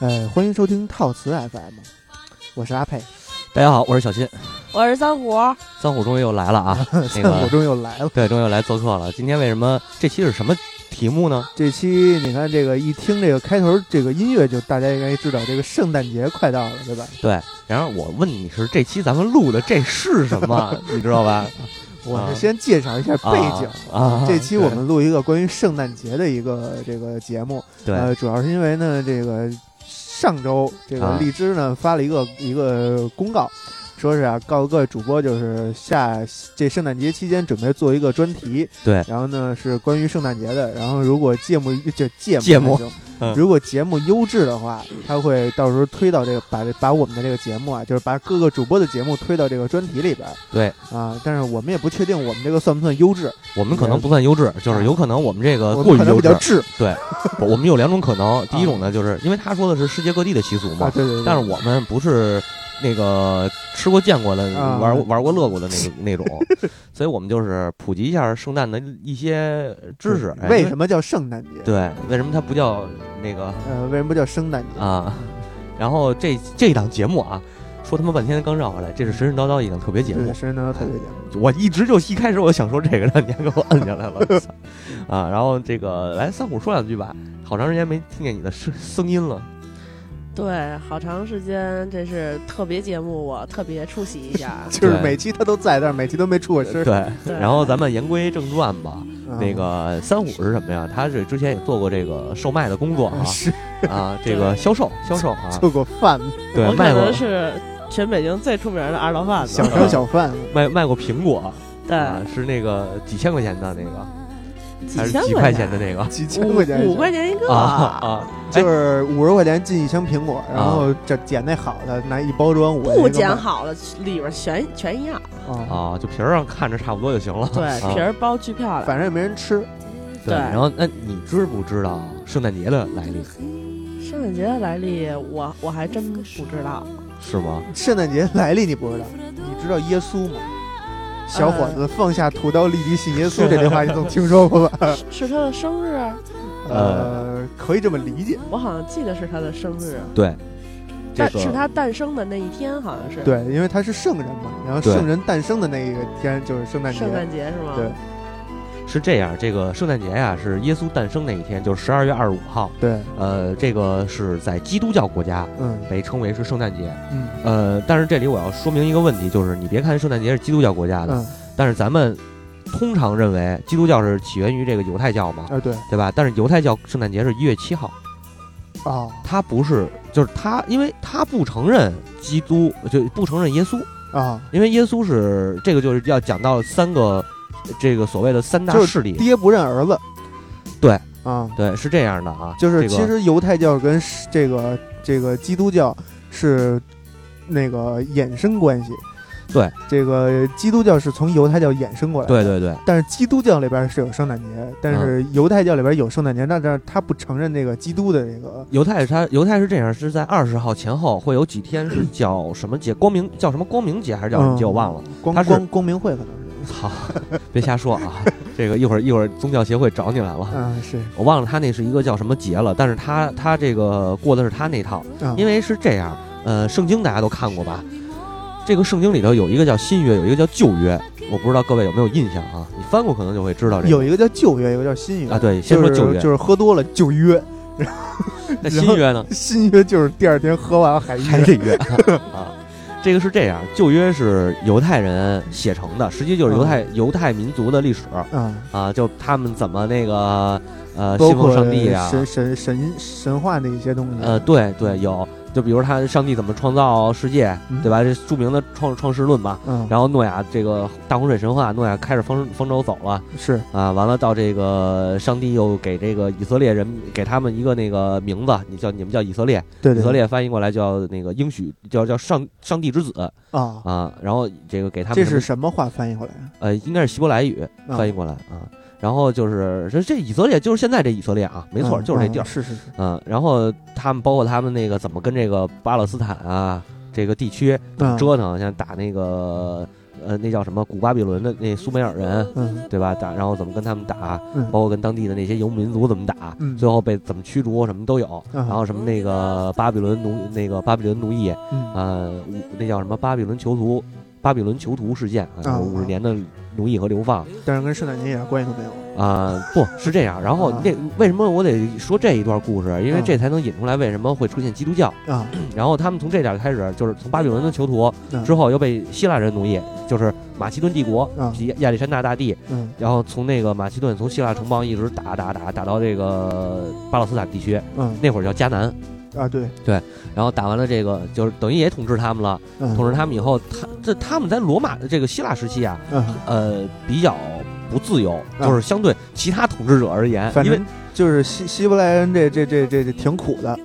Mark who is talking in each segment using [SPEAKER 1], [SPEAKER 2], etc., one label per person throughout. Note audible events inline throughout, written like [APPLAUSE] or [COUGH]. [SPEAKER 1] 呃，欢迎收听套词 FM，我是阿佩，
[SPEAKER 2] 大家好，我是小新，
[SPEAKER 3] 我是三虎，
[SPEAKER 2] 三虎终于又来了
[SPEAKER 1] [LAUGHS]
[SPEAKER 2] 啊！那
[SPEAKER 1] 我
[SPEAKER 2] 个
[SPEAKER 1] 终于又来了。
[SPEAKER 2] 对，终于又来做客了。今天为什么这期是什么题目呢？
[SPEAKER 1] 这期你看这个一听这个开头这个音乐，就大家应该知道这个圣诞节快到了，对吧？
[SPEAKER 2] 对，然后我问你是这期咱们录的这是什
[SPEAKER 1] [LAUGHS]
[SPEAKER 2] 么，你知道吧？
[SPEAKER 1] 我是先介绍一下背景。
[SPEAKER 2] 啊，
[SPEAKER 1] 这期我们录一个关于圣诞节的一个这个节目，
[SPEAKER 2] 对
[SPEAKER 1] 呃，主要是因为呢，这个上周这个
[SPEAKER 2] 啊
[SPEAKER 1] 荔枝呢发了一个一个公告，说是啊，告诉各位主播，就是下这圣诞节期间准备做一个专题，
[SPEAKER 2] 对
[SPEAKER 1] 然后呢是关于圣诞节的，然后如果节目就节目
[SPEAKER 2] 节目
[SPEAKER 1] 那种
[SPEAKER 2] 嗯
[SPEAKER 1] 如果节目优质的话，他会到时候推到这个把把我们的这个节目啊，就是把各个主播的节目推到这个专题里边儿
[SPEAKER 2] 对，
[SPEAKER 1] 啊，但是我们也不确定我们这个算不算优质，
[SPEAKER 2] 我们可能不算优质，就是有可能我们这个
[SPEAKER 1] 啊我
[SPEAKER 2] 呃
[SPEAKER 1] 们
[SPEAKER 2] 过于
[SPEAKER 1] 可能
[SPEAKER 2] 优
[SPEAKER 1] 比
[SPEAKER 2] 质
[SPEAKER 1] 较。质
[SPEAKER 2] 不我们有两种可能，第一种呢，就是因为他说的是世界各地的习俗
[SPEAKER 1] 啊，
[SPEAKER 2] 嘛，
[SPEAKER 1] 对对对，
[SPEAKER 2] 但是我们不是那个吃过见过的、
[SPEAKER 1] 啊
[SPEAKER 2] 玩玩过乐过的那个那
[SPEAKER 1] [LAUGHS]
[SPEAKER 2] 种，所以我们就是普及一下圣诞的一些知识。哎
[SPEAKER 1] 嗯为
[SPEAKER 2] 因
[SPEAKER 1] 什么叫圣诞节？
[SPEAKER 2] 对，为什么它不叫那个
[SPEAKER 1] 呃，为什么叫圣诞节？
[SPEAKER 2] 啊？然后这这档节目啊，说他妈半天刚绕回来，这是神神叨叨一档特别节
[SPEAKER 1] 对，
[SPEAKER 2] 目。
[SPEAKER 1] 神呢特别讲究。。
[SPEAKER 2] 我一直就一开始我想说这个了，你还给我摁下来了我操啊！然后这个来三虎说两句吧，好长时间没听见你的声声音了。
[SPEAKER 3] 对，好长时间，这是特别节目，我特别出席一下 [LAUGHS]
[SPEAKER 1] 就是
[SPEAKER 2] 对
[SPEAKER 1] 每期他都在，但是每期都没出过声。
[SPEAKER 2] 对，
[SPEAKER 3] 对
[SPEAKER 2] 然后咱们言归正传吧。
[SPEAKER 1] 嗯
[SPEAKER 2] 那个三虎是什么呀？他是之前也做过这个售卖的工作啊
[SPEAKER 1] 嗯是
[SPEAKER 2] 啊，这个销售销售啊，
[SPEAKER 1] 做过
[SPEAKER 2] [LAUGHS]
[SPEAKER 1] 饭，
[SPEAKER 2] 对
[SPEAKER 3] 我，
[SPEAKER 2] 卖
[SPEAKER 3] 可
[SPEAKER 2] 过
[SPEAKER 3] 能是全北京最出名的二道贩子
[SPEAKER 1] 小。商小贩，
[SPEAKER 2] 卖卖过苹果
[SPEAKER 3] 对，
[SPEAKER 2] 啊，是那个几千块钱的那个，还是
[SPEAKER 3] 千
[SPEAKER 2] 几块
[SPEAKER 3] 块
[SPEAKER 2] 钱的那
[SPEAKER 3] [LAUGHS]
[SPEAKER 2] 个
[SPEAKER 1] 几千块钱，
[SPEAKER 3] 五五块，钱一个。
[SPEAKER 2] 啊啊？哎
[SPEAKER 1] 就是五十块钱进一箱苹果，然后
[SPEAKER 2] 啊
[SPEAKER 1] 这捡那好的，拿一包装五块钱
[SPEAKER 3] 不
[SPEAKER 1] 一个
[SPEAKER 3] 剪
[SPEAKER 1] 卖
[SPEAKER 3] 好了，里边全全一样。
[SPEAKER 1] 啊，
[SPEAKER 2] 啊，就皮儿上看着差不多就行了。
[SPEAKER 3] 对，
[SPEAKER 2] 啊
[SPEAKER 3] 皮儿包巨漂亮。
[SPEAKER 1] 反正也没人吃。
[SPEAKER 2] 对。
[SPEAKER 3] 对
[SPEAKER 2] 然后，那你知不知道圣诞节的来历
[SPEAKER 3] 圣诞节的来历，我我还真不知道。
[SPEAKER 2] 是吗？
[SPEAKER 1] 圣诞节来历你不知道，你知道耶稣吗？
[SPEAKER 3] 呃
[SPEAKER 1] 小伙子放下屠刀立地信耶
[SPEAKER 2] [LAUGHS]
[SPEAKER 1] 稣这句话，你总听说过吧？
[SPEAKER 3] 是他的生日，
[SPEAKER 1] 呃，可以这么理解，
[SPEAKER 3] 我好像记得是他的生日，
[SPEAKER 2] 对，这
[SPEAKER 3] 但
[SPEAKER 2] 个
[SPEAKER 3] 是他诞生的那一天，好像是。，
[SPEAKER 1] 对，因为他是圣人嘛，然后
[SPEAKER 2] 对
[SPEAKER 1] 圣人诞生的那一个天就是圣诞节，
[SPEAKER 3] 圣诞节是
[SPEAKER 2] 啊
[SPEAKER 3] 吗？
[SPEAKER 1] 对
[SPEAKER 2] 是这样，这个圣诞节呀、是耶稣诞生那一天，就是十二月二十五号。
[SPEAKER 1] 对，
[SPEAKER 2] 呃，这个是在基督教国家
[SPEAKER 1] 嗯
[SPEAKER 2] 被称为是圣诞节。
[SPEAKER 1] 嗯
[SPEAKER 2] 呃，但是这里我要说明一个问题，就是你别看圣诞节是基督教国家的，
[SPEAKER 1] 嗯
[SPEAKER 2] 但是咱们通常认为基督教是起源于这个犹太教嘛，
[SPEAKER 1] 啊对
[SPEAKER 2] 对吧？但是犹太教圣诞节是一月七号，
[SPEAKER 1] 哦
[SPEAKER 2] 它不是，就是它，因为它不承认基督，就不承认耶稣，
[SPEAKER 1] 啊，
[SPEAKER 2] 因为耶稣是这个就是要讲到三个。这个所谓的三大
[SPEAKER 1] 就是
[SPEAKER 2] 势力，
[SPEAKER 1] 爹不认儿子，
[SPEAKER 2] 对
[SPEAKER 1] 啊，
[SPEAKER 2] 对，是这样的啊，
[SPEAKER 1] 就是
[SPEAKER 2] 这个
[SPEAKER 1] 其实犹太教跟是这个这个基督教是那个衍生关系，
[SPEAKER 2] 对，
[SPEAKER 1] 这个基督教是从犹太教衍生过来的，
[SPEAKER 2] 对。嗯对对，
[SPEAKER 1] 但是基督教里边是有圣诞节，但是犹太教里边有圣诞节，那但是他不承认那个基督的这个
[SPEAKER 2] 犹太它犹太是这样，是在二十号前后会有几天是叫什么节？光明叫什么光明节还是叫什么节？
[SPEAKER 1] 嗯
[SPEAKER 2] 我忘了。
[SPEAKER 1] 光
[SPEAKER 2] 他是
[SPEAKER 1] 光光明会可能是，
[SPEAKER 2] 操， [LAUGHS] 别瞎说啊！这个一会儿一会儿宗教协会找你来了。
[SPEAKER 1] 嗯是，
[SPEAKER 2] 我忘了他那是一个叫什么节了，但是他他这个过的是他那套，
[SPEAKER 1] 嗯
[SPEAKER 2] 因为是这样，呃，圣经大家都看过吧？这个圣经里头有一个叫新约，有一个叫旧约，我不知道各位有没有印象啊？你翻过可能就会知道这个。
[SPEAKER 1] 有一个叫旧约，有一个叫新约
[SPEAKER 2] 啊，对，先
[SPEAKER 1] 就
[SPEAKER 2] 说
[SPEAKER 1] 是
[SPEAKER 2] 旧约，
[SPEAKER 1] 就是喝多了就约，
[SPEAKER 2] 那新约呢？
[SPEAKER 1] [LAUGHS] 新约就是第二天喝完还
[SPEAKER 2] 还
[SPEAKER 1] 约，
[SPEAKER 2] 是约
[SPEAKER 1] [LAUGHS]
[SPEAKER 2] 啊。这个是这样，旧约是犹太人写成的，实际就是犹
[SPEAKER 1] 啊
[SPEAKER 2] 太、犹太民族的历史
[SPEAKER 1] 嗯，
[SPEAKER 2] 啊，就他们怎么那个呃
[SPEAKER 1] 包
[SPEAKER 2] 信奉
[SPEAKER 1] 括
[SPEAKER 2] 上帝啊，
[SPEAKER 1] 神神神神话的一些东西，
[SPEAKER 2] 呃，对对有，就比如他上帝怎么创造世界，
[SPEAKER 1] 嗯
[SPEAKER 2] 对吧？这著名的创创世论嘛。
[SPEAKER 1] 嗯，
[SPEAKER 2] 然后诺亚这个大洪水神话，诺亚开着方方舟走了
[SPEAKER 1] 是
[SPEAKER 2] 啊，完了到这个上帝又给这个以色列人给他们一个那个名字，你叫你们叫以色列，
[SPEAKER 1] 对
[SPEAKER 2] 以
[SPEAKER 1] 对
[SPEAKER 2] 色列翻译过来叫那个应许，叫叫上上帝之子，
[SPEAKER 1] 啊，
[SPEAKER 2] 啊，然后这个给他们
[SPEAKER 1] 这
[SPEAKER 2] 什
[SPEAKER 1] 是
[SPEAKER 2] 么
[SPEAKER 1] 什么话翻译过来啊？
[SPEAKER 2] 呃，应该是希伯来语
[SPEAKER 1] 啊
[SPEAKER 2] 翻译过来啊。然后就是这这以色列就是现在这以色列啊，没错，
[SPEAKER 1] 嗯
[SPEAKER 2] 就是这地
[SPEAKER 1] 嗯
[SPEAKER 2] 儿。
[SPEAKER 1] 是是是，
[SPEAKER 2] 嗯，然后他们包括他们那个怎么跟这个巴勒斯坦啊这个地区
[SPEAKER 1] 嗯
[SPEAKER 2] 折腾，像打那个呃，那叫什么古巴比伦的那苏美尔人，
[SPEAKER 1] 嗯
[SPEAKER 2] 对吧？打，然后怎么跟他们打，
[SPEAKER 1] 嗯
[SPEAKER 2] 包括跟当地的那些游牧民族怎么打，
[SPEAKER 1] 嗯
[SPEAKER 2] 最后被怎么驱逐，什么都有。
[SPEAKER 1] 嗯
[SPEAKER 2] 然后什么那个巴比伦奴，那个巴比伦奴役，
[SPEAKER 1] 嗯
[SPEAKER 2] 呃，五那叫什么巴比伦囚徒，巴比伦囚徒事件啊，
[SPEAKER 1] 啊
[SPEAKER 2] 五十年的奴役和流放
[SPEAKER 1] 但是跟圣诞节一点关系都没有。
[SPEAKER 2] 啊，不是这样。然后
[SPEAKER 1] 啊
[SPEAKER 2] 那为什么我得说这一段故事？因为
[SPEAKER 1] 嗯
[SPEAKER 2] 这才能引出来为什么会出现基督教。
[SPEAKER 1] 啊，
[SPEAKER 2] 然后他们从这点儿开始，就是从巴比伦的囚徒
[SPEAKER 1] 嗯
[SPEAKER 2] 之后又被希腊人奴役，就是马其顿帝国
[SPEAKER 1] 嗯、
[SPEAKER 2] 及亚历山大大帝，
[SPEAKER 1] 嗯
[SPEAKER 2] 然后从那个马其顿从希腊城邦一直打打打打到这个巴勒斯坦地区，
[SPEAKER 1] 嗯
[SPEAKER 2] 那会儿叫迦南。
[SPEAKER 1] 啊，对，
[SPEAKER 2] 然后打完了这个，就是等于也统治他们了。
[SPEAKER 1] 嗯
[SPEAKER 2] 统治他们以后，他这他们在罗马的这个希腊时期啊，
[SPEAKER 1] 嗯，
[SPEAKER 2] 呃，比较不自由，
[SPEAKER 1] 嗯
[SPEAKER 2] 就是相对其他统治者而言，
[SPEAKER 1] 反
[SPEAKER 2] 因为
[SPEAKER 1] 正就是希希伯来人这这这这这挺苦的。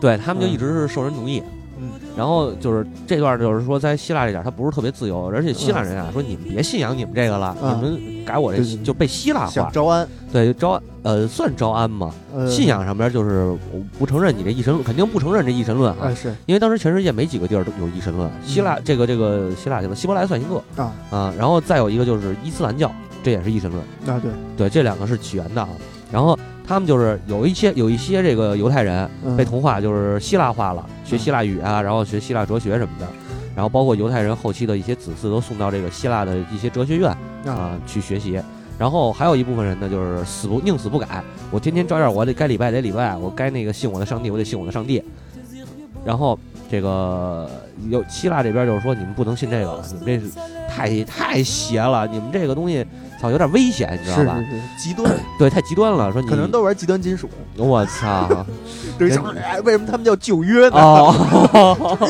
[SPEAKER 2] 对他们就
[SPEAKER 1] 嗯
[SPEAKER 2] 一直是受人奴役。
[SPEAKER 1] 嗯，
[SPEAKER 2] 然后就是这段，就是说在希腊这点儿，他不是特别自由，而且希腊人啊说你们别信仰你们这个了，
[SPEAKER 1] 嗯
[SPEAKER 2] 你们改我这
[SPEAKER 1] 对对
[SPEAKER 2] 就被希腊
[SPEAKER 1] 想
[SPEAKER 2] 化，
[SPEAKER 1] 招安，
[SPEAKER 2] 对招呃算招安嘛，
[SPEAKER 1] 呃，
[SPEAKER 2] 信仰上边就是我不承认你这一神论，肯定不承认这一神论
[SPEAKER 1] 啊，
[SPEAKER 2] 啊
[SPEAKER 1] 是
[SPEAKER 2] 因为当时全世界没几个地儿都有一神论，
[SPEAKER 1] 嗯
[SPEAKER 2] 希腊这个这个希腊去了，希伯来算一个
[SPEAKER 1] 啊
[SPEAKER 2] 啊，然后再有一个就是伊斯兰教，这也是一神论，
[SPEAKER 1] 啊，对，
[SPEAKER 2] 对，这两个是起源的啊。然后他们就是有一些有一些这个犹太人
[SPEAKER 1] 嗯
[SPEAKER 2] 被同化，就是希腊化了，学希腊语啊，然后学希腊哲学什么的，然后包括犹太人后期的一些子嗣都送到这个希腊的一些哲学院
[SPEAKER 1] 啊，
[SPEAKER 2] 啊去学习。然后还有一部分人呢，就是死不宁死不改，我天天照样，我得该礼拜得礼拜，我该那个信我的上帝，我得信我的上帝。然后这个有希腊这边就是说，你们不能信这个了，你们这是太太邪了，你们这个东西操有点危险，你知
[SPEAKER 1] 是
[SPEAKER 2] 道吧？
[SPEAKER 1] 是是，极端，
[SPEAKER 2] 对，太极端了，说你
[SPEAKER 1] 可能都玩极端金属。[LAUGHS]
[SPEAKER 2] 我操
[SPEAKER 1] 对，就是哎为什么他们叫旧约
[SPEAKER 2] 啊
[SPEAKER 1] 呢？
[SPEAKER 2] 哦，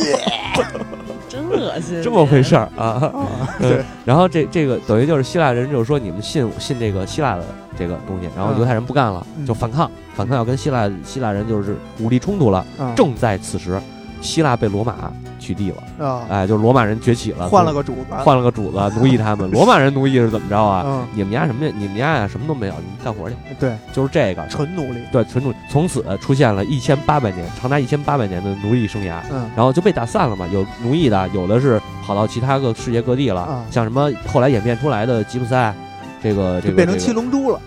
[SPEAKER 3] 真恶心，
[SPEAKER 2] 这么回事儿啊。
[SPEAKER 1] 啊，
[SPEAKER 2] 嗯
[SPEAKER 1] 对，
[SPEAKER 2] 然后这这个等于就是希腊人就是说你们信信这个希腊的这个东西，然后
[SPEAKER 1] 嗯
[SPEAKER 2] 犹太人不干了，
[SPEAKER 1] 嗯
[SPEAKER 2] 就反抗，反抗要跟希腊希腊人就是武力冲突了。
[SPEAKER 1] 啊
[SPEAKER 2] 正在此时，
[SPEAKER 1] 嗯
[SPEAKER 2] 希腊被罗马取缔了，
[SPEAKER 1] 啊，
[SPEAKER 2] 哎，就是罗马人崛起了，
[SPEAKER 1] 换了个主子，
[SPEAKER 2] 换了个主子奴役他
[SPEAKER 1] [LAUGHS]
[SPEAKER 2] 们。罗马人奴役是怎么着啊？
[SPEAKER 1] 嗯，
[SPEAKER 2] 你们家什么呀？你们家呀什么都没有，你们干活去，
[SPEAKER 1] 对，
[SPEAKER 2] 就是这个。
[SPEAKER 1] 纯奴隶，
[SPEAKER 2] 对，纯种从此出现了一千八百年，长达一千八百年的奴役生涯，
[SPEAKER 1] 嗯
[SPEAKER 2] 然后就被打散了嘛。有奴役的，有的是跑到其他个世界各地了，
[SPEAKER 1] 啊
[SPEAKER 2] 像什么后来演变出来的吉普赛，这个
[SPEAKER 1] 就
[SPEAKER 2] 这个
[SPEAKER 1] 变成
[SPEAKER 2] 这
[SPEAKER 1] 七
[SPEAKER 2] 个
[SPEAKER 1] 龙珠了，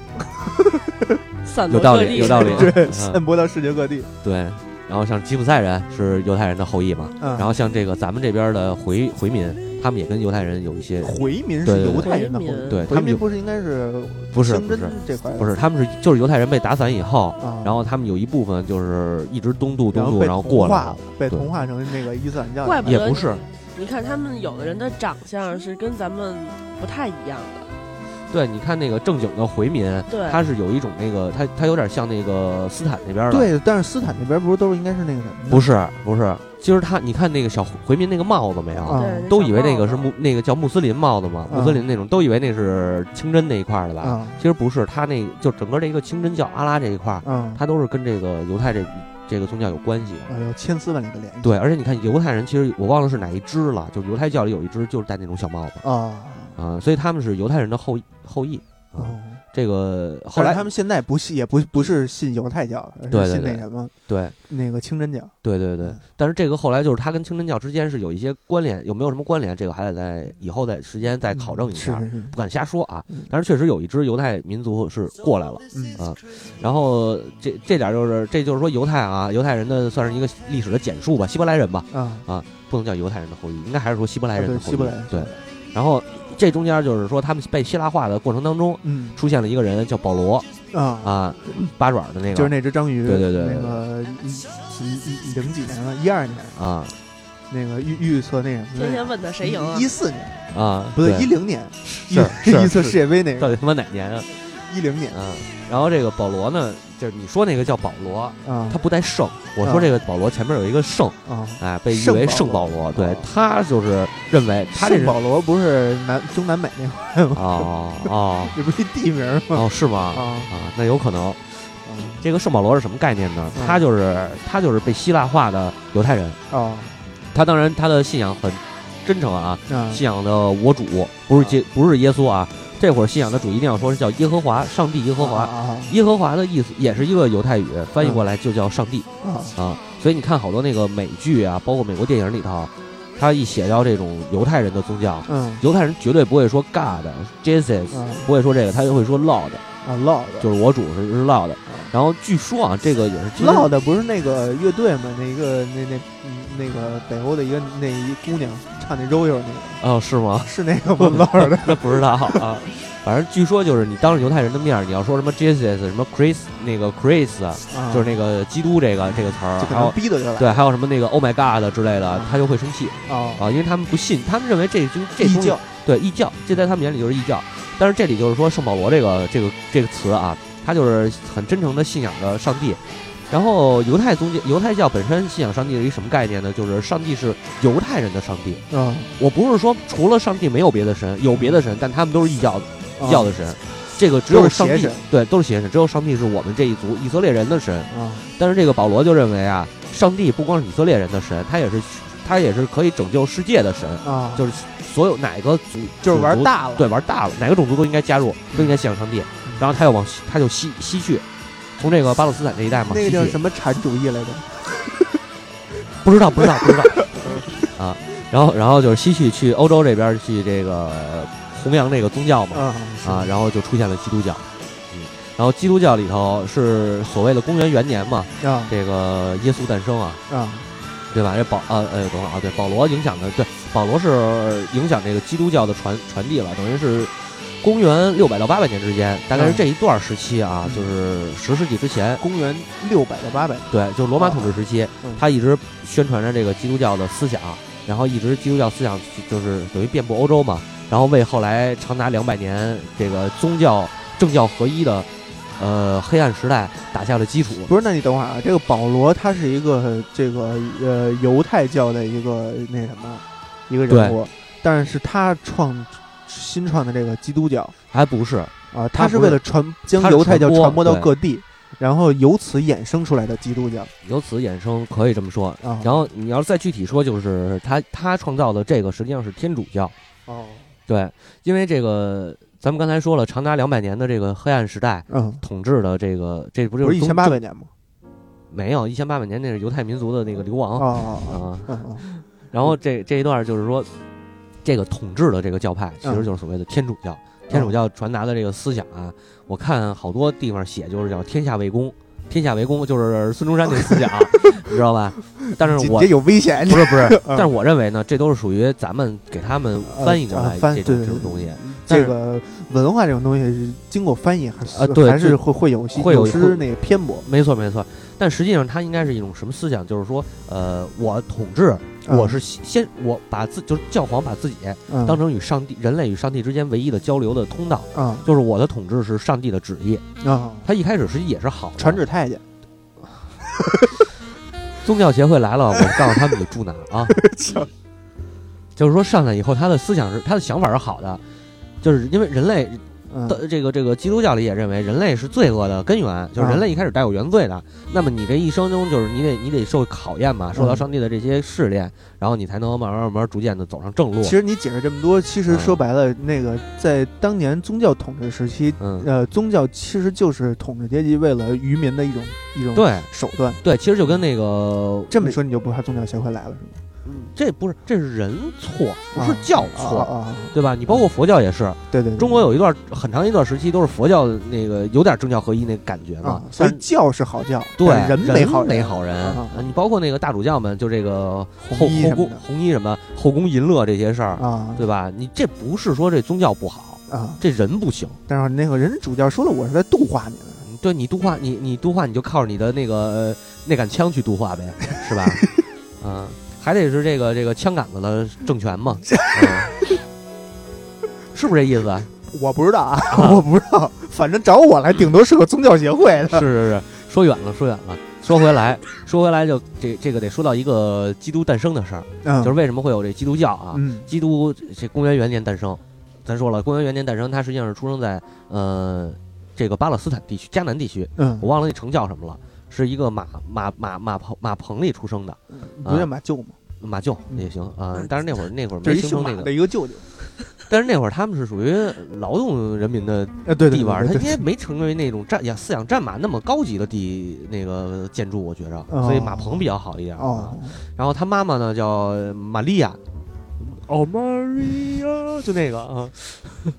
[SPEAKER 3] 散
[SPEAKER 2] 有
[SPEAKER 3] 落
[SPEAKER 2] 道
[SPEAKER 3] 各
[SPEAKER 2] 理，
[SPEAKER 3] 地
[SPEAKER 2] 有道理，
[SPEAKER 3] 是吧
[SPEAKER 1] 对
[SPEAKER 2] 嗯
[SPEAKER 1] 散播到世界各地。
[SPEAKER 2] 对。然后像吉普赛人是犹太人的后裔嘛，
[SPEAKER 1] 嗯，
[SPEAKER 2] 然后像这个咱们这边的回回民，他们也跟犹太人有一些，
[SPEAKER 1] 回民
[SPEAKER 2] 对
[SPEAKER 1] 是
[SPEAKER 2] 对
[SPEAKER 1] 犹太人的后裔，
[SPEAKER 2] 对他
[SPEAKER 1] 回
[SPEAKER 2] 们就
[SPEAKER 1] 民不是应该是
[SPEAKER 2] 不是
[SPEAKER 1] 清
[SPEAKER 2] 不
[SPEAKER 1] 真
[SPEAKER 2] 是
[SPEAKER 1] 这块的
[SPEAKER 2] 不是，他们是就是犹太人被打散以后，
[SPEAKER 1] 啊，
[SPEAKER 2] 然后他们有一部分就是一直东渡
[SPEAKER 1] 然后
[SPEAKER 2] 东渡，
[SPEAKER 1] 被
[SPEAKER 2] 然后过
[SPEAKER 1] 同
[SPEAKER 2] 来
[SPEAKER 1] 化
[SPEAKER 2] 了，，
[SPEAKER 1] 被
[SPEAKER 2] 对
[SPEAKER 1] 同化成那个伊斯兰教
[SPEAKER 3] 怪
[SPEAKER 1] 的，
[SPEAKER 3] 不
[SPEAKER 2] 也
[SPEAKER 3] 得
[SPEAKER 2] 不是，
[SPEAKER 3] 你看他们有的人的长相是跟咱们不太一样的，
[SPEAKER 2] 对，你看那个正经的回民，
[SPEAKER 3] 对，
[SPEAKER 2] 他是有一种那个，他他有点像那个斯坦那边的，，
[SPEAKER 1] 对，但是斯坦那边不是都是应该是那个什么？
[SPEAKER 2] 不，是不是，其实他你看那个小回民那个帽子没有，
[SPEAKER 1] 啊
[SPEAKER 3] 对那
[SPEAKER 2] 都
[SPEAKER 3] 小
[SPEAKER 2] 以为那
[SPEAKER 3] 帽
[SPEAKER 2] 个
[SPEAKER 3] 子
[SPEAKER 2] 是穆那个叫穆斯林帽子嘛，
[SPEAKER 1] 嗯
[SPEAKER 2] 穆斯林那种，都以为那是清真那一块儿的吧，
[SPEAKER 1] 啊
[SPEAKER 2] 其实不是，他那就整个这个清真教阿拉这一块儿，
[SPEAKER 1] 嗯，
[SPEAKER 2] 他都是跟这个犹太这这个宗教有关系的。
[SPEAKER 1] 哎呦，千丝万缕的联系。
[SPEAKER 2] 对，而且你看犹太人，其实我忘了是哪一支了，就是犹太教里有一支就是戴那种小帽子
[SPEAKER 1] 啊，
[SPEAKER 2] 啊、所以他们是犹太人的后裔后裔啊、
[SPEAKER 1] 哦
[SPEAKER 2] 这个后
[SPEAKER 1] 但
[SPEAKER 2] 来
[SPEAKER 1] 是他们现在不信，也不不是信犹太教，而
[SPEAKER 2] 对对
[SPEAKER 1] 是信
[SPEAKER 2] 对
[SPEAKER 1] 那什么
[SPEAKER 2] 对
[SPEAKER 1] 那个清真教。
[SPEAKER 2] 对对
[SPEAKER 1] 嗯
[SPEAKER 2] 对，但是这个后来就是他跟清真教之间是有一些关联，有没有什么关联？这个还得在以后再时间再考证一下，
[SPEAKER 1] 嗯是是
[SPEAKER 2] 不敢瞎说啊
[SPEAKER 1] 嗯。
[SPEAKER 2] 但是确实有一支犹太民族是过来了，
[SPEAKER 1] 是，嗯
[SPEAKER 2] 啊，然后这这点就是这就是说犹太啊，犹太人的算是一个历史的简述吧，希伯来人吧，
[SPEAKER 1] 啊，
[SPEAKER 2] 不能叫犹太人的后裔，应该还是说希伯来人的
[SPEAKER 1] 对，
[SPEAKER 2] 后
[SPEAKER 1] 希
[SPEAKER 2] 裔。
[SPEAKER 1] 伯来人
[SPEAKER 2] 对，，然后这中间就是说他们被希腊化的过程当中，
[SPEAKER 1] 嗯
[SPEAKER 2] 出现了一个人叫保罗
[SPEAKER 1] 啊，
[SPEAKER 2] 啊，八爪的那个，
[SPEAKER 1] 就是那只章鱼，
[SPEAKER 2] 对对对
[SPEAKER 1] 那个一一一零几年了，一二年
[SPEAKER 2] 啊
[SPEAKER 1] 那个预预测那什么，
[SPEAKER 3] 天天问他谁赢啊
[SPEAKER 2] 嗯
[SPEAKER 1] 一？四年
[SPEAKER 2] 啊，
[SPEAKER 1] 不对，一零年
[SPEAKER 2] 是
[SPEAKER 1] 预
[SPEAKER 2] 是
[SPEAKER 1] 预测世
[SPEAKER 2] 是
[SPEAKER 1] 界杯那
[SPEAKER 2] 到
[SPEAKER 1] 个
[SPEAKER 2] 底他妈哪年啊？
[SPEAKER 1] 一零年
[SPEAKER 2] 嗯，然后这个保罗呢，就是你说那个叫保罗，
[SPEAKER 1] 啊，
[SPEAKER 2] 他不带圣。我说这个保罗前面有一个圣，
[SPEAKER 1] 啊，
[SPEAKER 2] 哎，被誉为圣
[SPEAKER 1] 圣
[SPEAKER 2] 保
[SPEAKER 1] 保
[SPEAKER 2] 罗。
[SPEAKER 1] 罗
[SPEAKER 2] 对
[SPEAKER 1] 哦
[SPEAKER 2] 他就是认为他这
[SPEAKER 1] 圣
[SPEAKER 2] 人
[SPEAKER 1] 保罗不是南中南美那块吗？
[SPEAKER 2] 哦哦
[SPEAKER 1] 这不是一地名吗？
[SPEAKER 2] 哦，是吗？
[SPEAKER 1] 啊
[SPEAKER 2] 啊，那有可能。
[SPEAKER 1] 啊
[SPEAKER 2] 这个圣保罗是什么概念呢？
[SPEAKER 1] 嗯
[SPEAKER 2] 他就是他就是被希腊化的犹太人。
[SPEAKER 1] 啊
[SPEAKER 2] 他当然他的信仰很真诚啊，
[SPEAKER 1] 啊
[SPEAKER 2] 信仰的我主不是耶不是耶稣啊。这会儿信仰的主一定要说是叫耶和华，上帝耶和华。
[SPEAKER 1] 啊
[SPEAKER 2] 耶和华的意思也是一个犹太语，翻译过来就叫上帝。
[SPEAKER 1] 啊
[SPEAKER 2] 啊，所以你看好多那个美剧啊，包括美国电影里头，他一写到这种犹太人的宗教，
[SPEAKER 1] 嗯
[SPEAKER 2] 犹太人绝对不会说 God、Jesus，
[SPEAKER 1] 嗯
[SPEAKER 2] 不会说这个，他就会说 Lord，
[SPEAKER 1] 啊，Loud
[SPEAKER 2] 就是我主是是 Lord。然
[SPEAKER 1] 嗯
[SPEAKER 2] 后据说啊，这个也是其实
[SPEAKER 1] Loud 不是那个乐队吗？那一个那那嗯那个北欧的一个那一姑娘唱那 Royal 那个
[SPEAKER 2] 哦，
[SPEAKER 1] [LAUGHS]
[SPEAKER 2] 是吗？
[SPEAKER 1] 是那个吗？Loud
[SPEAKER 2] 那不知道啊。反正据说就是你当着犹太人的面儿，你要说什么 Jesus，什么 Chris，那个 Chris，啊
[SPEAKER 1] 啊，
[SPEAKER 2] 就是那个基督这个这个词儿
[SPEAKER 1] 就，可
[SPEAKER 2] 还有
[SPEAKER 1] 能逼的就来
[SPEAKER 2] 对，还有什么那个 Oh my God 之类的，他就会生气
[SPEAKER 1] 啊，
[SPEAKER 2] 啊，因为他们不信，他们认为这就这
[SPEAKER 1] 异
[SPEAKER 2] 东西
[SPEAKER 1] 教
[SPEAKER 2] 对异教，这在他们眼里就是异教。但是这里就是说圣保罗这个这个这个词啊，他就是很真诚的信仰着上帝。然后犹太宗教犹太教本身信仰上帝是一什么概念呢？就是上帝是犹太人的上帝。
[SPEAKER 1] 啊，
[SPEAKER 2] 我不是说除了上帝没有别的神，有别的神，但他们都是异教的异
[SPEAKER 1] 啊
[SPEAKER 2] 教的神。这个只有
[SPEAKER 1] 嗯都是
[SPEAKER 2] 上
[SPEAKER 1] 邪
[SPEAKER 2] 帝
[SPEAKER 1] 神
[SPEAKER 2] 对都是邪神，只有上帝是我们这一族以色列人的神。
[SPEAKER 1] 啊
[SPEAKER 2] 但是这个保罗就认为啊，上帝不光是以色列人的神，他也是他也是可以拯救世界的神。
[SPEAKER 1] 啊，
[SPEAKER 2] 就是所有哪个族
[SPEAKER 1] 就是玩
[SPEAKER 2] 种族
[SPEAKER 1] 大了，
[SPEAKER 2] 对玩大了，哪个种族都应该加入，都应该信仰上帝。
[SPEAKER 1] 嗯
[SPEAKER 2] 然后他又往西，他就西西去，从这个巴勒斯坦这一带嘛，
[SPEAKER 1] 那个
[SPEAKER 2] 西
[SPEAKER 1] 叫
[SPEAKER 2] 去
[SPEAKER 1] 什么产主义来着？
[SPEAKER 2] 不知道不知道不知道
[SPEAKER 1] [LAUGHS]
[SPEAKER 2] 啊。然后然后就是西去去欧洲这边去这个呃弘扬这个宗教嘛
[SPEAKER 1] 啊
[SPEAKER 2] 啊，，然后就出现了基督教。嗯，然后基督教里头是所谓的公元元年嘛，
[SPEAKER 1] 是啊
[SPEAKER 2] 这个耶稣诞生啊，
[SPEAKER 1] 啊
[SPEAKER 2] 对吧？这保呃呃，等会儿啊，对，保罗影响的，对，保罗是影响这个基督教的传传递了，等于是公元六百到八百年之间，大概是这一段时期啊，
[SPEAKER 1] 嗯
[SPEAKER 2] 就是十世纪之前，
[SPEAKER 1] 公元六百到八百，
[SPEAKER 2] 对，就罗马统治时期，
[SPEAKER 1] 嗯
[SPEAKER 2] 他一直宣传着这个基督教的思想，然后一直基督教思想就是等于遍布欧洲嘛，然后为后来长达两百年这个宗教政教合一的呃黑暗时代打下了基础。
[SPEAKER 1] 不是，那你等会儿啊，这个保罗他是一个这个呃犹太教的一个那什么一个人物，但是他创新创的这个基督教
[SPEAKER 2] 还不是，
[SPEAKER 1] 啊，
[SPEAKER 2] 他
[SPEAKER 1] 他
[SPEAKER 2] 不
[SPEAKER 1] 为
[SPEAKER 2] 是
[SPEAKER 1] 了传将
[SPEAKER 2] 他是
[SPEAKER 1] 犹太
[SPEAKER 2] 传
[SPEAKER 1] 教
[SPEAKER 2] 播
[SPEAKER 1] 传播到
[SPEAKER 2] 对
[SPEAKER 1] 各地，然后由此衍生出来的基督教
[SPEAKER 2] 由此衍生，可以这么说，
[SPEAKER 1] 啊。
[SPEAKER 2] 然后你要再具体说，就是他他创造的这个实际上是天主教，
[SPEAKER 1] 哦，
[SPEAKER 2] 对，因为这个咱们刚才说了，长达两百年的这个黑暗时代
[SPEAKER 1] 嗯，
[SPEAKER 2] 统治的这个，这不就
[SPEAKER 1] 不是一
[SPEAKER 2] 宗
[SPEAKER 1] 千八百年吗？
[SPEAKER 2] 没有一千八百年，那是犹太民族的那个流
[SPEAKER 1] 哦哦
[SPEAKER 2] 亡啊。
[SPEAKER 1] 哦哦
[SPEAKER 2] 然后这这一段就是说，这个统治的这个教派其
[SPEAKER 1] 嗯
[SPEAKER 2] 实就是所谓的天主教，天主教传达的这个思想啊，我看好多地方写就是叫天下为公，天下为公就是孙中山那
[SPEAKER 1] [LAUGHS]
[SPEAKER 2] 思想，啊你知道吧？但
[SPEAKER 1] 哦，
[SPEAKER 2] 是
[SPEAKER 1] 姐
[SPEAKER 2] 我
[SPEAKER 1] 姐有危险，
[SPEAKER 2] 不是不是，
[SPEAKER 1] 嗯
[SPEAKER 2] 但是我认为呢，这都是属于咱们给他们翻译过
[SPEAKER 1] 呃
[SPEAKER 2] 来
[SPEAKER 1] 啊翻
[SPEAKER 2] 这种
[SPEAKER 1] 对
[SPEAKER 2] 这种东西，但
[SPEAKER 1] 这
[SPEAKER 2] 是
[SPEAKER 1] 个文化这种东西是经过翻译还是
[SPEAKER 2] 啊对
[SPEAKER 1] 还是
[SPEAKER 2] 这
[SPEAKER 1] 会会有些
[SPEAKER 2] 会有
[SPEAKER 1] 失那个偏颇。
[SPEAKER 2] 没错没错。但实际上，它应该是一种什么思想？就是说，呃，我统治，
[SPEAKER 1] 嗯
[SPEAKER 2] 我是先我把自就是教皇把自己
[SPEAKER 1] 嗯
[SPEAKER 2] 当成与上帝、人类与上帝之间唯一的交流的通道，
[SPEAKER 1] 啊
[SPEAKER 2] 就是我的统治是上帝的旨意。
[SPEAKER 1] 啊，
[SPEAKER 2] 他一开始实际也是好的。
[SPEAKER 1] 传旨太监。
[SPEAKER 2] 宗教协会来了，我告诉他们你住哪
[SPEAKER 1] [LAUGHS]
[SPEAKER 2] 儿啊？就是说上来以后，他的思想是他的想法是好的，就是因为人类
[SPEAKER 1] 嗯
[SPEAKER 2] 的呃这个这个基督教里也认为人类是罪恶的根源，就是
[SPEAKER 1] 啊
[SPEAKER 2] 人类一开始带有原罪的。那么你这一生中就是你得你得受考验嘛，
[SPEAKER 1] 嗯
[SPEAKER 2] 受到上帝的这些试炼，然后你才能慢慢慢慢逐渐的走上正路
[SPEAKER 1] 其。实你解释这么多，其实
[SPEAKER 2] 嗯
[SPEAKER 1] 说白了，那个在当年宗教统治时期，
[SPEAKER 2] 嗯，
[SPEAKER 1] 呃，宗教其实就是统治阶级为了愚民的一种一种
[SPEAKER 2] 对嗯
[SPEAKER 1] 手段。
[SPEAKER 2] 对，其实就跟那个
[SPEAKER 1] 这么说你就不怕宗教协会来了是
[SPEAKER 2] 这不是这是人错，不是
[SPEAKER 1] 啊
[SPEAKER 2] 教
[SPEAKER 1] 吗？
[SPEAKER 2] 错，
[SPEAKER 1] 啊啊！
[SPEAKER 2] 对吧？你包括佛教也是，
[SPEAKER 1] 对对，对
[SPEAKER 2] 中国有一段很长一段时期都是佛教那个有点政教合一那感觉嘛
[SPEAKER 1] 啊，，所
[SPEAKER 2] 但
[SPEAKER 1] 以教是好教，
[SPEAKER 2] 对
[SPEAKER 1] 但人没好
[SPEAKER 2] 好没
[SPEAKER 1] 人
[SPEAKER 2] 好人
[SPEAKER 1] 啊啊
[SPEAKER 2] 你包括那个大主教们，就这个后
[SPEAKER 1] 红衣什
[SPEAKER 2] 后
[SPEAKER 1] 么
[SPEAKER 2] 宫
[SPEAKER 1] 的
[SPEAKER 2] 红衣什么后宫淫乐这些事儿，
[SPEAKER 1] 啊
[SPEAKER 2] 对吧？你这不是说这宗教不好，
[SPEAKER 1] 啊！
[SPEAKER 2] 这人不行。
[SPEAKER 1] 但是那个人主教说了，我是在度化你们。
[SPEAKER 2] 对你度化你你度化你就靠着你的那个、呃、那杆枪去度
[SPEAKER 1] [LAUGHS]
[SPEAKER 2] 化呗，是吧？嗯、还得是这个这个枪杆子的政权
[SPEAKER 1] [LAUGHS]
[SPEAKER 2] 嘛，嗯是不是这意
[SPEAKER 1] [LAUGHS]
[SPEAKER 2] 思啊？
[SPEAKER 1] 我不知
[SPEAKER 2] [LAUGHS]
[SPEAKER 1] 道啊， [LAUGHS] 我不知道，反正找我来，顶多是个宗教协会
[SPEAKER 2] [LAUGHS] 是
[SPEAKER 1] 的。
[SPEAKER 2] 是是，说远了说远了，说回来说回来就这这个得说到一个基督诞生的事儿，
[SPEAKER 1] 嗯，
[SPEAKER 2] 就是为什么会有这基督教啊？
[SPEAKER 1] 嗯
[SPEAKER 2] 基督这公元元年诞生，咱说了，公元元年诞生，他实际上是出生在呃这个巴勒斯坦地区迦南地区，
[SPEAKER 1] 嗯
[SPEAKER 2] 我，忘了那城叫什么了，是一个马马马马棚马棚里出生的
[SPEAKER 1] 不叫马舅嘛，
[SPEAKER 2] 马厩也行啊、
[SPEAKER 1] 嗯
[SPEAKER 2] 但是那会儿那会儿
[SPEAKER 1] 就
[SPEAKER 2] 没
[SPEAKER 1] 是一
[SPEAKER 2] 啊形
[SPEAKER 1] 姓
[SPEAKER 2] 成
[SPEAKER 1] 马
[SPEAKER 2] 那个
[SPEAKER 1] 的，一个舅舅。
[SPEAKER 2] 但是那会儿他们是属于劳动人民的
[SPEAKER 1] 呃，对对，
[SPEAKER 2] 地盘，
[SPEAKER 1] 对
[SPEAKER 2] 他
[SPEAKER 1] 对
[SPEAKER 2] 应该没成为那种战呀饲养战马那么高级的地那个建筑，我觉着，
[SPEAKER 1] 哦
[SPEAKER 2] 所以马棚比较好一点啊。
[SPEAKER 1] 哦，
[SPEAKER 2] 然后他妈妈呢叫玛利亚，哦，Maria，就那个啊， [LAUGHS]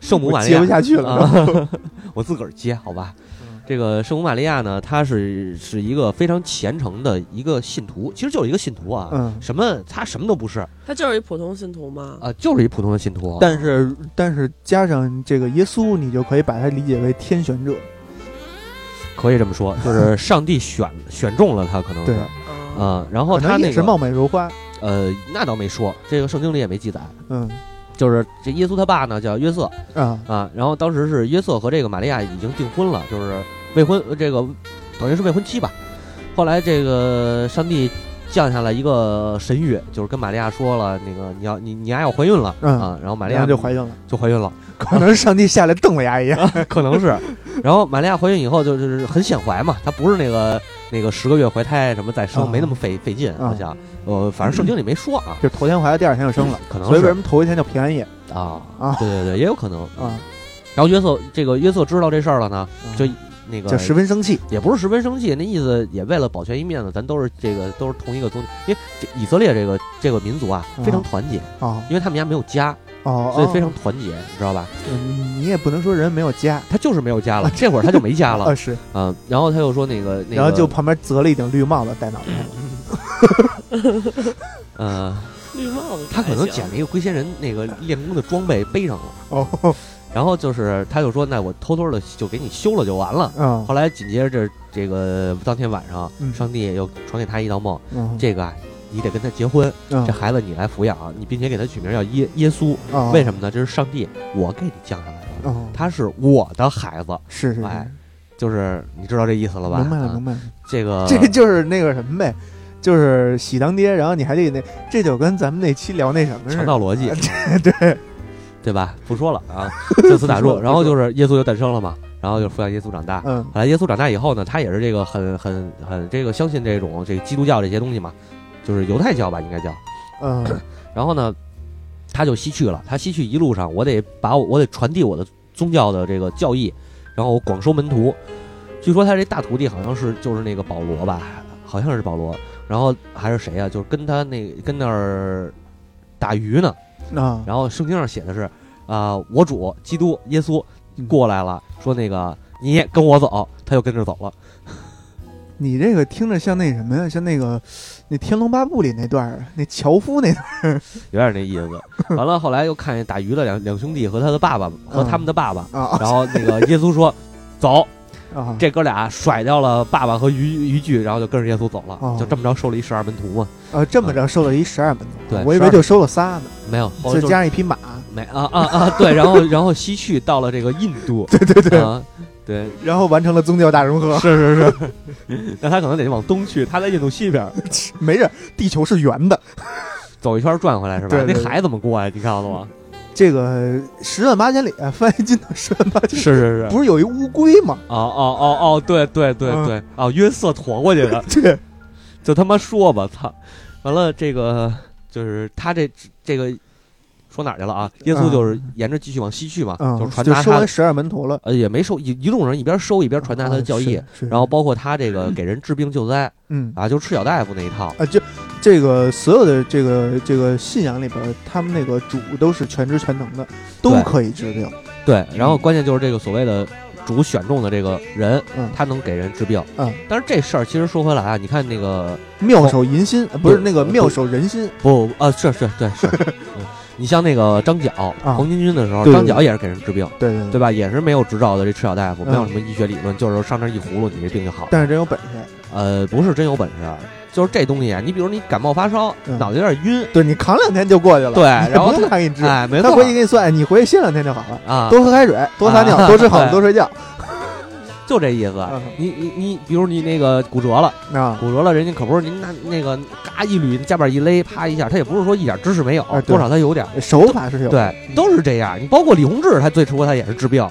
[SPEAKER 2] 圣母
[SPEAKER 1] 我
[SPEAKER 2] 玛利
[SPEAKER 1] 接
[SPEAKER 2] 亚
[SPEAKER 1] 不下去了。
[SPEAKER 2] 啊， [LAUGHS] 我自个儿接好吧
[SPEAKER 1] 嗯。
[SPEAKER 2] 这个圣母玛利亚呢，她是是一个非常虔诚的一个信徒，其实就是一个信徒啊，
[SPEAKER 1] 嗯，
[SPEAKER 2] 什么她什么都不是啊、
[SPEAKER 3] 他就是一普通信徒嘛。
[SPEAKER 2] 就是一普通的信徒。啊
[SPEAKER 1] 但是但是加上这个耶稣，你就可以把它理解为天选者。
[SPEAKER 2] 可以这么
[SPEAKER 1] [LAUGHS]
[SPEAKER 2] 说，就是上帝选选中了她，可能是
[SPEAKER 1] 对，
[SPEAKER 2] 啊、
[SPEAKER 3] 啊，
[SPEAKER 2] 然后
[SPEAKER 1] 可能
[SPEAKER 2] 她那
[SPEAKER 1] 也是
[SPEAKER 2] 个
[SPEAKER 1] 貌美如花。
[SPEAKER 2] 呃，那倒没说，这个圣经里也没记载，
[SPEAKER 1] 嗯
[SPEAKER 2] 就是这耶稣他爸呢叫约瑟
[SPEAKER 1] 啊，
[SPEAKER 2] 啊，然后当时是约瑟和这个玛利亚已经订婚了，就是未婚呃这个等于是未婚妻吧。后来这个上帝降下来一个神谕，就是跟玛利亚说了，那个你要你你丫要怀孕了、
[SPEAKER 1] 嗯
[SPEAKER 2] 啊，然后玛利
[SPEAKER 1] 然
[SPEAKER 2] 亚
[SPEAKER 1] 后就怀孕了，
[SPEAKER 2] 就怀孕了，
[SPEAKER 1] 可能是上帝下来瞪了牙一
[SPEAKER 2] [LAUGHS]
[SPEAKER 1] 样。
[SPEAKER 2] 可
[SPEAKER 1] [LAUGHS]
[SPEAKER 2] 能是。然后玛利亚怀孕以后就就是很显怀嘛，她不是那个那个十个月怀胎什么再生，
[SPEAKER 1] 啊
[SPEAKER 2] 没那么费费劲，
[SPEAKER 1] 啊
[SPEAKER 2] 好像呃反正圣经里没说啊，
[SPEAKER 1] 就头天怀了，第二天就生了，
[SPEAKER 2] 可能
[SPEAKER 1] 所以为什
[SPEAKER 2] 是
[SPEAKER 1] 么头一天叫平安夜
[SPEAKER 2] 啊
[SPEAKER 1] 啊
[SPEAKER 2] 对对对，也有可能。
[SPEAKER 1] 啊？
[SPEAKER 2] 然后约瑟这个约瑟知道这事儿了呢，就呃
[SPEAKER 1] 嗯
[SPEAKER 2] 那个
[SPEAKER 1] 就十分生气。
[SPEAKER 2] 也不是十分生气，那意思也为了保全一面子，咱都是这个都是同一个宗，因为这以色列这个这个民族啊
[SPEAKER 1] 嗯
[SPEAKER 2] 非常团结，
[SPEAKER 1] 哦
[SPEAKER 2] 因为他们家没有家，
[SPEAKER 1] 哦，
[SPEAKER 2] 所以
[SPEAKER 1] 哦
[SPEAKER 2] 非常团结，你知道吧？
[SPEAKER 1] 嗯你也不能说人没有家
[SPEAKER 2] 他就是没有家了，这会儿他就没家了
[SPEAKER 1] [LAUGHS] 啊，是，
[SPEAKER 2] 啊、然后他又说那个那个，嗯
[SPEAKER 1] 然后就旁边择了一顶绿帽子戴脑袋上。
[SPEAKER 2] 呃，
[SPEAKER 3] 绿帽子
[SPEAKER 2] 他可能
[SPEAKER 3] 还行
[SPEAKER 2] 捡了一个龟仙人那个练功的装备背上了，
[SPEAKER 1] 哦，
[SPEAKER 2] 然后就是他就说那我偷偷的就给你修了就完了。
[SPEAKER 1] 嗯
[SPEAKER 2] 后来紧接着这这个当天晚上，
[SPEAKER 1] 嗯
[SPEAKER 2] 上帝又传给他一道梦，
[SPEAKER 1] 嗯，
[SPEAKER 2] 这个啊你得跟他结婚。
[SPEAKER 1] 嗯
[SPEAKER 2] 这孩子你来抚养，啊你并且给他取名叫耶耶稣，
[SPEAKER 1] 啊
[SPEAKER 2] 为什么呢？这是上帝，我给你降下来的，
[SPEAKER 1] 哦，
[SPEAKER 2] 他是我的孩子，
[SPEAKER 1] 是是是，
[SPEAKER 2] 哎就是你知道这意思了吧？
[SPEAKER 1] 明白了
[SPEAKER 2] 啊
[SPEAKER 1] 明白了。
[SPEAKER 2] 这个
[SPEAKER 1] 这就是那个什么呗，就是喜当爹，然后你还得那，这就跟咱们那期聊那什么似的。
[SPEAKER 2] 强盗逻辑，
[SPEAKER 1] [LAUGHS] 对，
[SPEAKER 2] 对吧？不说了
[SPEAKER 1] [LAUGHS]
[SPEAKER 2] 啊，就此打
[SPEAKER 1] 不说
[SPEAKER 2] 住。
[SPEAKER 1] 了
[SPEAKER 2] 然后就是耶稣就诞生了嘛，然后就抚养耶稣长大。
[SPEAKER 1] 嗯
[SPEAKER 2] 后来耶稣长大以后呢，他也是这个很很很这个相信这种这个基督教这些东西嘛，就是犹太教吧，应该叫。
[SPEAKER 1] 嗯
[SPEAKER 2] 然后呢，他就西去了。他西去一路上，我得把我我得传递我的宗教的这个教义，然后我广收门徒。据说他这大徒弟好像是就是那个保罗吧，好像是保罗，然后还是谁呀、啊就是跟他那跟那儿打鱼呢。
[SPEAKER 1] 啊，
[SPEAKER 2] 然后圣经上写的是，啊、我主基督耶稣过来了，说那个你跟我走，他就跟着走了。
[SPEAKER 1] 你这个听着像那什么呀？像那个那《天龙八部》里那段儿，那樵夫那段儿。
[SPEAKER 2] 有点那意思。完了，后来又看见打鱼的两两兄弟和他的爸爸和他们的爸 [LAUGHS] 爸，
[SPEAKER 1] 啊
[SPEAKER 2] 然后那个耶稣说：“走，
[SPEAKER 1] 啊，
[SPEAKER 2] 这哥俩甩掉了爸爸和渔渔具，然后就跟着耶稣走了，
[SPEAKER 1] 哦
[SPEAKER 2] 就这么着收了一十二门徒嘛。
[SPEAKER 1] 啊这么着收了一十二门徒，
[SPEAKER 2] 对
[SPEAKER 1] 我以为就收了仨呢，
[SPEAKER 2] 没有，后来
[SPEAKER 1] 再
[SPEAKER 2] 哦就
[SPEAKER 1] 加上一匹马。
[SPEAKER 2] 没啊啊啊，对，然后然后西去到了这个印度， [LAUGHS] 对对对，啊、对，
[SPEAKER 1] 然后完成了宗教大融合，
[SPEAKER 2] [LAUGHS] 是是是， [LAUGHS] 那他可能得往东去，他在印度西边
[SPEAKER 1] 没事，地球是圆的。
[SPEAKER 2] 走一圈转回来是吧？
[SPEAKER 1] 对对对
[SPEAKER 2] 那海怎么过呀、你看到了吗？
[SPEAKER 1] 这个十万八千里，啊翻译进到十万八千
[SPEAKER 2] [LAUGHS] 是
[SPEAKER 1] 里，
[SPEAKER 2] 是是，
[SPEAKER 1] 不是有一乌龟吗？
[SPEAKER 2] [LAUGHS] 哦哦哦哦，对对对
[SPEAKER 1] 嗯
[SPEAKER 2] 对，哦，约瑟驮过去的，
[SPEAKER 1] 对，
[SPEAKER 2] 就他妈说吧，操！完了，这个就是他这这个说哪儿去了啊？耶稣就是沿着继续往西去嘛，
[SPEAKER 1] 嗯，
[SPEAKER 2] 就是传
[SPEAKER 1] 就
[SPEAKER 2] 达
[SPEAKER 1] 收
[SPEAKER 2] 他
[SPEAKER 1] 完，十二门徒了，
[SPEAKER 2] 呃，也没收一一路人一边收一边传达他的教义，
[SPEAKER 1] 啊，是是
[SPEAKER 2] 然后包括他这个给人治病救灾
[SPEAKER 1] 嗯
[SPEAKER 2] 啊，就是赤脚大夫那一套，
[SPEAKER 1] 啊，就这个所有的这个这个信仰里边儿，他们那个主都是全知全能的，都
[SPEAKER 2] 对
[SPEAKER 1] 可以治病。
[SPEAKER 2] 对。然后关键就是这个所谓的主选中的这个人，
[SPEAKER 1] 嗯
[SPEAKER 2] 他能给人治病，
[SPEAKER 1] 嗯。
[SPEAKER 2] 但是这事儿其实说回来啊，你看那个
[SPEAKER 1] 妙手银心，呃不是
[SPEAKER 2] 不
[SPEAKER 1] 那个
[SPEAKER 2] 不
[SPEAKER 1] 妙手仁心
[SPEAKER 2] 不啊，是是对
[SPEAKER 1] [LAUGHS]
[SPEAKER 2] 是。嗯你像那个张角，黄巾军的时候，
[SPEAKER 1] 啊对对
[SPEAKER 2] 张
[SPEAKER 1] 对
[SPEAKER 2] 角也是给人治病，
[SPEAKER 1] 对对
[SPEAKER 2] 对
[SPEAKER 1] 对。
[SPEAKER 2] 吧？也是没有执照的这赤脚大夫，
[SPEAKER 1] 嗯
[SPEAKER 2] 没有什么医学理论，就是上那儿一葫芦，你这病就好。
[SPEAKER 1] 但是真有本事，
[SPEAKER 2] 呃，不是真有本事，就是这东西啊。你比如你感冒发烧，
[SPEAKER 1] 嗯
[SPEAKER 2] 脑子有点晕，
[SPEAKER 1] 对你扛两天就过去了，
[SPEAKER 2] 对
[SPEAKER 1] [LAUGHS] 你
[SPEAKER 2] 然后
[SPEAKER 1] 不用他给你治，
[SPEAKER 2] 哎，没
[SPEAKER 1] 他
[SPEAKER 2] 错
[SPEAKER 1] 回去给你算，你回去歇两天就好了。
[SPEAKER 2] 啊，
[SPEAKER 1] 多喝海水，多撒尿，
[SPEAKER 2] 啊
[SPEAKER 1] 多吃好的，
[SPEAKER 2] 对
[SPEAKER 1] 多睡觉。
[SPEAKER 2] 就这意思
[SPEAKER 1] 嗯。
[SPEAKER 2] 你你你，比如你那个骨折了，
[SPEAKER 1] 啊
[SPEAKER 2] 骨折了，人家可不是您拿那个嘎一捋，夹板一勒，啪一下，他也不是说一点知识没有
[SPEAKER 1] 啊，对
[SPEAKER 2] 多少他有点。
[SPEAKER 1] 手法是有。，嗯
[SPEAKER 2] 对，都是这样。你包括李洪志，他最初他也是治病，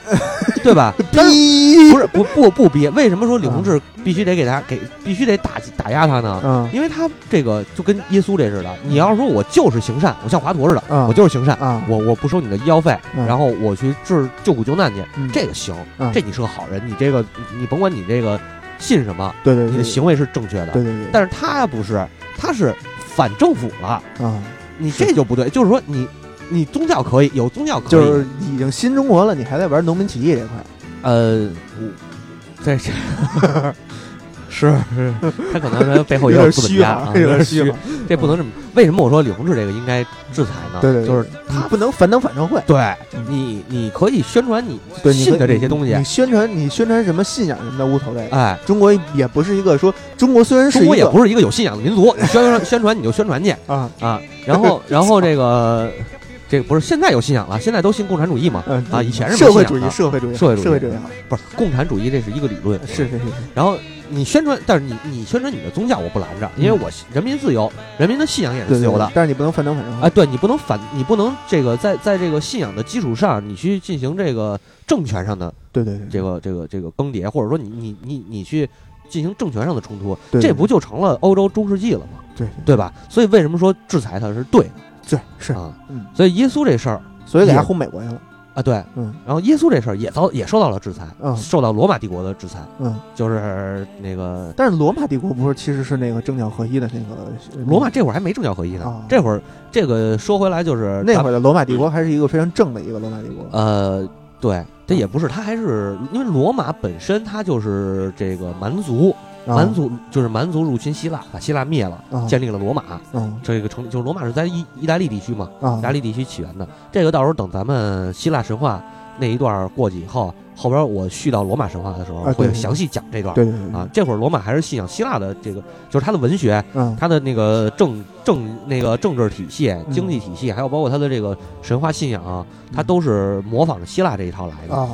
[SPEAKER 2] 对吧？但是
[SPEAKER 1] 逼
[SPEAKER 2] 不，是不不不憋？为什么说李洪志必须得给他给必须得打打压他呢？
[SPEAKER 1] 嗯
[SPEAKER 2] 因为他这个就跟耶稣这似的，你要是说我就是行善，我像华佗似的，
[SPEAKER 1] 啊
[SPEAKER 2] 我就是行善，
[SPEAKER 1] 啊，
[SPEAKER 2] 我我不收你的医药费，
[SPEAKER 1] 嗯
[SPEAKER 2] 然后我去治救苦救难去，
[SPEAKER 1] 嗯
[SPEAKER 2] 这个行
[SPEAKER 1] 嗯，
[SPEAKER 2] 这你是个好人，你这个你甭管你这个信什么，
[SPEAKER 1] 对对
[SPEAKER 2] 你
[SPEAKER 1] 对，
[SPEAKER 2] 的行为是正确的。
[SPEAKER 1] 对对对，
[SPEAKER 2] 但是他不是，他是反政府了，
[SPEAKER 1] 啊，
[SPEAKER 2] 你这就不对，就是说你你宗教可以有宗教可以，
[SPEAKER 1] 就是已经新中国了，你还在玩农民起义这块，
[SPEAKER 2] 呃，我 [LAUGHS] 在这
[SPEAKER 1] 是
[SPEAKER 2] 他可能他背后
[SPEAKER 1] 有
[SPEAKER 2] 也有
[SPEAKER 1] 点
[SPEAKER 2] 资本
[SPEAKER 1] 虚
[SPEAKER 2] 家啊
[SPEAKER 1] 哈，，有点虚
[SPEAKER 2] 虚
[SPEAKER 1] 哈，，
[SPEAKER 2] 这不能这么。为什么我说李洪志这个应该制裁呢？
[SPEAKER 1] 对嗯对，
[SPEAKER 2] 啊就是
[SPEAKER 1] 他不能反党反社会。
[SPEAKER 2] 对你你可以宣传你
[SPEAKER 1] 对你
[SPEAKER 2] 信的
[SPEAKER 1] 可以
[SPEAKER 2] 这些东西啊
[SPEAKER 1] 你，宣传你宣传什么信仰什么的无所谓。啊
[SPEAKER 2] 哎，
[SPEAKER 1] 中国也不是一个说中国虽然是
[SPEAKER 2] 中
[SPEAKER 1] 一
[SPEAKER 2] 国也
[SPEAKER 1] 个
[SPEAKER 2] 不是一个有信仰的民族，你宣传宣传你就宣传去
[SPEAKER 1] 啊，
[SPEAKER 2] 啊，然后然后这个这个不是现在有信仰了，现在都信共产主义嘛，
[SPEAKER 1] 嗯
[SPEAKER 2] 啊以前是没
[SPEAKER 1] 社
[SPEAKER 2] 有信
[SPEAKER 1] 会
[SPEAKER 2] 仰
[SPEAKER 1] 主义，
[SPEAKER 2] 的
[SPEAKER 1] 社会主义，
[SPEAKER 2] 社会主义啊嗯
[SPEAKER 1] 社会主义好，
[SPEAKER 2] 不是共产主义这是一个理论，
[SPEAKER 1] 是是是是，
[SPEAKER 2] 然后你宣传，但是你你宣传你的宗教，我不拦着，因为我人民自由，人民的信仰也是
[SPEAKER 1] 嗯对
[SPEAKER 2] 自
[SPEAKER 1] 对
[SPEAKER 2] 由
[SPEAKER 1] 对
[SPEAKER 2] 的。
[SPEAKER 1] 但是你不能反党反社会
[SPEAKER 2] 哎，。对你不能反，你不能这个在在这个信仰的基础上，你去进行这个政权上的
[SPEAKER 1] 对对对，
[SPEAKER 2] 这个这个这个更迭，或者说你你你你去进行政权上的冲突，
[SPEAKER 1] 对
[SPEAKER 2] 这不就成了欧洲中世纪了吗？
[SPEAKER 1] 对
[SPEAKER 2] 对吧？所以为什么说制裁他是对
[SPEAKER 1] 对是
[SPEAKER 2] 的，啊？
[SPEAKER 1] 嗯，
[SPEAKER 2] 所以耶稣这事儿
[SPEAKER 1] 所以给他
[SPEAKER 2] 也
[SPEAKER 1] 轰美国去了。
[SPEAKER 2] 啊，对，
[SPEAKER 1] 嗯
[SPEAKER 2] 然后耶稣这事儿也遭也受到了制裁，
[SPEAKER 1] 嗯
[SPEAKER 2] 受到罗马帝国的制裁，
[SPEAKER 1] 嗯，
[SPEAKER 2] 就是那个
[SPEAKER 1] 但是罗马帝国不是其实是那个政教合一的那个呃
[SPEAKER 2] 罗马这会儿还没政教合一呢，
[SPEAKER 1] 啊
[SPEAKER 2] 这会儿这个说回来就是
[SPEAKER 1] 呃那
[SPEAKER 2] 咱
[SPEAKER 1] 会儿的罗马帝国还是一个非常正的一个罗马帝国。
[SPEAKER 2] 呃，
[SPEAKER 1] 啊
[SPEAKER 2] 对，这也不是，他还是因为罗马本身它就是这个蛮族，
[SPEAKER 1] 啊
[SPEAKER 2] 蛮，族就是蛮族入侵希腊，把希腊灭了，
[SPEAKER 1] 啊
[SPEAKER 2] 建立了罗马
[SPEAKER 1] 嗯
[SPEAKER 2] 这个城，就是罗马是在意意大利地区嘛，
[SPEAKER 1] 啊
[SPEAKER 2] 意大利地区起源的。这个到时候等咱们希腊神话那一段儿过去以后，后边我续到罗马神话的时候
[SPEAKER 1] 啊对
[SPEAKER 2] 会
[SPEAKER 1] 对
[SPEAKER 2] 详细讲这段儿。
[SPEAKER 1] 对对对
[SPEAKER 2] 啊，，这会儿罗马还是信仰希腊的这个，就是他的文学，
[SPEAKER 1] 嗯
[SPEAKER 2] 它的那个政政那个政治体系、经济体系，还有包括它的这个神话信仰啊，它都是模仿着希腊这一套来的。
[SPEAKER 1] 嗯啊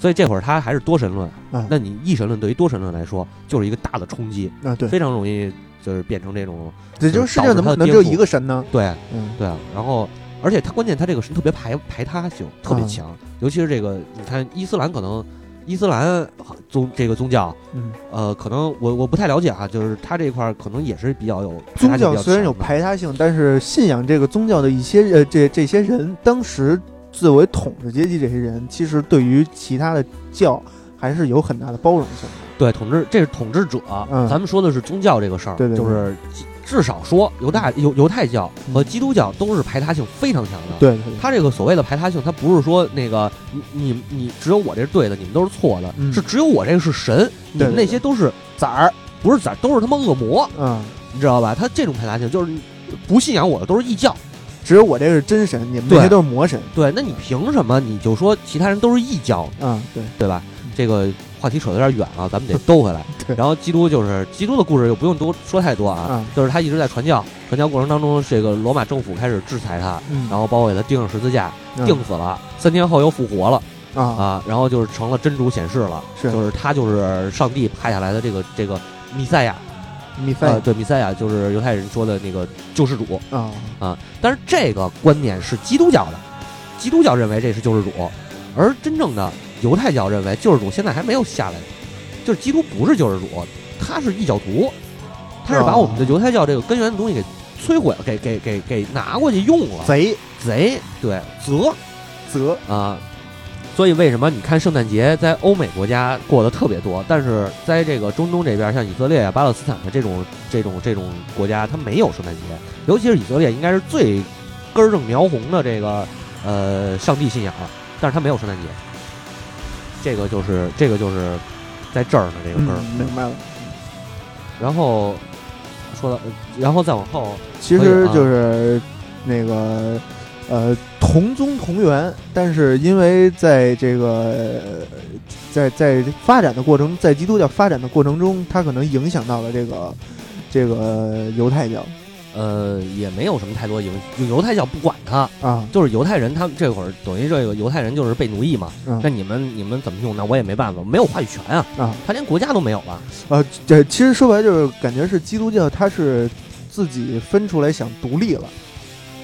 [SPEAKER 2] 所以这会儿它还是多神论
[SPEAKER 1] 嗯。
[SPEAKER 2] 那你一神论对于多神论来说，就是一个大的冲击，
[SPEAKER 1] 啊对，
[SPEAKER 2] 非常容易就是变成这种
[SPEAKER 1] 也就是世界上怎么可能只有一个神呢？
[SPEAKER 2] 对
[SPEAKER 1] 嗯
[SPEAKER 2] 对啊。然后，而且它关键它这个神特别排排他性特
[SPEAKER 1] 嗯
[SPEAKER 2] 别强，尤其是这个你看伊斯兰可能伊斯兰宗这个宗教。
[SPEAKER 1] 嗯，
[SPEAKER 2] 呃，可能我我不太了解啊，就是它这块儿可能也是比较有排他
[SPEAKER 1] 宗
[SPEAKER 2] 性
[SPEAKER 1] 教
[SPEAKER 2] 比较
[SPEAKER 1] 虽然有
[SPEAKER 2] 强的
[SPEAKER 1] 排他性，但是信仰这个宗教的一些呃这这些人，当时作为统治阶级这些人，其实对于其他的教还是有很大的包容性。
[SPEAKER 2] 对，统治这是统治者，
[SPEAKER 1] 嗯
[SPEAKER 2] 咱们说的是宗教这个事儿，
[SPEAKER 1] 对对对
[SPEAKER 2] 就是基至少说犹大犹犹太教和基督教都是排他性非常强的。，
[SPEAKER 1] 对对对，
[SPEAKER 2] 他这个所谓的排他性，他不是说那个你你你只有我这是对的，你们都是错的，
[SPEAKER 1] 嗯
[SPEAKER 2] 是只有我这个是神，你
[SPEAKER 1] 对
[SPEAKER 2] 们那些都是崽儿，不是崽儿，都是他妈恶魔，
[SPEAKER 1] 嗯，
[SPEAKER 2] 你知道吧？他这种排他性就是不信仰我的都是异教，
[SPEAKER 1] 只有我这个是真神，你们那些
[SPEAKER 2] 对
[SPEAKER 1] 都是魔神。
[SPEAKER 2] 对，那你凭什么你就说其他人都是异教呢
[SPEAKER 1] 嗯，对，
[SPEAKER 2] 对吧？这个话题扯得有点远了，咱们得兜回来
[SPEAKER 1] [LAUGHS] 对。
[SPEAKER 2] 然后基督就是基督的故事，就不用多说太多啊，
[SPEAKER 1] 嗯
[SPEAKER 2] 就是他一直在传教，传教过程当中，这个罗马政府开始制裁他，
[SPEAKER 1] 嗯，
[SPEAKER 2] 然后包括给他钉上十字架，
[SPEAKER 1] 嗯
[SPEAKER 2] 钉死了，三天后又复活了
[SPEAKER 1] 啊，
[SPEAKER 2] 啊，然后就是成了真主显示了，
[SPEAKER 1] 是
[SPEAKER 2] 就是他就是上帝派下来的这个这个弥赛亚，
[SPEAKER 1] 米塞
[SPEAKER 2] 呃，对，弥赛亚就是犹太人说的那个救世主，
[SPEAKER 1] 啊，
[SPEAKER 2] 但是这个观念是基督教的，基督教认为这是救世主，而真正的犹太教认为救世主现在还没有下来，就是基督不是救世主，他是异教徒，他是把我们的犹太教这个根源的东西给摧毁了，给给给给拿过去用了，
[SPEAKER 1] 贼
[SPEAKER 2] 贼对贼
[SPEAKER 1] 则
[SPEAKER 2] 啊。所以为什么你看圣诞节在欧美国家过得特别多，但是在这个中东这边，像以色列、啊巴勒斯坦的这种这种这种国家，它没有圣诞节，尤其是以色列，应该是最根正苗红的这个呃上帝信仰，但是它没有圣诞节。这个就是这个就是在这儿呢，这个
[SPEAKER 1] 嗯
[SPEAKER 2] 根儿。，
[SPEAKER 1] 明白了。
[SPEAKER 2] 然后说到，呃然后再往后，
[SPEAKER 1] 其
[SPEAKER 2] 可以
[SPEAKER 1] 实
[SPEAKER 2] 啊
[SPEAKER 1] 就是那个呃同宗同源，但是因为在这个呃在在发展的过程，在基督教发展的过程中，它可能影响到了这个这个犹太教
[SPEAKER 2] 呃，也没有什么太多影，就犹太教不管它，
[SPEAKER 1] 啊，
[SPEAKER 2] 就是犹太人，他们这会儿等于这个犹太人就是被奴役嘛。
[SPEAKER 1] 嗯
[SPEAKER 2] 那你们你们怎么用？那我也没办法，没有话语权啊。
[SPEAKER 1] 啊，
[SPEAKER 2] 他连国家都没有了。
[SPEAKER 1] 呃，这其实说白了就是感觉是基督教，它是自己分出来想独立了，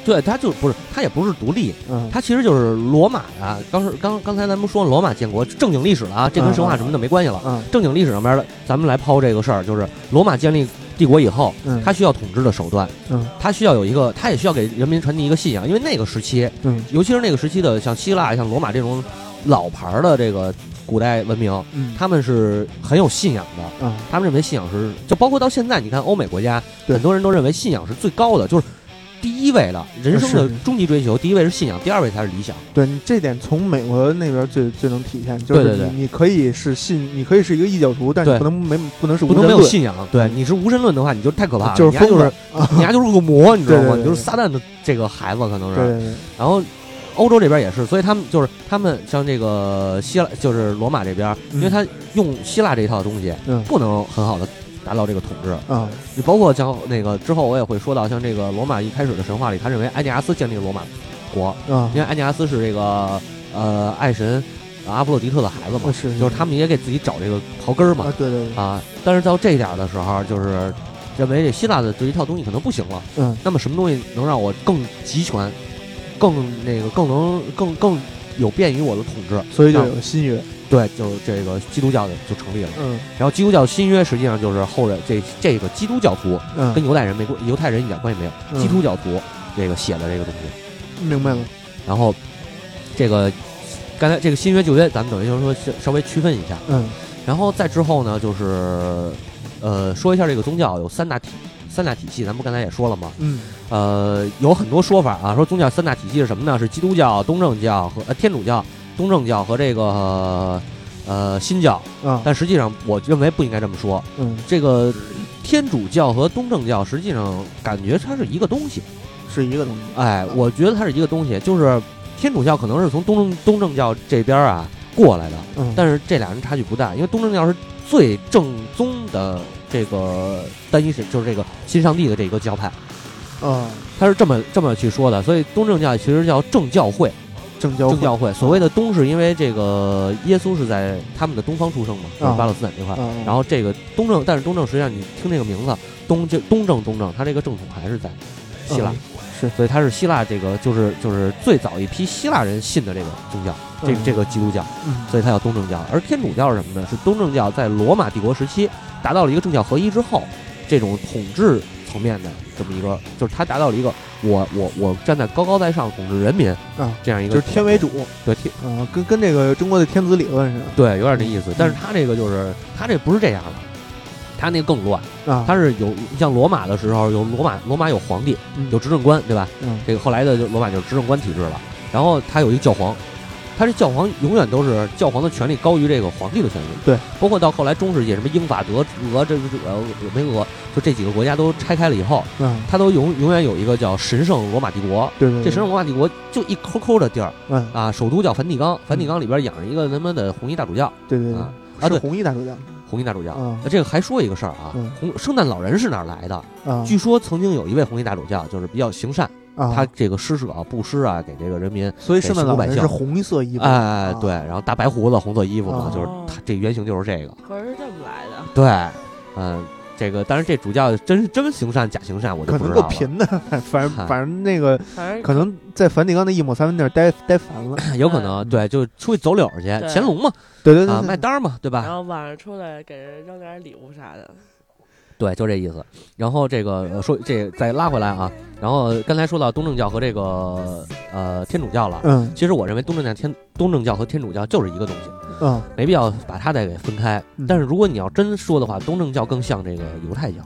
[SPEAKER 2] 对，他就不是，他也不是独立，
[SPEAKER 1] 嗯，
[SPEAKER 2] 他其实就是罗马啊。刚是刚刚才咱们说罗马建国正经历史了啊，这跟神话什么的没关系了。
[SPEAKER 1] 嗯
[SPEAKER 2] 正经历史上边的，咱们来抛这个事儿，就是罗马建立帝国以后，
[SPEAKER 1] 嗯，
[SPEAKER 2] 他需要统治的手段，
[SPEAKER 1] 嗯
[SPEAKER 2] 他需要有一个，他也需要给人民传递一个信仰，因为那个时期，啊
[SPEAKER 1] 嗯
[SPEAKER 2] 尤其是那个时期的像希腊、像罗马这种老牌儿的这个古代文明，
[SPEAKER 1] 嗯
[SPEAKER 2] 他们是很有信仰的，
[SPEAKER 1] 嗯
[SPEAKER 2] 他们认为信仰是，就包括到现在，你看欧美国家，
[SPEAKER 1] 对
[SPEAKER 2] 很多人都认为信仰是最高的，就是第一位的，人生
[SPEAKER 1] 是
[SPEAKER 2] 的终极追求，第一位是信仰，第二位才是理想。
[SPEAKER 1] 对你这点从美国那边最最能体现，就是你
[SPEAKER 2] 对对对
[SPEAKER 1] 你可以是信，你可以是一个异教徒，但
[SPEAKER 2] 对
[SPEAKER 1] 你不能没不能是无
[SPEAKER 2] 不能
[SPEAKER 1] 神
[SPEAKER 2] 没有
[SPEAKER 1] 论
[SPEAKER 2] 信仰，对，你是无神论的话，你就太可怕了，
[SPEAKER 1] 就是
[SPEAKER 2] 你丫就
[SPEAKER 1] 疯
[SPEAKER 2] 是
[SPEAKER 1] 了
[SPEAKER 2] 你丫就是个魔，你知道吗？
[SPEAKER 1] 对对对
[SPEAKER 2] 你就是撒旦的这个孩子，可能
[SPEAKER 1] 对
[SPEAKER 2] 是。
[SPEAKER 1] 对对，
[SPEAKER 2] 然后欧洲这边也是，所以他们就是他们像这个希腊，就是罗马这边，因为
[SPEAKER 1] 嗯
[SPEAKER 2] 他用希腊这一套东西，
[SPEAKER 1] 嗯
[SPEAKER 2] 不能很好的达到这个统治。
[SPEAKER 1] 啊，
[SPEAKER 2] 你包括像那个之后我也会说到，像这个罗马一开始的神话里，他认为埃涅阿斯建立了罗马国，
[SPEAKER 1] 啊
[SPEAKER 2] 因，为埃涅阿斯是这个呃爱神呃阿波洛狄特的孩子嘛，
[SPEAKER 1] 啊是是
[SPEAKER 2] 就是他们也给自己找这个刨根儿嘛
[SPEAKER 1] 啊，对对对，
[SPEAKER 2] 啊。但是到这一点儿的时候，就是认为这希腊的这一套东西可能不行了。
[SPEAKER 1] 嗯，
[SPEAKER 2] 那么什么东西能让我更集权，更那个更能更更有便于我的统治？
[SPEAKER 1] 所以就有新约，
[SPEAKER 2] 对，就这个基督教就成立了。
[SPEAKER 1] 嗯
[SPEAKER 2] 然后基督教新约实际上就是后人这这个基督教徒
[SPEAKER 1] 嗯，
[SPEAKER 2] 跟犹太人没关，犹太人一点关系没有，
[SPEAKER 1] 嗯
[SPEAKER 2] 基督教徒这个写的这个东西。
[SPEAKER 1] 明白了，
[SPEAKER 2] 然后这个刚才这个新约旧约，咱们等于就是说稍稍微区分一下。
[SPEAKER 1] 嗯
[SPEAKER 2] 然后再之后呢，就是呃说一下这个宗教有三大体三大体系，咱们刚才也说了嘛，
[SPEAKER 1] 嗯
[SPEAKER 2] 呃有很多说法啊，说宗教三大体系是什么呢？是基督教、东正教和呃天主教、东正教和这个呃新教，
[SPEAKER 1] 啊，
[SPEAKER 2] 但实际上我认为不应该这么说。
[SPEAKER 1] 嗯，
[SPEAKER 2] 这个天主教和东正教实际上感觉它是一个东西，
[SPEAKER 1] 是一个东西，
[SPEAKER 2] 哎，我觉得它是一个东西，就是天主教可能是从东正东正教这边啊过来的，
[SPEAKER 1] 嗯，
[SPEAKER 2] 但是这俩人差距不大，因为东正教是最正宗的这个单一神，就是这个新上帝的这个教派，
[SPEAKER 1] 啊，
[SPEAKER 2] 他是这么这么去说的，所以东正教其实叫正教会，
[SPEAKER 1] 正教
[SPEAKER 2] 正教会所谓的东是因为这个耶稣是在他们的东方出生嘛，就是
[SPEAKER 1] 啊
[SPEAKER 2] 巴勒斯坦这块，
[SPEAKER 1] 啊，
[SPEAKER 2] 然后这个东正，但是东正实际上你听这个名字，东这东正东正，它这个正统还是在希腊，
[SPEAKER 1] 嗯是
[SPEAKER 2] 所以它是希腊这个就是就是最早一批希腊人信的这个宗教，这个、这个基督教，
[SPEAKER 1] 嗯
[SPEAKER 2] 所以它叫东正教。而天主教是什么呢？是东正教在罗马帝国时期达到了一个政教合一之后，这种统治层面的这么一个，就是它达到了一个我我我站在高高在上统治人民
[SPEAKER 1] 啊，
[SPEAKER 2] 这样一个
[SPEAKER 1] 就是天为主
[SPEAKER 2] 对天
[SPEAKER 1] 啊，跟跟这个中国的天子理论似
[SPEAKER 2] 对有点这意
[SPEAKER 1] 嗯
[SPEAKER 2] 思，但是它这个就是它这不是这样的，它那个更乱。
[SPEAKER 1] 的啊，
[SPEAKER 2] 他是有像罗马的时候，有罗马罗马有皇帝，
[SPEAKER 1] 嗯
[SPEAKER 2] 有执政官，对吧？
[SPEAKER 1] 嗯
[SPEAKER 2] 这个后来的就罗马就是执政官体制了。然后他有一个教皇，他这教皇永远都是教皇的权力高于这个皇帝的权力。
[SPEAKER 1] 对，
[SPEAKER 2] 包括到后来中世纪什么英法德俄这这呃没俄，就这几个国家都拆开了以后，
[SPEAKER 1] 嗯，
[SPEAKER 2] 他都永永远有一个叫神圣罗马帝国。
[SPEAKER 1] 对对，
[SPEAKER 2] 这神圣罗马帝国就一抠抠的地儿
[SPEAKER 1] 嗯，
[SPEAKER 2] 啊，首都叫梵蒂冈，梵蒂冈里边养着一个他妈的红衣大主教
[SPEAKER 1] 对对对
[SPEAKER 2] 啊，啊，
[SPEAKER 1] 是，
[SPEAKER 2] 对
[SPEAKER 1] 红衣大主教
[SPEAKER 2] 红衣大主教。
[SPEAKER 1] 啊
[SPEAKER 2] 这个还说一个事儿啊
[SPEAKER 1] 嗯，
[SPEAKER 2] 红圣诞老人是哪儿来的？
[SPEAKER 1] 啊，
[SPEAKER 2] 据说曾经有一位红衣大主教，就是比较行善，
[SPEAKER 1] 啊
[SPEAKER 2] 他这个施舍啊、布施啊，给这个人民，
[SPEAKER 1] 所以圣诞老
[SPEAKER 2] 给
[SPEAKER 1] 人
[SPEAKER 2] 幸福百
[SPEAKER 1] 是
[SPEAKER 2] 姓
[SPEAKER 1] 红色衣服，
[SPEAKER 2] 哎
[SPEAKER 1] 啊，
[SPEAKER 2] 对，然后大白胡子、红色衣服嘛，
[SPEAKER 1] 哦
[SPEAKER 2] 就是他这原型就是这个，
[SPEAKER 3] 可是这么来的，
[SPEAKER 2] 对，嗯，这个当然这主教真是真行善假行善，我就
[SPEAKER 1] 可
[SPEAKER 2] 不
[SPEAKER 1] 能
[SPEAKER 2] 知
[SPEAKER 1] 够
[SPEAKER 2] 道了，
[SPEAKER 1] 贫的， [LAUGHS] 反正
[SPEAKER 2] 嗨
[SPEAKER 1] 反正那个
[SPEAKER 3] 反正
[SPEAKER 1] 可能在梵蒂冈那一亩三分地儿待待烦了，
[SPEAKER 2] 有可能对，就出去走柳儿去，
[SPEAKER 3] 对
[SPEAKER 2] 乾隆嘛，
[SPEAKER 1] 对嗯对
[SPEAKER 2] 啊，
[SPEAKER 1] 对
[SPEAKER 2] 卖
[SPEAKER 1] 对，
[SPEAKER 2] 单儿嘛，对
[SPEAKER 3] 然
[SPEAKER 2] 吧？
[SPEAKER 3] 后晚上出来给人扔点礼物啥的，
[SPEAKER 2] 对，就这意思。然后这个呃说这再拉回来啊，然后刚才说到东正教和这个呃天主教了，
[SPEAKER 1] 嗯
[SPEAKER 2] 其实我认为东正教天东正教和天主教就是一个东西。
[SPEAKER 1] 嗯，
[SPEAKER 2] 没必要把它再给分开
[SPEAKER 1] 嗯。
[SPEAKER 2] 但是如果你要真说的话，东正教更像这个犹太教，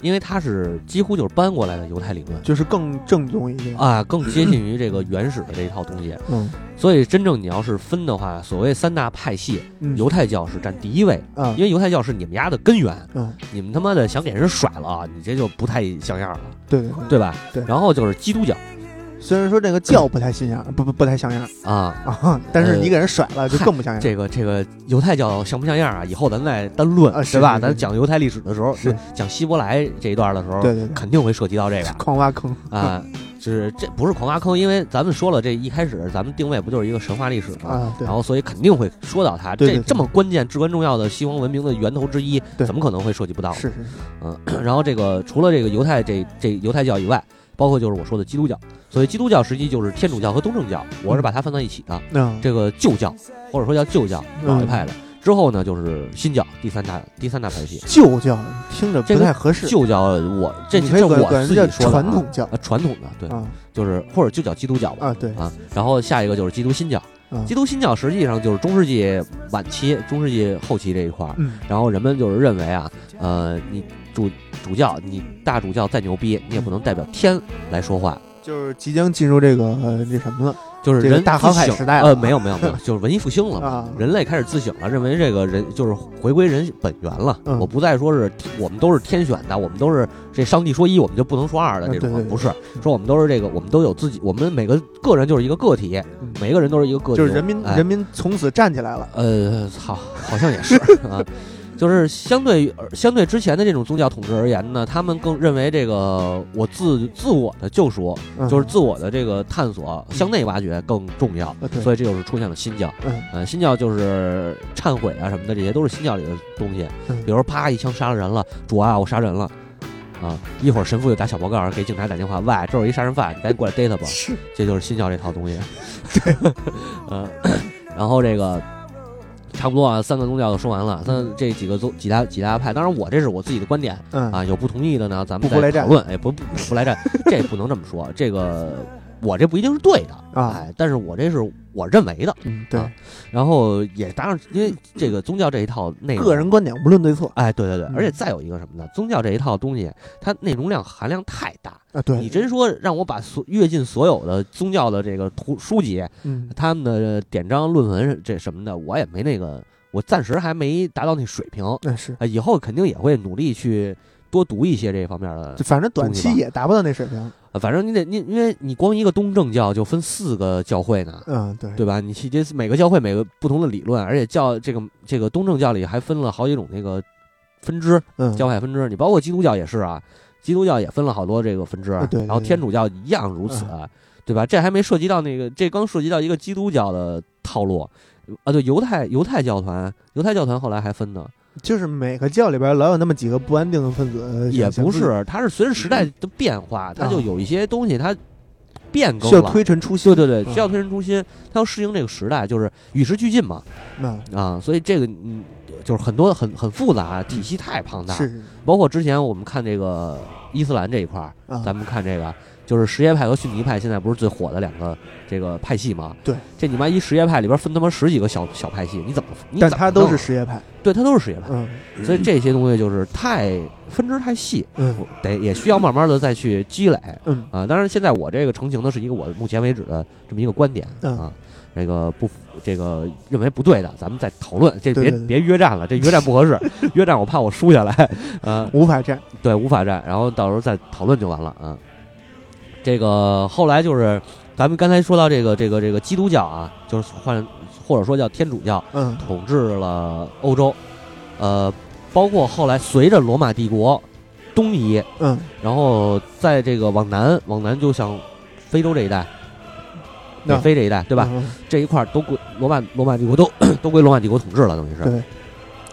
[SPEAKER 2] 因为它是几乎就是搬过来的犹太理论
[SPEAKER 1] 就是更正宗一些，
[SPEAKER 2] 啊，更接近于这个原始的这一套东西。
[SPEAKER 1] 嗯
[SPEAKER 2] 所以真正你要是分的话，所谓三大派系，
[SPEAKER 1] 嗯，
[SPEAKER 2] 犹太教是占第一位，
[SPEAKER 1] 啊
[SPEAKER 2] 因为犹太教是你们家的根源。
[SPEAKER 1] 嗯，
[SPEAKER 2] 你们他妈的想给人甩了啊，你这就不太像样了，
[SPEAKER 1] 对对对，
[SPEAKER 2] 对吧？
[SPEAKER 1] 嗯对
[SPEAKER 2] 然后就是基督教
[SPEAKER 1] 虽然说这个教不太像样，不不不太像样
[SPEAKER 2] 啊。
[SPEAKER 1] 啊， [LAUGHS] 但是你给人甩了就更不像样，
[SPEAKER 2] 这个这个犹太教像不像样啊？以后咱再单论，
[SPEAKER 1] 啊是
[SPEAKER 2] 对
[SPEAKER 1] 是
[SPEAKER 2] 吧？
[SPEAKER 1] 是
[SPEAKER 2] 咱讲犹太历史的时候，
[SPEAKER 1] 是
[SPEAKER 2] 讲希伯来这一段的时候，
[SPEAKER 1] 对对对，
[SPEAKER 2] 肯定会涉及到这个
[SPEAKER 1] 狂挖坑，
[SPEAKER 2] 啊，就是这不是狂挖坑，因为咱们说了，这一开始咱们定位不就是一个神话历史吗？
[SPEAKER 1] [LAUGHS] 啊，对
[SPEAKER 2] 然，后所以肯定会说到它，
[SPEAKER 1] 对对
[SPEAKER 2] 这
[SPEAKER 1] 对
[SPEAKER 2] 这么关键、至关重要的西方文明的源头之一，
[SPEAKER 1] 对
[SPEAKER 2] 怎么可能会涉及不到？
[SPEAKER 1] 是是是，
[SPEAKER 2] 嗯， [CLEARS THROAT] 然后这个除了这个犹太这这犹太教以外，包括就是我说的基督教，所以基督教实际就是天主教和东正教，我是把它放在一起的，
[SPEAKER 1] 嗯，
[SPEAKER 2] 这个旧教或者说叫旧教老一派的。之后呢，就是新教第三大第三大派系，
[SPEAKER 1] 旧教听着不太合适，
[SPEAKER 2] 旧教我这
[SPEAKER 1] 你可以
[SPEAKER 2] 这
[SPEAKER 1] 管
[SPEAKER 2] 我
[SPEAKER 1] 管
[SPEAKER 2] 自
[SPEAKER 1] 人
[SPEAKER 2] 己
[SPEAKER 1] 家
[SPEAKER 2] 说的啊
[SPEAKER 1] 传统教
[SPEAKER 2] 啊，传统的对，
[SPEAKER 1] 啊
[SPEAKER 2] 就是或者就叫基督教吧
[SPEAKER 1] 啊，对，
[SPEAKER 2] 啊。然后下一个就是基督新教，
[SPEAKER 1] 嗯
[SPEAKER 2] 基督新教实际上就是中世纪晚期、中世纪后期这一块儿，
[SPEAKER 1] 嗯
[SPEAKER 2] 然后人们就是认为啊，呃，你主主教，你大主教再牛逼，你也不能代表天来说话。
[SPEAKER 1] 就是即将进入这个呃那什么了，
[SPEAKER 2] 就是
[SPEAKER 1] 这个
[SPEAKER 2] 人
[SPEAKER 1] 大
[SPEAKER 2] 自
[SPEAKER 1] 航海
[SPEAKER 2] 省
[SPEAKER 1] 时代了
[SPEAKER 2] 呃，
[SPEAKER 1] 啊
[SPEAKER 2] 没有没有没有，就是文艺复兴了嘛
[SPEAKER 1] 啊
[SPEAKER 2] 人类开始自省了，认为这个人就是回归人本源了。
[SPEAKER 1] 嗯
[SPEAKER 2] 我不再说是天我们都是天选的，我们都是这上帝说一，我们就不能说二的
[SPEAKER 1] 嗯
[SPEAKER 2] 这种，
[SPEAKER 1] 对对对
[SPEAKER 2] 不是说我们都是这个，我们都有自己，我们每个个人就是一个个体，
[SPEAKER 1] 嗯
[SPEAKER 2] 每个人都是一个个体，
[SPEAKER 1] 就是人民
[SPEAKER 2] 哎
[SPEAKER 1] 人民从此站起来了。
[SPEAKER 2] 呃，操，好像也是啊， [LAUGHS] 就是相对于呃相对之前的这种宗教统治而言呢，他们更认为这个我自自我的救赎，
[SPEAKER 1] 嗯
[SPEAKER 2] 就是自我的这个探索、向内挖掘更重要
[SPEAKER 1] 啊，对
[SPEAKER 2] 所以这就是出现了新教。
[SPEAKER 1] 嗯
[SPEAKER 2] 呃，新教就是忏悔啊什么的，这些都是新教里的东西。
[SPEAKER 1] 嗯
[SPEAKER 2] 比如啪一枪杀了人了，主啊，我杀人了。啊！一会儿神父就打小报告，给警察打电话，喂，这是一杀人犯，你赶紧过来逮他吧。
[SPEAKER 1] 是
[SPEAKER 2] 这就是新教这套东西。对， [LAUGHS] 嗯，然后这个差不多啊，三个宗教就说完了。那这几个宗几大几大派，当然我这是我自己的观点
[SPEAKER 1] 嗯
[SPEAKER 2] 啊，有不同意的呢，咱
[SPEAKER 1] 不
[SPEAKER 2] 们
[SPEAKER 1] 不来
[SPEAKER 2] 再
[SPEAKER 1] 战
[SPEAKER 2] 讨论。哎，不不不来战，这不能这么说，这个我这不一定是对的
[SPEAKER 1] 啊
[SPEAKER 2] 哎，但是我这是我认为的。
[SPEAKER 1] 嗯，对
[SPEAKER 2] 啊，然后也当然，因为这个宗教这一套内容
[SPEAKER 1] 个人观点无论对错
[SPEAKER 2] 哎，对对对
[SPEAKER 1] 嗯，
[SPEAKER 2] 而且再有一个什么呢？宗教这一套东西，它内容量含量太大。
[SPEAKER 1] 啊，对，
[SPEAKER 2] 你真说让我把所阅尽所有的宗教的这个图书籍，
[SPEAKER 1] 嗯
[SPEAKER 2] 他们的典章、论文这什么的，我也没那个，我暂时还没达到那水平。
[SPEAKER 1] 那是，
[SPEAKER 2] 啊，以后肯定也会努力去多读一些这方面的
[SPEAKER 1] 就。反正短期
[SPEAKER 2] 东西吧
[SPEAKER 1] 也达不到那水平。
[SPEAKER 2] 啊反正你得你，因为你光一个东正教就分四个教会呢，
[SPEAKER 1] 嗯，对，
[SPEAKER 2] 对吧？你去这每个教会每个不同的理论，而且教这个这个东正教里还分了好几种那个分支，
[SPEAKER 1] 嗯，
[SPEAKER 2] 教派分支。你包括基督教也是啊，基督教也分了好多这个分支，
[SPEAKER 1] 啊对对啊
[SPEAKER 2] 然后天主教一样如此，啊对吧？这还没涉及到那个，这刚涉及到一个基督教的套路啊，对，犹太犹太教团，犹太教团后来还分呢，
[SPEAKER 1] 就是每个教里边老有那么几个不安定的分子，
[SPEAKER 2] 也
[SPEAKER 1] 想
[SPEAKER 2] 不是，它是随着时代
[SPEAKER 1] 嗯
[SPEAKER 2] 的变化，它就有一些东西它变更
[SPEAKER 1] 啊需要
[SPEAKER 2] 了。
[SPEAKER 1] 推陈出新
[SPEAKER 2] 对。对对，
[SPEAKER 1] 嗯
[SPEAKER 2] 需要推陈出新，它要适应这个时代，就是与时俱进嘛
[SPEAKER 1] 那
[SPEAKER 2] 啊，所以这个嗯，就是很多很很复杂，啊体系太庞大。
[SPEAKER 1] 嗯是
[SPEAKER 2] 包括之前我们看这个伊斯兰这一块儿，
[SPEAKER 1] 啊，
[SPEAKER 2] 咱们看这个，就是什叶派和逊尼派现在不是最火的两个这个派系吗？
[SPEAKER 1] 对，
[SPEAKER 2] 这你妈一什叶派里边分他妈十几个小小派系，你怎么？你
[SPEAKER 1] 但
[SPEAKER 2] 怎么
[SPEAKER 1] 他都
[SPEAKER 2] 弄啊哎
[SPEAKER 1] 是什叶派。
[SPEAKER 2] 对，它都是什叶派，
[SPEAKER 1] 嗯
[SPEAKER 2] 所以这些东西就是太分支太细，
[SPEAKER 1] 嗯
[SPEAKER 2] 得也需要慢慢的再去积累
[SPEAKER 1] 嗯
[SPEAKER 2] 啊。当然，现在我这个成型的是一个我目前为止的这么一个观点
[SPEAKER 1] 嗯
[SPEAKER 2] 啊。这个不，这个认为不对的，咱们再讨论。这别
[SPEAKER 1] 对对对
[SPEAKER 2] 别约战了，这约战不合适， [LAUGHS] 约战我怕我输下来。呃，
[SPEAKER 1] 无法战。
[SPEAKER 2] 对，无法战，然后到时候再讨论就完了啊。这个后来就是咱们刚才说到这个这个这个基督教啊，就是换或者说叫天主教
[SPEAKER 1] 嗯
[SPEAKER 2] 统治了欧洲，呃，包括后来随着罗马帝国东移，
[SPEAKER 1] 嗯，
[SPEAKER 2] 然后在这个往南往南就像非洲这一带。北
[SPEAKER 1] 那嗯
[SPEAKER 2] 非这一带，对
[SPEAKER 1] 对
[SPEAKER 2] 吧？？这一块儿都归罗马罗马帝国都 [CLEARS THROAT] 都归罗马帝国统治了，等于是。
[SPEAKER 1] 对。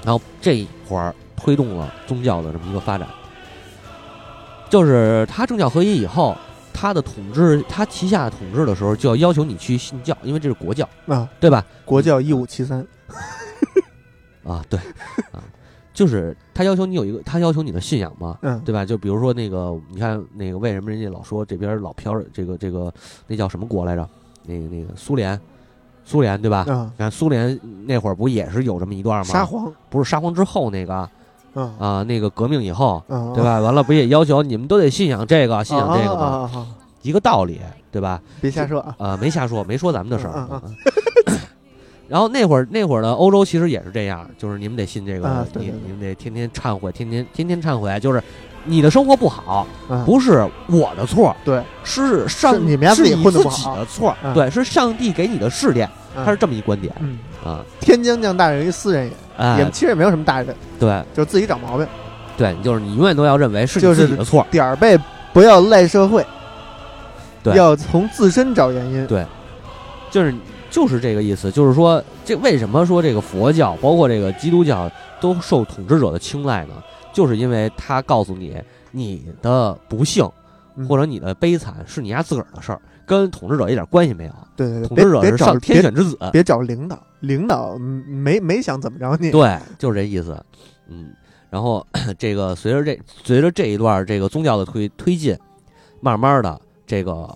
[SPEAKER 2] 然后这一会儿推动了宗教的这么一个发展，就是他政教合一以后，他的统治，他旗下统治的时候就要要求你去信教，因为这是国教，
[SPEAKER 1] 啊，
[SPEAKER 2] 对吧？
[SPEAKER 1] 国教一五七三。
[SPEAKER 2] 啊，对，啊，就是他要求你有一个，他要求你的信仰嘛，
[SPEAKER 1] 嗯，
[SPEAKER 2] 对吧？就比如说那个，你看那个，为什么人家老说这边老飘着这个这个那叫什么国来着？那个那个苏联，苏联对吧？
[SPEAKER 1] 啊，
[SPEAKER 2] 你看苏联那会儿不也是有这么一段吗？
[SPEAKER 1] 沙皇
[SPEAKER 2] 不是沙皇之后那个啊、
[SPEAKER 1] 啊
[SPEAKER 2] 那个革命以后，
[SPEAKER 1] 啊，
[SPEAKER 2] 对？吧？完了不也要求你们都得信仰这个，信仰这个
[SPEAKER 1] 啊
[SPEAKER 2] 吗？
[SPEAKER 1] 啊啊啊！
[SPEAKER 2] 一个道理，对吧？
[SPEAKER 1] 别瞎说啊。
[SPEAKER 2] 啊，没瞎说，没说咱们的事儿。
[SPEAKER 1] 嗯嗯
[SPEAKER 2] 啊然后那会儿那会儿呢，欧洲其实也是这样，就是你们得信这个，
[SPEAKER 1] 啊对对对
[SPEAKER 2] 你你们得天天忏悔，天天天天忏悔，就是你的生活不好，
[SPEAKER 1] 啊，
[SPEAKER 2] 不是我的错，
[SPEAKER 1] 对，
[SPEAKER 2] 是上
[SPEAKER 1] 是你们家
[SPEAKER 2] 是
[SPEAKER 1] 自己
[SPEAKER 2] 你
[SPEAKER 1] 混得
[SPEAKER 2] 自
[SPEAKER 1] 不
[SPEAKER 2] 己
[SPEAKER 1] 好
[SPEAKER 2] 的错，
[SPEAKER 1] 嗯
[SPEAKER 2] 对，是上帝给你的试炼，
[SPEAKER 1] 嗯
[SPEAKER 2] 他是这么一观点
[SPEAKER 1] 嗯，
[SPEAKER 2] 啊。
[SPEAKER 1] 天将降大任于斯人也，
[SPEAKER 2] 哎
[SPEAKER 1] 也，其实也没有什么大人，
[SPEAKER 2] 对，
[SPEAKER 1] 就是自己找毛病，
[SPEAKER 2] 对，就是你永远都要认为是
[SPEAKER 1] 就
[SPEAKER 2] 你
[SPEAKER 1] 是
[SPEAKER 2] 自己的错儿。
[SPEAKER 1] 点儿背不要赖社会，
[SPEAKER 2] 对
[SPEAKER 1] 要从自身找原因。
[SPEAKER 2] 就是就是这个意思，就是说这为什么说这个佛教包括这个基督教都受统治者的青睐呢？就是因为他告诉你你的不幸
[SPEAKER 1] 嗯
[SPEAKER 2] 或者你的悲惨是你家自个儿的事儿，跟统治者一点关系没有。
[SPEAKER 1] 对对对，
[SPEAKER 2] 统
[SPEAKER 1] 别
[SPEAKER 2] 治者
[SPEAKER 1] 别
[SPEAKER 2] 是
[SPEAKER 1] 找
[SPEAKER 2] 上天
[SPEAKER 1] 别
[SPEAKER 2] 选之子，
[SPEAKER 1] 别找领导，领导嗯没没想怎么着 [LAUGHS] 你。
[SPEAKER 2] 对，就是这意思。嗯，然后 [CLEARS THROAT] 这个随着这随着这一段儿这个宗教的推推进，慢慢的这个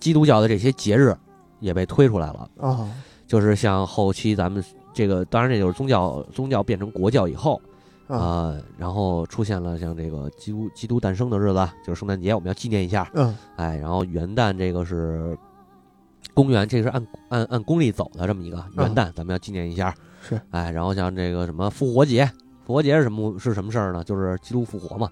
[SPEAKER 2] 基督教的这些节日也被推出来了。
[SPEAKER 1] 啊，
[SPEAKER 2] 就是像后期咱们这个，当然这就是宗教宗教变成国教以后，
[SPEAKER 1] 啊，
[SPEAKER 2] 啊、然后出现了像这个基督基督诞生的日子，啊就是圣诞节，我们要纪念一下。
[SPEAKER 1] 嗯
[SPEAKER 2] 哎，然后元旦这个是公元，这是按按按公历走的这么一个元旦，咱们要纪念一下。
[SPEAKER 1] 是，
[SPEAKER 2] 哎，然后像这个什么复活节，复活节是什么是什么事儿呢？就是基督复活嘛，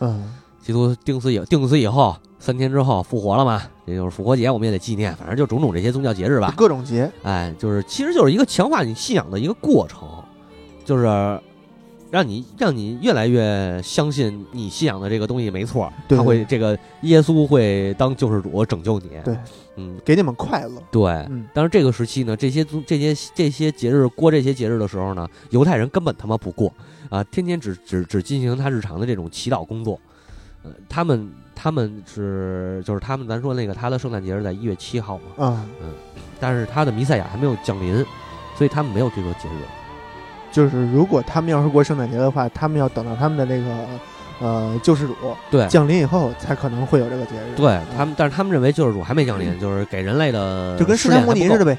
[SPEAKER 1] 嗯，
[SPEAKER 2] 基督钉死以钉死以后三天之后复活了嘛，这就是复活节，我们也得纪念。反正就种种这些宗教节日吧。
[SPEAKER 1] 各种节，
[SPEAKER 2] 哎，就是其实就是一个强化你信仰的一个过程，就是让你让你越来越相信你信仰的这个东西没错，
[SPEAKER 1] 对
[SPEAKER 2] 他会这个耶稣会当救世主拯救你。
[SPEAKER 1] 对，
[SPEAKER 2] 嗯，
[SPEAKER 1] 给你们快乐。
[SPEAKER 2] 对。
[SPEAKER 1] 嗯，
[SPEAKER 2] 但是这个时期呢，这些宗这些这些节日过这些节日的时候呢，犹太人根本他妈不过啊，天天只只只进行他日常的这种祈祷工作。呃，他们他们是就是他们咱说那个他的圣诞节是在一月七号嘛，
[SPEAKER 1] 啊，
[SPEAKER 2] 但是他的弥赛亚还没有降临，所以他们没有这个节日。
[SPEAKER 1] 就是如果他们要是过圣诞节的话，他们要等到他们的那个呃救世主
[SPEAKER 2] 对
[SPEAKER 1] 降临以后，才可能会有这个节日。，
[SPEAKER 2] 哎
[SPEAKER 1] 嗯
[SPEAKER 2] 对他们，但是他们认为救世主还没降临，嗯就是给人类的
[SPEAKER 1] 就跟释
[SPEAKER 2] 施
[SPEAKER 1] 迦
[SPEAKER 2] 展
[SPEAKER 1] 牟尼似的，呗。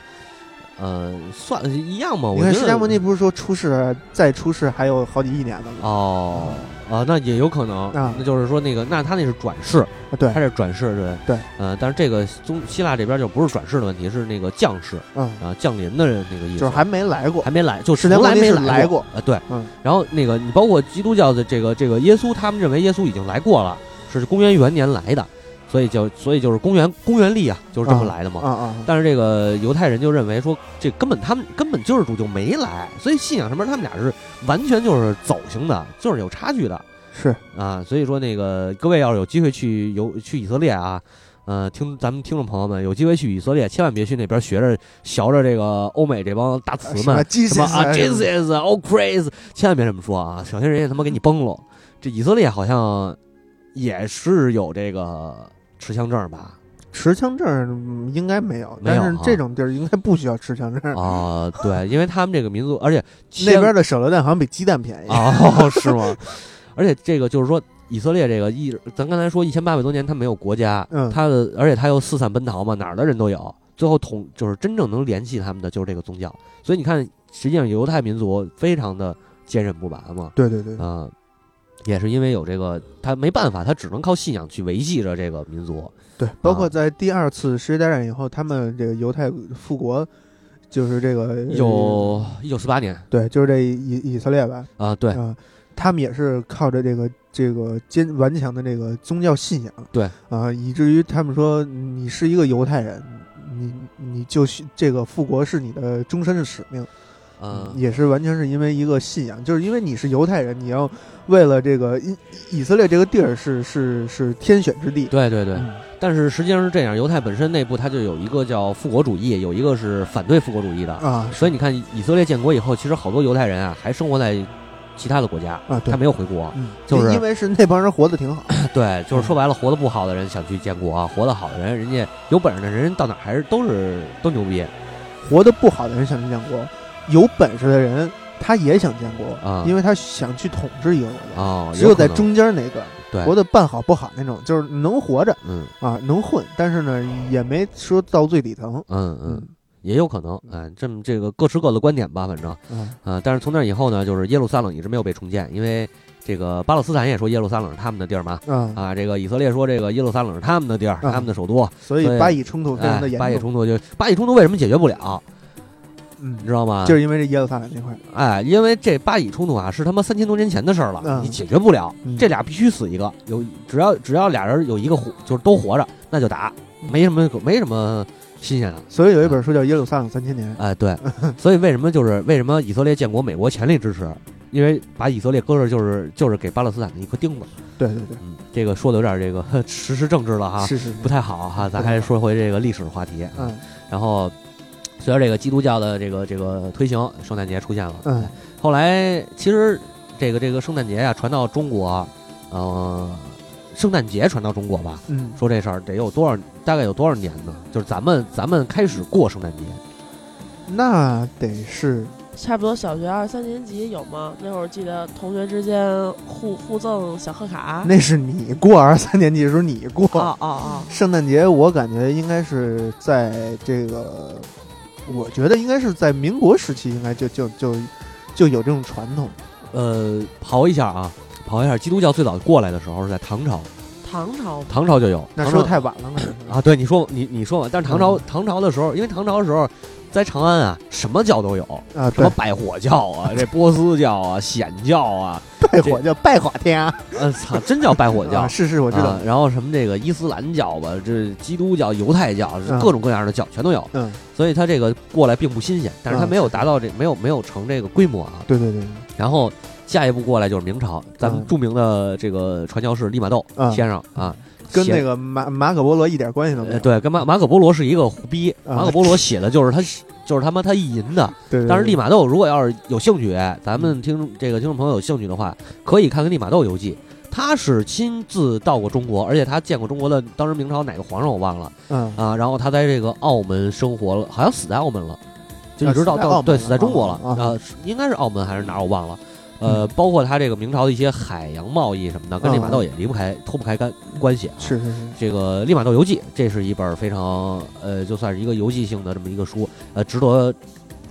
[SPEAKER 2] 呃，算一样嘛。
[SPEAKER 1] 你
[SPEAKER 2] 哦我觉
[SPEAKER 1] 看
[SPEAKER 2] 得
[SPEAKER 1] 释迦牟尼不是说出世再出世还有好几亿年呢吗？
[SPEAKER 2] 哦啊，那也有可能
[SPEAKER 1] 啊，
[SPEAKER 2] 那就是说那个，那他那是转世，
[SPEAKER 1] 啊对
[SPEAKER 2] 他，是转世，对
[SPEAKER 1] 对，
[SPEAKER 2] 呃，但是这个中希腊这边就不是转世的问题，是那个降世
[SPEAKER 1] 嗯，
[SPEAKER 2] 啊降临的那个意
[SPEAKER 1] 就
[SPEAKER 2] 思，
[SPEAKER 1] 是还没来过
[SPEAKER 2] 还。没来，就
[SPEAKER 1] 释
[SPEAKER 2] 从
[SPEAKER 1] 迦牟
[SPEAKER 2] 来
[SPEAKER 1] 尼
[SPEAKER 2] 没
[SPEAKER 1] 是
[SPEAKER 2] 来
[SPEAKER 1] 来过
[SPEAKER 2] 啊。对，
[SPEAKER 1] 嗯
[SPEAKER 2] 然后那个你包括基督教的这个这个耶稣，他们认为耶稣已经来过了，是公元元年来的，所以就所以就是公元公元历啊，就是这么来的嘛。
[SPEAKER 1] 啊啊，
[SPEAKER 2] 但是这个犹太人就认为说，这根本他们根本救世主就没来，所以信仰上面他们俩是完全就是走形的，就是有差距的
[SPEAKER 1] 是
[SPEAKER 2] 啊。所以说那个各位要是有机会去游去以色列啊，呃，听咱们听众朋友们有机会去以色列，千万别去那边学着学着这个欧美这帮大词
[SPEAKER 1] 什
[SPEAKER 2] 们
[SPEAKER 1] 么，Jesus
[SPEAKER 2] 什么啊
[SPEAKER 1] 啊
[SPEAKER 2] ，Jesus is all crazy，千万别这么说啊，小心人家他妈给你崩了。这以色列好像也是有这个持枪证吧？
[SPEAKER 1] 持枪证嗯应该没有，
[SPEAKER 2] 没有啊
[SPEAKER 1] 但是
[SPEAKER 2] 哈
[SPEAKER 1] 这种地儿应该不需要持枪证。
[SPEAKER 2] 啊，对，因为他们这个民族，而且
[SPEAKER 1] 嗯 [LAUGHS] 那
[SPEAKER 2] 千
[SPEAKER 1] 边的手榴弹好像比鸡蛋便宜。
[SPEAKER 2] 哦，是吗？ [LAUGHS] 而且这个就是说，以色列这个一，咱刚才说一千八百多年，它没有国家，
[SPEAKER 1] 嗯
[SPEAKER 2] 它的而且它又四散奔逃嘛，哪儿的人都有。最后统就是真正能联系他们的就是这个宗教，所以你看，实际上犹太民族非常的坚韧不拔嘛，
[SPEAKER 1] 对对对，
[SPEAKER 2] 啊、也是因为有这个，他没办法，他只能靠信仰去维系着这个民族。
[SPEAKER 1] 对，包括
[SPEAKER 2] 啊
[SPEAKER 1] 在第二次世界大战以后，他们这个犹太复国，就是这个
[SPEAKER 2] 有一九四八年啊、
[SPEAKER 1] 对，就是这以以色列吧，
[SPEAKER 2] 对
[SPEAKER 1] 啊、他们也是靠着这个这个坚顽强的这个宗教信仰，
[SPEAKER 2] 对
[SPEAKER 1] 啊、以至于他们说你是一个犹太人，你你就需这个复国是你的终身的使命，
[SPEAKER 2] 嗯、
[SPEAKER 1] 也是完全是因为一个信仰，就是因为你是犹太人，你要为了这个以以色列这个地儿是是是天选之地，
[SPEAKER 2] 对对对，
[SPEAKER 1] 嗯
[SPEAKER 2] 但是实际上是这样，犹太本身内部它就有一个叫复国主义，有一个是反对复国主义的。
[SPEAKER 1] 啊
[SPEAKER 2] 所以你看，以色列建国以后，其实好多犹太人啊还生活在其他的国家，
[SPEAKER 1] 啊，对
[SPEAKER 2] 他，没有回国。
[SPEAKER 1] 嗯，
[SPEAKER 2] 就是
[SPEAKER 1] 因为是那帮人活得挺好，
[SPEAKER 2] 对，就
[SPEAKER 1] 嗯
[SPEAKER 2] 是说白了，活得不好的人想去建国啊，活得好的人，人家有本事的人到哪儿还是都是都牛逼。
[SPEAKER 1] 活得不好的人想去建国，有本事的人他也想建国
[SPEAKER 2] 啊
[SPEAKER 1] 因为他想去统治一个国家。
[SPEAKER 2] 哦，
[SPEAKER 1] 只有在
[SPEAKER 2] 可能
[SPEAKER 1] 中间那段，
[SPEAKER 2] 对
[SPEAKER 1] 活得半好不好那种，就是能活着
[SPEAKER 2] 嗯
[SPEAKER 1] 啊，能混，但是呢，也没说到最底层。
[SPEAKER 2] 嗯嗯，也有可能，哎，这么这个各持各的观点吧，反正啊、
[SPEAKER 1] 嗯
[SPEAKER 2] 呃但是从那以后呢，就是耶路撒冷一直没有被重建，因为这个巴勒斯坦也说耶路撒冷是他们的地儿嘛，
[SPEAKER 1] 嗯啊，
[SPEAKER 2] 啊，这个以色列说这个耶路撒冷是他们的地儿，
[SPEAKER 1] 嗯
[SPEAKER 2] 他们的首都，
[SPEAKER 1] 所以
[SPEAKER 2] 所以
[SPEAKER 1] 巴以冲突非常
[SPEAKER 2] 哎
[SPEAKER 1] 的，严
[SPEAKER 2] 巴以
[SPEAKER 1] 重，
[SPEAKER 2] 冲突就巴以冲突为什么解决不了，
[SPEAKER 1] 嗯
[SPEAKER 2] 你，知道吗？
[SPEAKER 1] 就是因为这耶路撒冷那块儿，
[SPEAKER 2] 哎，因为这巴以冲突啊，是他妈三千多年前的事儿了，
[SPEAKER 1] 嗯
[SPEAKER 2] 你解决不了，
[SPEAKER 1] 嗯
[SPEAKER 2] 这俩必须死一个，有只要只要俩人有一个活，就是都活着，那就打，没什么没什么新鲜的。
[SPEAKER 1] 所以有一本书叫《耶路撒冷三千年》，
[SPEAKER 2] 哎，对， [LAUGHS] 所以为什么就是为什么以色列建国，美国全力支持，因为把以色列搁这儿就是就是给巴勒斯坦的一颗钉子。
[SPEAKER 1] 对对对，
[SPEAKER 2] 嗯，这个说的有点这个 [LAUGHS] 呵实施政治了哈，
[SPEAKER 1] 是是，是
[SPEAKER 2] 啊不太好哈，咱还是说回这个历史话题。
[SPEAKER 1] 嗯
[SPEAKER 2] 然后随着这个基督教的这个这个推行，圣诞节出现了。
[SPEAKER 1] 嗯，
[SPEAKER 2] 后来其实这个这个圣诞节呀、传到中国，呃，圣诞节传到中国吧，
[SPEAKER 1] 嗯，
[SPEAKER 2] 说这事儿得有多少，大概有多少年呢？就是咱们咱们开始过圣诞节，
[SPEAKER 1] 那得是
[SPEAKER 3] 差不多小学二三年级有吗？那会儿记得同学之间互互赠小贺卡。
[SPEAKER 2] 啊
[SPEAKER 1] 那是你过二三年级的时候你过，
[SPEAKER 3] 哦哦哦，
[SPEAKER 1] 圣诞节，我感觉应该是在这个，我觉得应该是在民国时期，应该就就就就有这种传统。
[SPEAKER 2] 呃，刨一下啊，刨一下，基督教最早过来的时候是在唐朝，
[SPEAKER 3] 唐朝
[SPEAKER 2] 唐朝就有。
[SPEAKER 1] 那
[SPEAKER 2] 唐
[SPEAKER 1] 说嗯
[SPEAKER 2] 朝
[SPEAKER 1] 太晚了，
[SPEAKER 2] [LAUGHS]
[SPEAKER 1] 可能是
[SPEAKER 2] 啊，对，你说你你说吧，但是唐朝唐朝的时候，因为唐朝的时候，在长安啊，什么教都有，
[SPEAKER 1] 啊，
[SPEAKER 2] 什
[SPEAKER 1] 对，
[SPEAKER 2] 么拜火教啊，这波斯教啊，显教啊，
[SPEAKER 1] 拜火叫拜火天啊，
[SPEAKER 2] 呃，操，真叫 [LAUGHS] 拜火教
[SPEAKER 1] 啊。是是， [LAUGHS] 我知道
[SPEAKER 2] 啊，，然后什么这个伊斯兰教吧，这基督教、犹太教，
[SPEAKER 1] 嗯
[SPEAKER 2] 各种各样的教全都有，
[SPEAKER 1] 嗯，
[SPEAKER 2] 所以他这个过来并不新鲜，但是他
[SPEAKER 1] 嗯
[SPEAKER 2] 没有达到这没有没有成这个规模啊。
[SPEAKER 1] 对对对，
[SPEAKER 2] 然后下一步过来就是明朝，咱们
[SPEAKER 1] 嗯
[SPEAKER 2] 著名的这个传教士利玛窦
[SPEAKER 1] 嗯
[SPEAKER 2] 先生啊，
[SPEAKER 1] 跟
[SPEAKER 2] 写
[SPEAKER 1] 那个马马可波罗一点关系都没
[SPEAKER 2] 呃
[SPEAKER 1] 有，
[SPEAKER 2] 对，跟马马可波罗是一个胡逼，
[SPEAKER 1] 啊
[SPEAKER 2] 马可波罗写的就是他就是他妈他意淫的。
[SPEAKER 1] 对，对
[SPEAKER 2] 但是利
[SPEAKER 1] 对
[SPEAKER 2] 玛窦如果要是有兴趣，咱们听众这个听众朋友有兴趣的话，可以看看利玛窦游记。他是亲自到过中国，而且他见过中国的当时明朝哪个皇上我忘了
[SPEAKER 1] 嗯，
[SPEAKER 2] 啊。然后他在这个澳门生活了，好像死在澳门了，就
[SPEAKER 1] 啊
[SPEAKER 2] 一直到
[SPEAKER 1] 死在澳
[SPEAKER 2] 到
[SPEAKER 1] 门
[SPEAKER 2] 对
[SPEAKER 1] 了
[SPEAKER 2] 死在中国了
[SPEAKER 1] 啊嗯啊
[SPEAKER 2] 啊，是应该是澳门还是哪儿我忘了。呃，包括他这个明朝的一些海洋贸易什么的，跟
[SPEAKER 1] 嗯
[SPEAKER 2] 利玛窦也离不开脱不开干关系啊。
[SPEAKER 1] 是是是，
[SPEAKER 2] 这个《利玛窦游记》，这是一本非常呃，就算是一个游记性的这么一个书，呃，值得，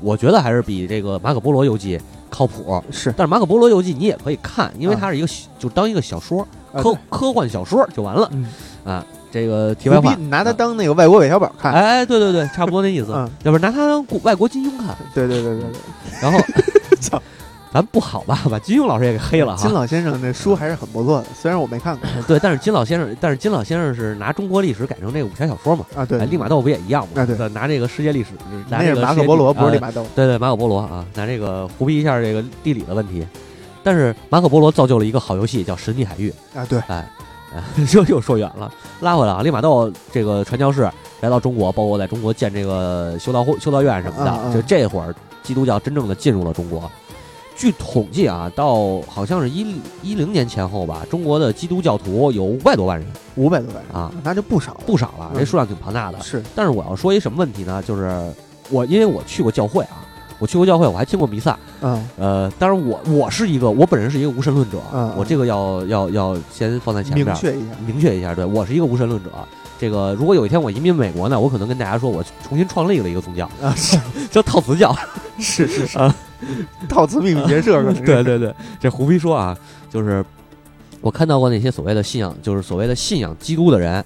[SPEAKER 2] 我觉得还是比这个《马可波罗游记》靠谱。
[SPEAKER 1] 是
[SPEAKER 2] 但是《马可波罗游记》你也可以看，因为
[SPEAKER 1] 啊
[SPEAKER 2] 它是一个小就当一个小说，
[SPEAKER 1] 啊
[SPEAKER 2] 科
[SPEAKER 1] 对
[SPEAKER 2] 科幻小说就完了
[SPEAKER 1] 嗯
[SPEAKER 2] 啊。这个题外
[SPEAKER 1] 牛
[SPEAKER 2] 话
[SPEAKER 1] 逼，拿它当那个外国韦小宝看，
[SPEAKER 2] 哎，对对对，差不多那意思。
[SPEAKER 1] 嗯
[SPEAKER 2] 要不然拿它当古外国金庸看，
[SPEAKER 1] 对对对对对，
[SPEAKER 2] 然后
[SPEAKER 1] [LAUGHS] 操，
[SPEAKER 2] 咱不好吧，把金庸老师也给黑了
[SPEAKER 1] 金
[SPEAKER 2] 哈。
[SPEAKER 1] 老先生那
[SPEAKER 2] 啊
[SPEAKER 1] 书还是很不错的，虽然我没看过
[SPEAKER 2] 对，但是金老先生，但是金老先生是拿中国历史改成这个武侠小说嘛。
[SPEAKER 1] 啊，对
[SPEAKER 2] 哎，，利玛窦不也一样吗？
[SPEAKER 1] 啊对
[SPEAKER 2] 拿这个世界历史，拿
[SPEAKER 1] 那
[SPEAKER 2] 这
[SPEAKER 1] 是
[SPEAKER 2] 个
[SPEAKER 1] 马
[SPEAKER 2] 世
[SPEAKER 1] 可
[SPEAKER 2] 界
[SPEAKER 1] 波
[SPEAKER 2] 地
[SPEAKER 1] 罗，不是
[SPEAKER 2] 啊
[SPEAKER 1] 利玛窦，
[SPEAKER 2] 对对，马可波罗啊，拿这个胡逼一下这个地理的问题。但是马可波罗造就了一个好游戏，叫《神秘海域》。
[SPEAKER 1] 啊，对，
[SPEAKER 2] 啊， [LAUGHS] 又又说远了，拉回来啊！利玛窦这个传教士来到中国，包括在中国建这个修道会、修道院什么的，
[SPEAKER 1] 啊啊
[SPEAKER 2] 就这会儿基督教真正的进入了中国。据统计啊，到好像是一一零年前后吧，中国的基督教徒有五百多万人
[SPEAKER 1] 五百多万人
[SPEAKER 2] 啊，
[SPEAKER 1] 那就不少了，
[SPEAKER 2] 不少了，这
[SPEAKER 1] 嗯
[SPEAKER 2] 数量挺庞大的。
[SPEAKER 1] 是
[SPEAKER 2] 但是我要说一什么问题呢？就是我因为我去过教会啊，我去过教会，我还听过弥撒。
[SPEAKER 1] 嗯
[SPEAKER 2] 呃，当然我我是一个我本人是一个无神论者，
[SPEAKER 1] 嗯
[SPEAKER 2] 我这个要要要先放在前
[SPEAKER 1] 明
[SPEAKER 2] 面
[SPEAKER 1] 确
[SPEAKER 2] [LAUGHS]
[SPEAKER 1] 一下，
[SPEAKER 2] 明确一下，对我是一个无神论者。这个如果有一天我移民美国呢，我可能跟大家说我重新创立了一个宗教，
[SPEAKER 1] 啊，是
[SPEAKER 2] [LAUGHS] 叫套词教。
[SPEAKER 1] 是是是
[SPEAKER 2] 啊，
[SPEAKER 1] 嗯套词秘密结社可能是
[SPEAKER 2] 对对对，这胡逼说啊，就是我看到过那些所谓的信仰，就是所谓的信仰基督的人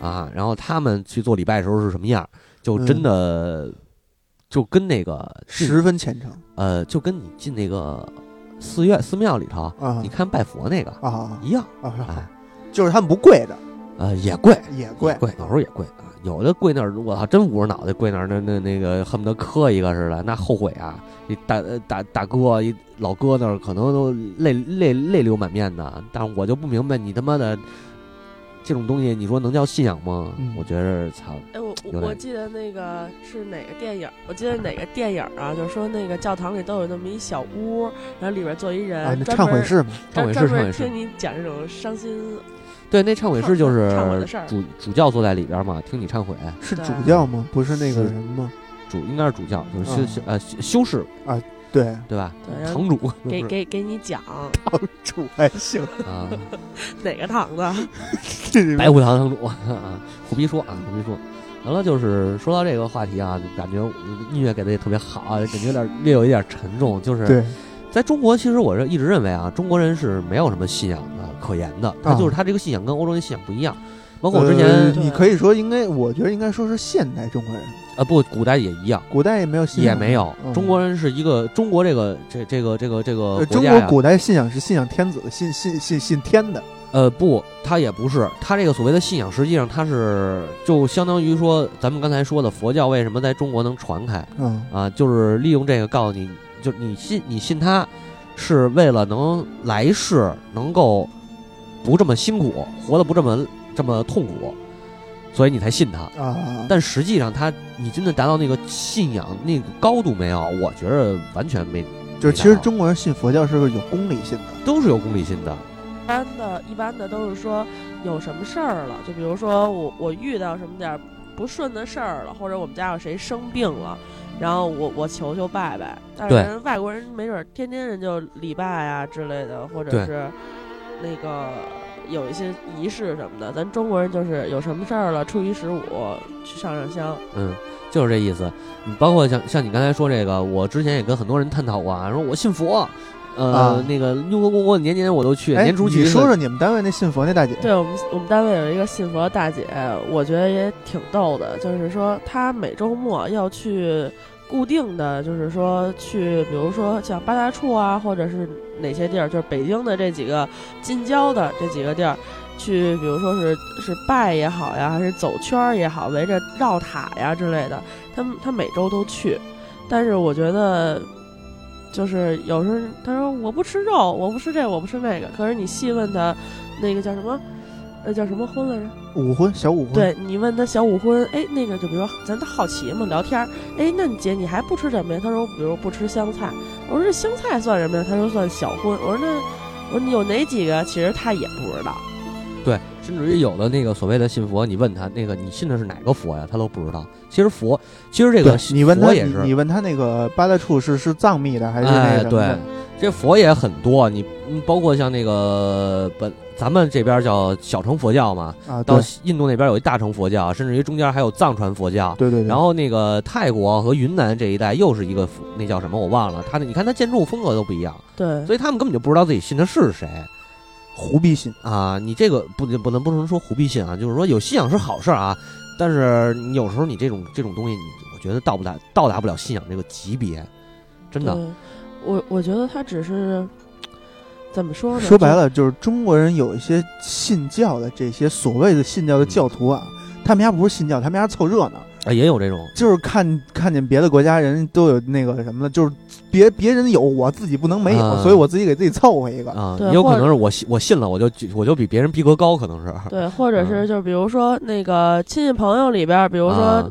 [SPEAKER 2] 啊，然后他们去做礼拜的时候是什么样儿，就真的、就跟那个进
[SPEAKER 1] 嗯十分虔诚
[SPEAKER 2] 呃，就跟你进那个寺院寺庙里头，
[SPEAKER 1] 啊
[SPEAKER 2] 你看拜佛那个
[SPEAKER 1] 啊啊
[SPEAKER 2] 一样，
[SPEAKER 1] 啊啊，
[SPEAKER 2] 哎，
[SPEAKER 1] 就是他们不跪着，
[SPEAKER 2] 呃，也贵，
[SPEAKER 1] 也
[SPEAKER 2] 也
[SPEAKER 1] 跪，
[SPEAKER 2] 贵，有时候也贵啊。有的跪那儿，我操，真捂着脑袋跪那儿，那那那个恨不得磕一个似的，那后悔啊！一大呃大大哥一老哥那儿可能都泪泪泪流满面的，但是我就不明白你他妈的这种东西，你说能叫信仰吗？
[SPEAKER 1] 嗯
[SPEAKER 2] 我觉着操，
[SPEAKER 3] 哎，我
[SPEAKER 2] 有
[SPEAKER 3] 我
[SPEAKER 2] 点
[SPEAKER 3] 我记得那个是哪个电影儿？我记得哪个电影儿啊？就是说那个教堂里都有那么一小屋，然后里边坐一人，
[SPEAKER 1] 啊，那
[SPEAKER 3] 专
[SPEAKER 1] 忏
[SPEAKER 3] 门
[SPEAKER 1] 悔室嘛，
[SPEAKER 2] 忏悔室，
[SPEAKER 3] 专专
[SPEAKER 2] 忏悔
[SPEAKER 3] 门
[SPEAKER 2] 室
[SPEAKER 3] 听，你讲这种伤心，
[SPEAKER 2] 对，那忏悔室
[SPEAKER 3] 忏
[SPEAKER 2] 就
[SPEAKER 3] 忏悔
[SPEAKER 2] 是
[SPEAKER 3] 的事儿
[SPEAKER 2] 主主教坐在里边嘛，听你忏悔，
[SPEAKER 1] 是
[SPEAKER 3] 对
[SPEAKER 1] 主教吗？不是那个
[SPEAKER 2] 是
[SPEAKER 1] 什么吗？
[SPEAKER 2] 主应该是主教，就是修
[SPEAKER 1] 嗯
[SPEAKER 2] 修呃修修士 [LAUGHS]
[SPEAKER 1] 对，哦
[SPEAKER 2] 对吧？
[SPEAKER 3] 对然后
[SPEAKER 2] 堂主
[SPEAKER 3] 给给给你讲
[SPEAKER 1] 主哎还行，
[SPEAKER 2] [LAUGHS] 啊，
[SPEAKER 3] 哪个堂啊的？
[SPEAKER 2] 白虎堂堂主 [LAUGHS] 啊，虎逼说啊，虎逼说。完了，就是说到这个话题啊，就感觉我音乐给的也特别好啊，感觉有点略有一点沉重。就是
[SPEAKER 1] 对，
[SPEAKER 2] 在中国，其实我是一直认为啊，中国人是没有什么信仰的可言的，他
[SPEAKER 1] 啊
[SPEAKER 2] 就是他这个信仰跟欧洲人信仰不一样。包括我之前
[SPEAKER 1] 呃
[SPEAKER 2] 啊、
[SPEAKER 1] 你可以说应该，我觉得应该说是现代中国人，
[SPEAKER 2] 呃不，古代也一样，
[SPEAKER 1] 古代也没有信
[SPEAKER 2] 也
[SPEAKER 1] 仰，
[SPEAKER 2] 没有。
[SPEAKER 1] 嗯
[SPEAKER 2] 中国人是一个中国这个这这个这个这个
[SPEAKER 1] 呃
[SPEAKER 2] 国
[SPEAKER 1] 中
[SPEAKER 2] 家
[SPEAKER 1] 国
[SPEAKER 2] 呀、
[SPEAKER 1] 古代信仰是信仰天子的，信信信信天的，
[SPEAKER 2] 呃，不，他也不是，他这个所谓的信仰，实际上他是就相当于说咱们刚才说的佛教为什么在中国能传开。
[SPEAKER 1] 嗯，
[SPEAKER 2] 啊，就是利用这个告诉你，就是你信你信他，是为了能来世能够不这么辛苦，活得不这么这么痛苦，所以你才信他。
[SPEAKER 1] 啊，
[SPEAKER 2] 但实际上他，你真的达到那个信仰那个高度没有？我觉着完全没，
[SPEAKER 1] 就是其实中国人信佛教是有公理信的，
[SPEAKER 2] 都是有功利心的。
[SPEAKER 3] 一般的，一般的都是说有什么事儿了，就比如说我我遇到什么点儿不顺的事儿了，或者我们家有谁生病了，然后我我求求拜拜。但是
[SPEAKER 2] 对
[SPEAKER 3] 人外国人没准儿天天人就礼拜啊之类的，或者
[SPEAKER 2] 对
[SPEAKER 3] 是那个有一些仪式什么的。咱中国人就是有什么事儿了，初一十五去上上香。
[SPEAKER 2] 嗯，就是这嗯意思。你包括像像你刚才说这个，我之前也跟很多人探讨过啊，说我信佛，啊、呃
[SPEAKER 1] 啊
[SPEAKER 2] 那个雍和宫，我年年我都去，
[SPEAKER 1] 哎，
[SPEAKER 2] 年初去。
[SPEAKER 1] 你说说你们单位那信佛那大姐，
[SPEAKER 3] 对我们我们单位有一个信佛大姐，我觉得也挺逗的，就是说她每周末要去固定的，就是说去，比如说像八大处啊，或者是哪些地儿，就是北京的这几个近郊的这几个地儿。去，比如说是是拜也好呀，还是走圈儿也好，围着绕 [LAUGHS] 塔呀之类的，她她每周都去，但是我觉得就是有时候他说我不吃肉，我不吃这，我不吃那个。可是你细问他，那个叫什么，呃，叫什么荤来着？
[SPEAKER 1] 五婚小五婚，
[SPEAKER 3] 对你问他小五荤，哎，那个就比如说咱都好奇嘛，聊天儿，哎，那你姐你还不吃什么呀？他说，比如不吃香菜。我说这香菜算什么呀？他说算小荤。我说那，我说你有哪几个？其实他也不知道。
[SPEAKER 2] 对，甚至于有的那个所谓的信佛，你问他那个你信的是哪个佛呀，他都不知道。其实佛，其实这
[SPEAKER 1] 对
[SPEAKER 2] 个
[SPEAKER 1] 你问他
[SPEAKER 2] 佛也
[SPEAKER 1] 你
[SPEAKER 2] 是，
[SPEAKER 1] 你问他那个八大处是是藏密的还是那
[SPEAKER 2] 哎，
[SPEAKER 1] 什么
[SPEAKER 2] 对
[SPEAKER 1] 的？，
[SPEAKER 2] 这佛也很多，你你包括像那个本咱们这边叫小乘佛教嘛，
[SPEAKER 1] 啊，
[SPEAKER 2] 到
[SPEAKER 1] 对
[SPEAKER 2] 印度那边有一大乘佛教，甚至于中间还有藏传佛教。
[SPEAKER 1] 对对对，
[SPEAKER 2] 然后那个泰国和云南这一带又是一个佛那叫什么我忘了，他那你看他建筑风格都不一样，
[SPEAKER 3] 对，
[SPEAKER 2] 所以他们根本就不知道自己信的是谁
[SPEAKER 1] 胡必信，
[SPEAKER 2] 啊！你这个不不能不能说胡必信啊，就是说有信仰是好事儿啊，但是你有时候你这种这种东西，你我觉得到不达到达不了信仰这个级别，真的。
[SPEAKER 3] 对，我我觉得他只是怎么说呢？
[SPEAKER 1] 说白
[SPEAKER 3] 就，
[SPEAKER 1] 了就是中国人有一些信教的这些所谓的信教
[SPEAKER 2] 嗯
[SPEAKER 1] 的教徒啊，他们家不是信教，他们家是凑热闹。
[SPEAKER 2] 啊，也有这种，
[SPEAKER 1] 就是看看见别的国家人都有那个什么的，就是别别人有，我自己不能没有，
[SPEAKER 2] 啊
[SPEAKER 1] 所以我自己给自己凑合一个。
[SPEAKER 2] 啊，
[SPEAKER 3] 对
[SPEAKER 2] 也有可
[SPEAKER 3] 或者
[SPEAKER 2] 能是我信我信了，我就我就比别人逼格高，可能是。
[SPEAKER 3] 对，或者
[SPEAKER 2] 嗯
[SPEAKER 3] 是就比如说那个亲戚朋友里边儿，比
[SPEAKER 2] 比
[SPEAKER 3] 如说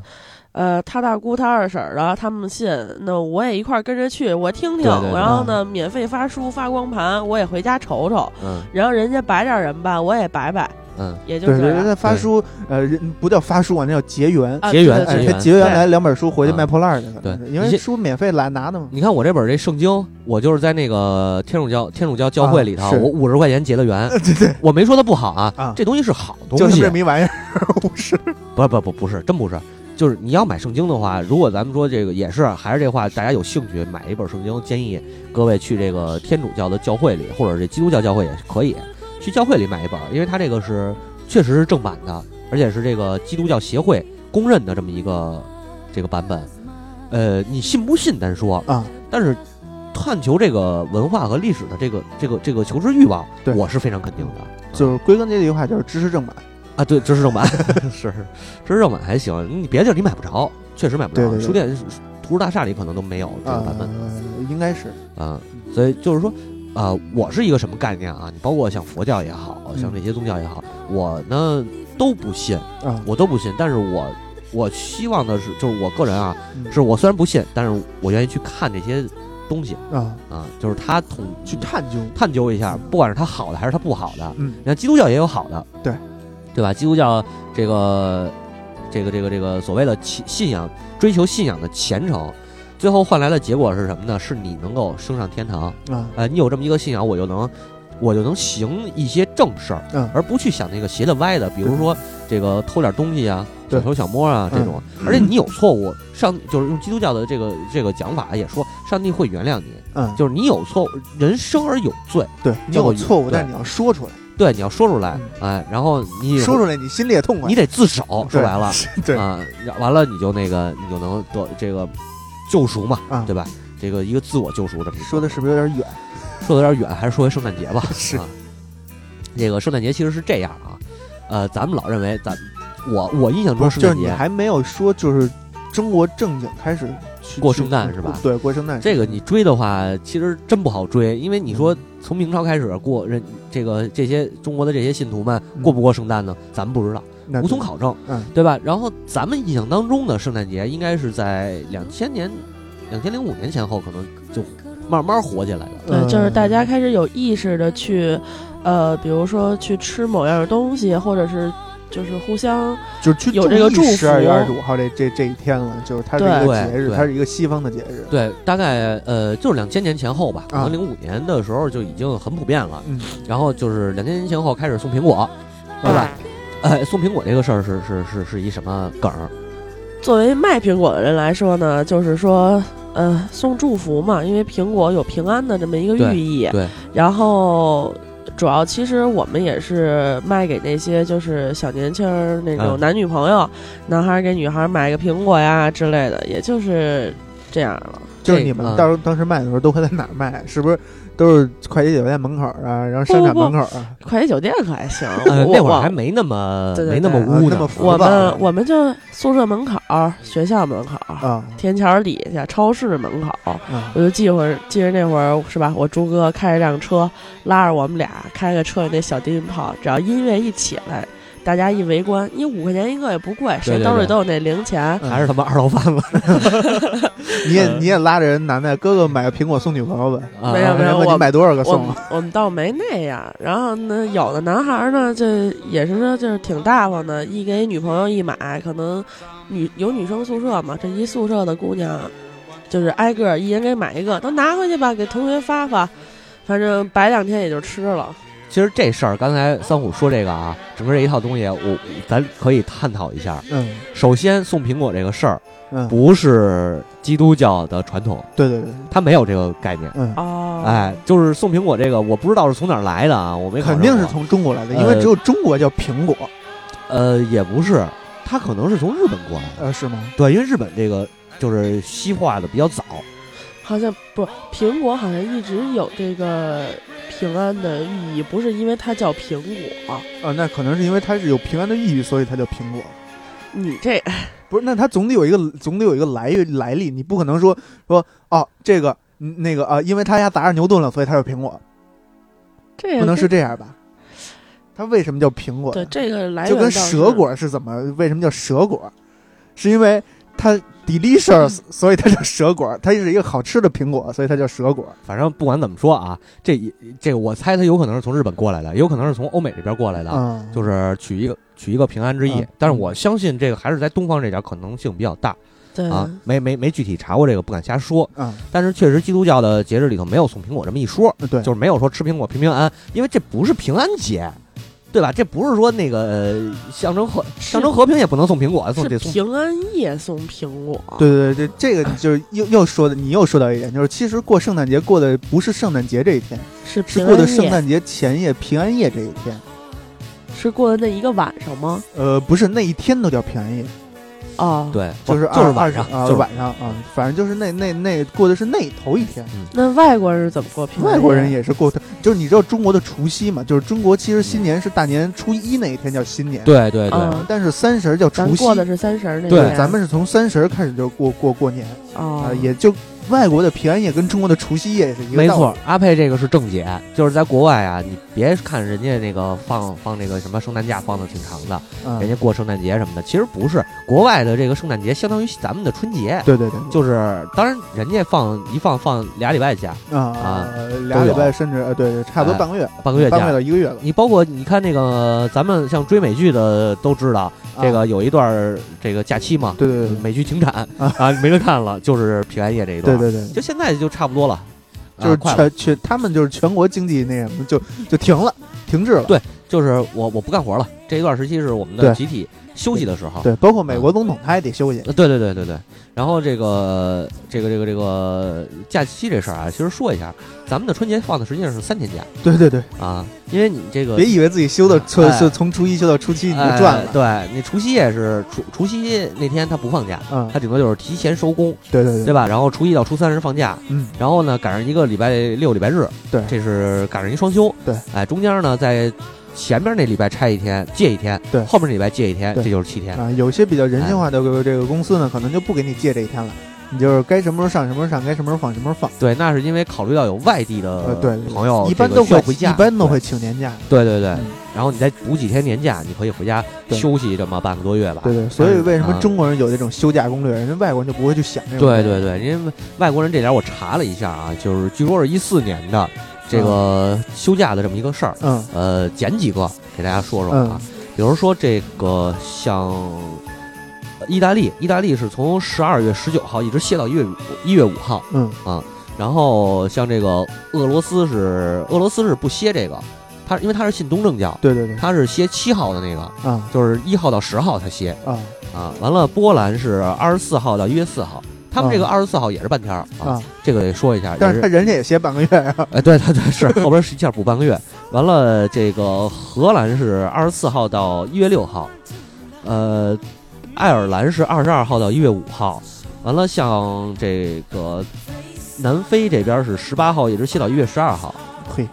[SPEAKER 3] 呃，他大姑、他二婶儿的，他们信，那我也一块儿跟着去，我听听，
[SPEAKER 2] 对对对
[SPEAKER 3] 然后呢，免费发书、发光盘，我也回家瞅瞅，
[SPEAKER 2] 嗯
[SPEAKER 3] 然后人家摆点儿人吧，我也摆摆，
[SPEAKER 2] 嗯，
[SPEAKER 3] 也就
[SPEAKER 1] 对，
[SPEAKER 3] 这
[SPEAKER 1] 人
[SPEAKER 3] 样。
[SPEAKER 1] 家发书，呃，人不叫发书啊，那叫结缘。
[SPEAKER 3] 啊
[SPEAKER 2] 结
[SPEAKER 1] 哎，
[SPEAKER 2] 缘
[SPEAKER 3] 对对
[SPEAKER 2] 结
[SPEAKER 1] 他
[SPEAKER 2] 缘
[SPEAKER 1] 结缘
[SPEAKER 3] 对
[SPEAKER 1] 来两本书回去
[SPEAKER 2] 啊
[SPEAKER 1] 卖破烂儿去了，
[SPEAKER 2] 对
[SPEAKER 1] 因
[SPEAKER 2] 一
[SPEAKER 1] 为
[SPEAKER 2] 些
[SPEAKER 1] 书免费来拿的嘛。
[SPEAKER 2] 你看我这本这圣经，我就是在那个天主教天主教教会里头，
[SPEAKER 1] 啊是
[SPEAKER 2] 我五十块钱结的缘，
[SPEAKER 1] [LAUGHS] 对对，
[SPEAKER 2] 我没说它不好啊，
[SPEAKER 1] 啊
[SPEAKER 2] 这东西是好
[SPEAKER 1] [LAUGHS] 就
[SPEAKER 2] 东
[SPEAKER 1] 是
[SPEAKER 2] 西
[SPEAKER 1] 这，么一玩意儿，不 [LAUGHS] 是
[SPEAKER 2] 不不不不是，真不是。就是你要买圣经的话，如果咱们说这个也是，还是这话，大家有兴趣买一本圣经，建议各位去这个天主教的教会里，或者这基督教教会也可以，去教会里买一本，因为它这个是确实是正版的，而且是这个基督教协会公认的这么一个这个版本。呃，你信不信单说，
[SPEAKER 1] 啊，
[SPEAKER 2] 但是探求这个文化和历史的这个这个这个求知欲望，
[SPEAKER 1] 对
[SPEAKER 2] 我是非常肯定的。
[SPEAKER 1] 就是归根结底的话，就是知识正版。
[SPEAKER 2] 啊，对，知
[SPEAKER 1] [LAUGHS]
[SPEAKER 2] 识正版是是知识正版还行，你别的地儿你买不着，确实买不着。
[SPEAKER 1] 对对对
[SPEAKER 2] 书店、图书大厦里可能都没有这个版本
[SPEAKER 1] 呃，应该是
[SPEAKER 2] 啊、所以就是说，啊、我是一个什么概念啊？你包括像佛教也好像这些宗教也好，我呢都不信，
[SPEAKER 1] 啊，
[SPEAKER 2] 我都不信。但是我我希望的是，就是我个人啊，
[SPEAKER 1] 嗯
[SPEAKER 2] 是我虽然不信，但是我愿意去看这些东西
[SPEAKER 1] 啊，
[SPEAKER 2] 啊，就是他统
[SPEAKER 1] 去探究
[SPEAKER 2] 探究一下，不管是它好的还是它不好的。
[SPEAKER 1] 嗯
[SPEAKER 2] 你看基督教也有好的，
[SPEAKER 1] 对
[SPEAKER 2] 对吧？基督教这个这个这个这个所谓的信信仰，追求信仰的虔诚，最后换来的结果是什么呢？是你能够升上天堂。
[SPEAKER 1] 啊，
[SPEAKER 2] 呃，你有这么一个信仰，我就能。我就能行一些正事儿，
[SPEAKER 1] 嗯
[SPEAKER 2] 而不去想那个邪的歪的，比如说这个偷点东西啊、小
[SPEAKER 1] 对嗯
[SPEAKER 2] 偷小摸啊这种。而且你有错误，上就是用基督教的这个这个讲法也说，上帝会原谅你，
[SPEAKER 1] 嗯，
[SPEAKER 2] 就是你有错，误，人生而有罪，
[SPEAKER 1] 对你
[SPEAKER 2] 教
[SPEAKER 1] 有
[SPEAKER 2] 育
[SPEAKER 1] 错误，
[SPEAKER 2] 对
[SPEAKER 1] 但是你要说出来，
[SPEAKER 2] 对，你要说出来
[SPEAKER 1] 嗯，
[SPEAKER 2] 哎，然后你
[SPEAKER 1] 说出来你心里也痛快。
[SPEAKER 2] 你得自首，说白了，
[SPEAKER 1] [LAUGHS] 对
[SPEAKER 2] 啊，完了你就那个你就能得这个救赎嘛，
[SPEAKER 1] 啊
[SPEAKER 2] 对吧？这个一个自我救赎这么一个
[SPEAKER 1] 说的是不是有点远？
[SPEAKER 2] 说的有点远，还是说回圣诞节吧。
[SPEAKER 1] [LAUGHS] 是
[SPEAKER 2] 啊，这个圣诞节其实是这样啊，呃，咱们老认为咱我我印象中
[SPEAKER 1] 不是，
[SPEAKER 2] 圣
[SPEAKER 1] 就是
[SPEAKER 2] 诞
[SPEAKER 1] 你
[SPEAKER 2] 节
[SPEAKER 1] 还没有说，就是中国正经开始去
[SPEAKER 2] 过
[SPEAKER 1] 去
[SPEAKER 2] 圣诞是吧
[SPEAKER 1] 对，过圣诞
[SPEAKER 2] 这个你追的话，其实真不好追，因为你
[SPEAKER 1] 嗯
[SPEAKER 2] 说从明朝开始过人这个这些中国的这些信徒们
[SPEAKER 1] 嗯
[SPEAKER 2] 过不过圣诞呢？咱们不知道。
[SPEAKER 1] 那
[SPEAKER 2] 无从
[SPEAKER 1] 对
[SPEAKER 2] 考证，
[SPEAKER 1] 嗯
[SPEAKER 2] 对吧？然后咱们印象当中的圣诞节应该是在两千年、两千零五年前后，可能就慢慢火起来了。
[SPEAKER 3] 对，
[SPEAKER 1] 嗯
[SPEAKER 3] 就是大家开始有意识的去，呃，比如说去吃某样东西，或者是就是互相
[SPEAKER 1] 就是去
[SPEAKER 3] 有这个祝福
[SPEAKER 1] 十二月二十五号这这这一天了，就是它是一个
[SPEAKER 2] 对
[SPEAKER 1] 节日，
[SPEAKER 2] 对
[SPEAKER 1] 它是一个西方的节日。
[SPEAKER 2] 对，大概呃，就是两千年前后吧，可
[SPEAKER 1] 啊
[SPEAKER 2] 能零五年的时候就已经很普遍了。
[SPEAKER 1] 嗯，
[SPEAKER 2] 然后就是两千年前后开始送苹果，对
[SPEAKER 3] 啊
[SPEAKER 2] 吧？哎，送苹果这个事儿
[SPEAKER 1] 啊
[SPEAKER 2] 是是是是一什么梗儿？
[SPEAKER 3] 作为卖苹果的人来说呢，就是说呃送祝福嘛，因为苹果有平安的这么一个
[SPEAKER 2] 对
[SPEAKER 3] 寓意。
[SPEAKER 2] 对
[SPEAKER 3] 然后主要其实我们也是卖给那些就是小年轻儿那
[SPEAKER 2] 啊
[SPEAKER 3] 种男女朋友，男孩儿给女孩儿买个苹果呀之类的，也就是这样了。
[SPEAKER 1] 就是
[SPEAKER 2] 这
[SPEAKER 1] 你们
[SPEAKER 2] 嗯
[SPEAKER 1] 到时候当时卖的时候都会在哪儿卖？是不是都是快捷酒店门口啊，然后商场
[SPEAKER 3] 不不
[SPEAKER 1] 门口啊？
[SPEAKER 3] 快捷酒店可还行，
[SPEAKER 2] 呃，
[SPEAKER 3] 我
[SPEAKER 2] 那会儿
[SPEAKER 3] 我
[SPEAKER 2] 还没那么
[SPEAKER 3] 对对
[SPEAKER 2] 没那么
[SPEAKER 1] 对啊
[SPEAKER 2] 污
[SPEAKER 1] 那
[SPEAKER 2] 呢
[SPEAKER 1] 么
[SPEAKER 2] 啊，
[SPEAKER 1] 浮
[SPEAKER 3] 我
[SPEAKER 1] 吧
[SPEAKER 3] 们我们就宿舍门口儿、学校门口儿、
[SPEAKER 2] 嗯
[SPEAKER 1] 啊
[SPEAKER 3] 天桥底下、超市门口儿，
[SPEAKER 1] 啊！
[SPEAKER 3] 我就记会儿，记着那会儿是吧？我朱哥开着辆车，拉着我们俩开个车，那小低音炮，只要音乐一起来，大家一围观，你五块钱一个也不贵，
[SPEAKER 2] 对
[SPEAKER 3] 谁
[SPEAKER 2] 对
[SPEAKER 3] 兜里
[SPEAKER 2] 对
[SPEAKER 3] 都有那零钱。
[SPEAKER 2] 还是他妈二道贩
[SPEAKER 1] [LAUGHS]
[SPEAKER 2] 子。
[SPEAKER 1] 你也
[SPEAKER 2] 嗯
[SPEAKER 1] 你也拉着人男的哥哥买个苹果送女朋友呗？
[SPEAKER 2] 啊
[SPEAKER 3] 没有没有
[SPEAKER 1] 然后问
[SPEAKER 3] 我
[SPEAKER 1] 你买多少个
[SPEAKER 3] 我
[SPEAKER 1] 送
[SPEAKER 3] 们
[SPEAKER 1] 啊？
[SPEAKER 3] 我们倒没那样，然后呢，有的男孩儿呢，这也是说就是挺大方的，一给女朋友一买，可能女有女生宿舍嘛，这一宿舍的姑娘就是挨个儿一人给买一个，都拿回去吧，给同学发发，反正摆两天也就吃了。
[SPEAKER 2] 其实这事儿，刚才三虎说这个啊，整个这一套东西，我咱可以探讨一下。啊
[SPEAKER 1] 嗯
[SPEAKER 2] 首先，送苹果这个事儿
[SPEAKER 1] 嗯，
[SPEAKER 2] 不是基督教的传统，
[SPEAKER 1] 对对对，
[SPEAKER 2] 它没有这个概念。
[SPEAKER 1] 嗯，
[SPEAKER 3] 哦，
[SPEAKER 2] 哎，就是送苹果这个，我不知道是从哪儿来的啊，我没考
[SPEAKER 1] 肯
[SPEAKER 2] 证
[SPEAKER 1] 定是
[SPEAKER 2] 过
[SPEAKER 1] 从中国来的，因为
[SPEAKER 2] 呃
[SPEAKER 1] 只有中国叫苹果，
[SPEAKER 2] 呃，也不是，它可能是从日本过来的。
[SPEAKER 1] 呃，是吗？
[SPEAKER 2] 对，因为日本这个就是西化的比较早，
[SPEAKER 3] 好像不，苹果好像一直有这个平安的寓意，不是因为它叫苹果。
[SPEAKER 1] 啊，那可能是因为它是有平安的寓意，所以它叫苹果。
[SPEAKER 3] 你这
[SPEAKER 1] 不是，那它总得有一个总得有一个来源来历，你不可能说说哦，这个嗯那个啊，因为他家砸着牛顿了，所以它叫苹果，
[SPEAKER 3] 这个
[SPEAKER 1] 不能是
[SPEAKER 3] 跟
[SPEAKER 1] 这样吧？它为什么叫苹果呢？
[SPEAKER 3] 对这个来源
[SPEAKER 1] 就跟
[SPEAKER 3] 倒是
[SPEAKER 1] 蛇果是怎么为什么叫蛇果？是因为它 delicious，所以
[SPEAKER 3] 嗯
[SPEAKER 1] 它叫蛇果。它是一个好吃的苹果，所以它叫蛇果。
[SPEAKER 2] 反正不管怎么说啊，这也这个我猜它有可能是从日本过来的，也有可能是从欧美这边过来的，
[SPEAKER 1] 嗯，
[SPEAKER 2] 就是取一个取一个平安之意。
[SPEAKER 1] 嗯
[SPEAKER 2] 但是我相信这个还是在东方这点可能性比较大
[SPEAKER 3] 对
[SPEAKER 2] 啊，没没没具体查过这个，不敢瞎说。
[SPEAKER 1] 嗯，
[SPEAKER 2] 但是确实基督教的节日里头没有送苹果这么一说，
[SPEAKER 1] 对，
[SPEAKER 2] 就是没有说吃苹果平平安安，因为这不是平安节。对吧？这不是说那个、呃象征和象征和平也不能送苹果，送
[SPEAKER 3] 是
[SPEAKER 2] 得送
[SPEAKER 3] 平安夜送苹果，
[SPEAKER 1] 对对对，这个就是又又说的，你又说到一点，就是其实过圣诞节过的不是圣诞节这一天，是
[SPEAKER 3] 是平
[SPEAKER 1] 过
[SPEAKER 3] 安
[SPEAKER 1] 的
[SPEAKER 3] 夜，
[SPEAKER 1] 圣诞节前夜平安夜这一天。
[SPEAKER 3] 是过的那一个晚上吗？
[SPEAKER 1] 呃，不是那一天都叫平安夜，
[SPEAKER 3] 啊，
[SPEAKER 2] 对，哦
[SPEAKER 1] 就是
[SPEAKER 2] 就
[SPEAKER 1] 二
[SPEAKER 2] 是晚上，
[SPEAKER 1] 二啊，
[SPEAKER 2] 就是
[SPEAKER 1] 晚上啊，反正就是那那那过的是那头一天。
[SPEAKER 3] 那外国人是怎么过平安夜？
[SPEAKER 1] 外国人也是过的，就是你知道中国的除夕嘛？就是中国其实新年是大年初一那一天叫新年，
[SPEAKER 2] 对对对，
[SPEAKER 3] 啊，
[SPEAKER 1] 但是三十儿叫
[SPEAKER 3] 咱
[SPEAKER 1] 除夕
[SPEAKER 3] 过。的是三十儿那
[SPEAKER 2] 对
[SPEAKER 3] 天
[SPEAKER 1] 咱们是从三十儿开始就过过过年啊、
[SPEAKER 3] 啊，
[SPEAKER 1] 也就外国的平安夜跟中国的除夕夜是一个
[SPEAKER 2] 没
[SPEAKER 1] 道理
[SPEAKER 2] 错，，阿佩这个是正解，就是在国外啊，你别看人家那个放放那个什么圣诞假放的挺长的，
[SPEAKER 1] 嗯
[SPEAKER 2] 人，家过圣诞节什么的，其实不是，国外的这个圣诞节相当于咱们的春节，
[SPEAKER 1] 对对对，
[SPEAKER 2] 就是当然人家放一放放俩礼拜假，
[SPEAKER 1] 啊、
[SPEAKER 2] 啊
[SPEAKER 1] 俩
[SPEAKER 2] 都
[SPEAKER 1] 礼
[SPEAKER 2] 有
[SPEAKER 1] 拜甚至呃对对，差不多
[SPEAKER 2] 哎
[SPEAKER 1] 半个月，
[SPEAKER 2] 半个月
[SPEAKER 1] 半个月
[SPEAKER 2] 假。
[SPEAKER 1] 到一个月了。
[SPEAKER 2] 你包括你看那个咱们像追美剧的都知道，这
[SPEAKER 1] 啊
[SPEAKER 2] 个有一段儿这个假期嘛，
[SPEAKER 1] 对对对
[SPEAKER 2] 美剧停产
[SPEAKER 1] 啊
[SPEAKER 2] 啊，没得看了，就是平安夜这一
[SPEAKER 1] 对
[SPEAKER 2] 段，
[SPEAKER 1] 对对，
[SPEAKER 2] 就现在就差不多了，啊
[SPEAKER 1] 就是
[SPEAKER 2] 快了。
[SPEAKER 1] 全全他们就是全国经济那什么就就停了，停滞了。
[SPEAKER 2] 对就是我我不干活了，这一段时期是我们
[SPEAKER 1] 对
[SPEAKER 2] 的集体休息的时候。
[SPEAKER 1] 对，包括美
[SPEAKER 2] 嗯
[SPEAKER 1] 国总统他也得休息。
[SPEAKER 2] 呃对对对对对，然后这个这个这个这个假期这事儿啊，其实说一下，咱们的春节放的实际上是三天假
[SPEAKER 1] 对对对，
[SPEAKER 2] 啊，因为你这个
[SPEAKER 1] 别以为自己休到从
[SPEAKER 2] 哎
[SPEAKER 1] 从从初一休到初七你就赚了。
[SPEAKER 2] 哎对你除夕夜是除除夕那天他不放假，
[SPEAKER 1] 嗯，
[SPEAKER 2] 他顶多就是提前收工，
[SPEAKER 1] 对对
[SPEAKER 2] 对，吧？然后初一到初三是放假，
[SPEAKER 1] 嗯，
[SPEAKER 2] 然后呢赶上一个礼拜六、礼拜日，
[SPEAKER 1] 对
[SPEAKER 2] 这是赶上一双休，
[SPEAKER 1] 对，
[SPEAKER 2] 哎，中间呢在前面那礼拜拆一天，借一天，
[SPEAKER 1] 对
[SPEAKER 2] 后面那礼拜借一天，
[SPEAKER 1] 对
[SPEAKER 2] 这就是七天，
[SPEAKER 1] 啊，有些比较人性化的
[SPEAKER 2] 哎
[SPEAKER 1] 这个公司呢，可能就不给你借这一天了，你就是该什么时候上什么时候上，该什么时候放什么时候
[SPEAKER 2] 对，那是因为考虑到有外地的
[SPEAKER 1] 呃对
[SPEAKER 2] 朋友，
[SPEAKER 1] 放，一般都
[SPEAKER 2] 需要
[SPEAKER 1] 会
[SPEAKER 2] 回家，
[SPEAKER 1] 一般都会请年假。
[SPEAKER 2] 对。哎对对对
[SPEAKER 1] 嗯，
[SPEAKER 2] 然后你再补几天年假，你可以回家
[SPEAKER 1] 对
[SPEAKER 2] 休息这么半个多月吧。
[SPEAKER 1] 对对，所以为什么
[SPEAKER 2] 嗯
[SPEAKER 1] 中国人有这种休假攻略，人家外国人就不会去想这种。
[SPEAKER 2] 对对对，因为外国人这点我查了一下啊，就是据说是一四年的这个休假的这么一个事儿，
[SPEAKER 1] 嗯
[SPEAKER 2] 呃，捡几个给大家说说啊，比如说这个像。呃意大利，意大利是从十二月十九号一直歇到一月一月五号，
[SPEAKER 1] 嗯
[SPEAKER 2] 然后像这个俄罗斯是俄罗斯是不歇这个，他因为他是信东正教，
[SPEAKER 1] 对对对
[SPEAKER 2] 他是歇七号的那个，
[SPEAKER 1] 啊
[SPEAKER 2] 就是一号到十号他歇
[SPEAKER 1] 啊
[SPEAKER 2] 啊。完了，波兰是二十四号到一月四号，他们这个二十四号也是半天儿
[SPEAKER 1] 嗯啊，
[SPEAKER 2] 这个得说一下。
[SPEAKER 1] 但
[SPEAKER 2] 也
[SPEAKER 1] 是
[SPEAKER 2] 是
[SPEAKER 1] 他人家也歇半个月啊，
[SPEAKER 2] 哎，对对对，是后边是一下补半个月。完了，这个荷兰是二十四号到一月六号，呃，爱尔兰是二十二号到一月五号。完了，像这个南非这边是十八号，一直歇到一月十二号。
[SPEAKER 1] 嘿，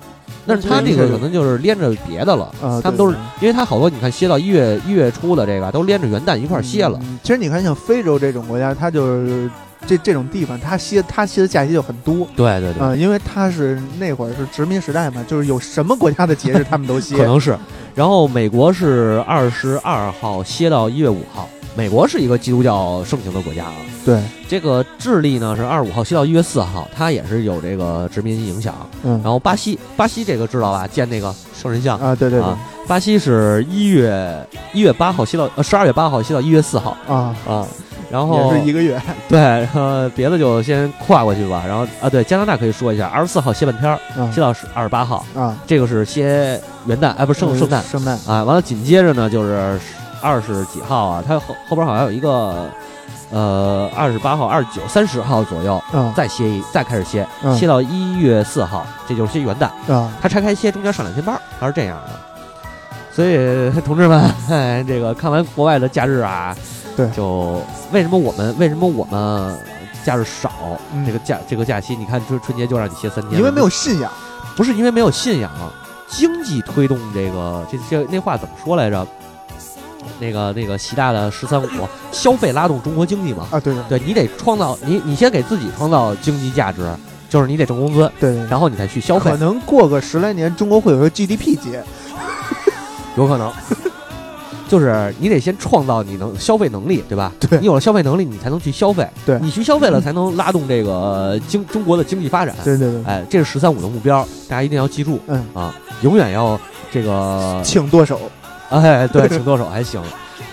[SPEAKER 2] 但是他这个可能就是连着别的了，
[SPEAKER 1] 啊，
[SPEAKER 2] 他们都是因为他好多你看歇到一月一月初的这个都连着元旦一
[SPEAKER 1] 一
[SPEAKER 2] 块儿歇了。
[SPEAKER 1] 嗯其实你看，像非洲这种国家，它就是这这种地方，它歇它歇的假期就很多。
[SPEAKER 2] 对对对，
[SPEAKER 1] 啊、因为它是那会儿是殖民时代嘛，就是有什么国家的节日他们都歇
[SPEAKER 2] 可。能是。然后美国是二十二号歇到一月五号。美国是一个基督教盛行的国家啊。
[SPEAKER 1] 对，
[SPEAKER 2] 这个智利呢是二十五号歇到一月四号，它也是有这个殖民影响。
[SPEAKER 1] 嗯
[SPEAKER 2] 然后巴西，巴西这个知道吧？建那个圣人像。
[SPEAKER 1] 啊，对对对
[SPEAKER 2] 啊巴西是一月一月八号歇到呃十二月八号歇到一月四号
[SPEAKER 1] 啊，
[SPEAKER 2] 啊。然后
[SPEAKER 1] 也是一个月。
[SPEAKER 2] 对，然后别的就先跨过去吧。然后啊，对，加拿大可以说一下，二十四号歇半天儿，
[SPEAKER 1] 啊
[SPEAKER 2] 歇到十二十八号，
[SPEAKER 1] 啊，
[SPEAKER 2] 这个是歇元旦，哎，不是圣
[SPEAKER 1] 嗯
[SPEAKER 2] 圣诞
[SPEAKER 1] 圣诞
[SPEAKER 2] 啊。完了，紧接着呢就是二十几号啊，它后后边好像有一个呃二十八号、二十九、三十号左右
[SPEAKER 1] 啊
[SPEAKER 2] 再歇一，再开始歇，
[SPEAKER 1] 嗯
[SPEAKER 2] 歇到一月四号，这就是歇元旦。
[SPEAKER 1] 啊，
[SPEAKER 2] 它拆开歇，中间上两天班儿，它是这样的。所以，同志们，哎，这个看完国外的假日啊，
[SPEAKER 1] 对
[SPEAKER 2] 就为什么我们为什么我们假日少？
[SPEAKER 1] 嗯
[SPEAKER 2] 这个假这个假期，你看春春节就让你歇三天，
[SPEAKER 1] 因为没有信仰
[SPEAKER 2] 不是因为没有信仰，啊经济推动这个这这那话怎么说来着？那个那个习大的“十三五”，消费拉动中国经济嘛。
[SPEAKER 1] 啊，对对
[SPEAKER 2] 对你得创造你你先给自己创造经济价值，就是你得挣工资，
[SPEAKER 1] 对对对。
[SPEAKER 2] 然后你再去消费
[SPEAKER 1] 可。能过个十来年，中国会有一个 GDP 节，
[SPEAKER 2] 有可能，就是你得先创造你能消费能力，对吧？
[SPEAKER 1] 对
[SPEAKER 2] 你有了消费能力，你才能去消费，
[SPEAKER 1] 对
[SPEAKER 2] 你去消费了，才能拉动这个呃经中国的经济发展。
[SPEAKER 1] 对对对，
[SPEAKER 2] 哎，这是“十三五”的目标，大家一定要记住
[SPEAKER 1] 嗯，
[SPEAKER 2] 啊！永远要这个，
[SPEAKER 1] 请剁手，
[SPEAKER 2] [LAUGHS] 哎，对，请剁手还行。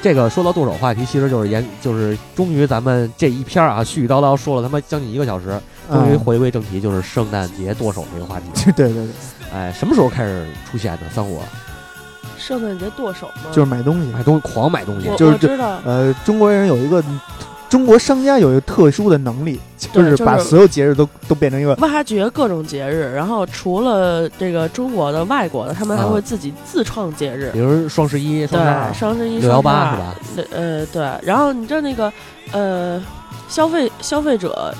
[SPEAKER 2] 这个说到剁手话题，其实就是延，就是终于咱们这一篇啊，絮絮叨叨说了他妈将近一个小时，终于
[SPEAKER 1] 嗯
[SPEAKER 2] 回归正题，就是圣诞节剁手这个话题。
[SPEAKER 1] 对对对，
[SPEAKER 2] 哎，什么时候开始出现的？三五
[SPEAKER 3] 圣诞节剁手吗？
[SPEAKER 1] 就是买东西。
[SPEAKER 2] 买东西，狂买东西
[SPEAKER 3] 我，
[SPEAKER 1] 就是
[SPEAKER 3] 我知道，
[SPEAKER 1] 呃，中国人有一个，中国商家有一个特殊的能力，就
[SPEAKER 3] 对
[SPEAKER 1] 是
[SPEAKER 3] 就是
[SPEAKER 1] 把所有节日都都变成一个
[SPEAKER 3] [LAUGHS] 挖掘各种节日，然后除了这个中国的、外国的，他们还
[SPEAKER 2] 啊
[SPEAKER 3] 会自己自创节日
[SPEAKER 2] 比。如双十一、双十二
[SPEAKER 3] 对，。双十一、
[SPEAKER 2] 六幺八
[SPEAKER 3] 双
[SPEAKER 2] 是
[SPEAKER 3] 十二
[SPEAKER 2] 吧？
[SPEAKER 3] 对呃，对。然后你知道那个呃，消费消费者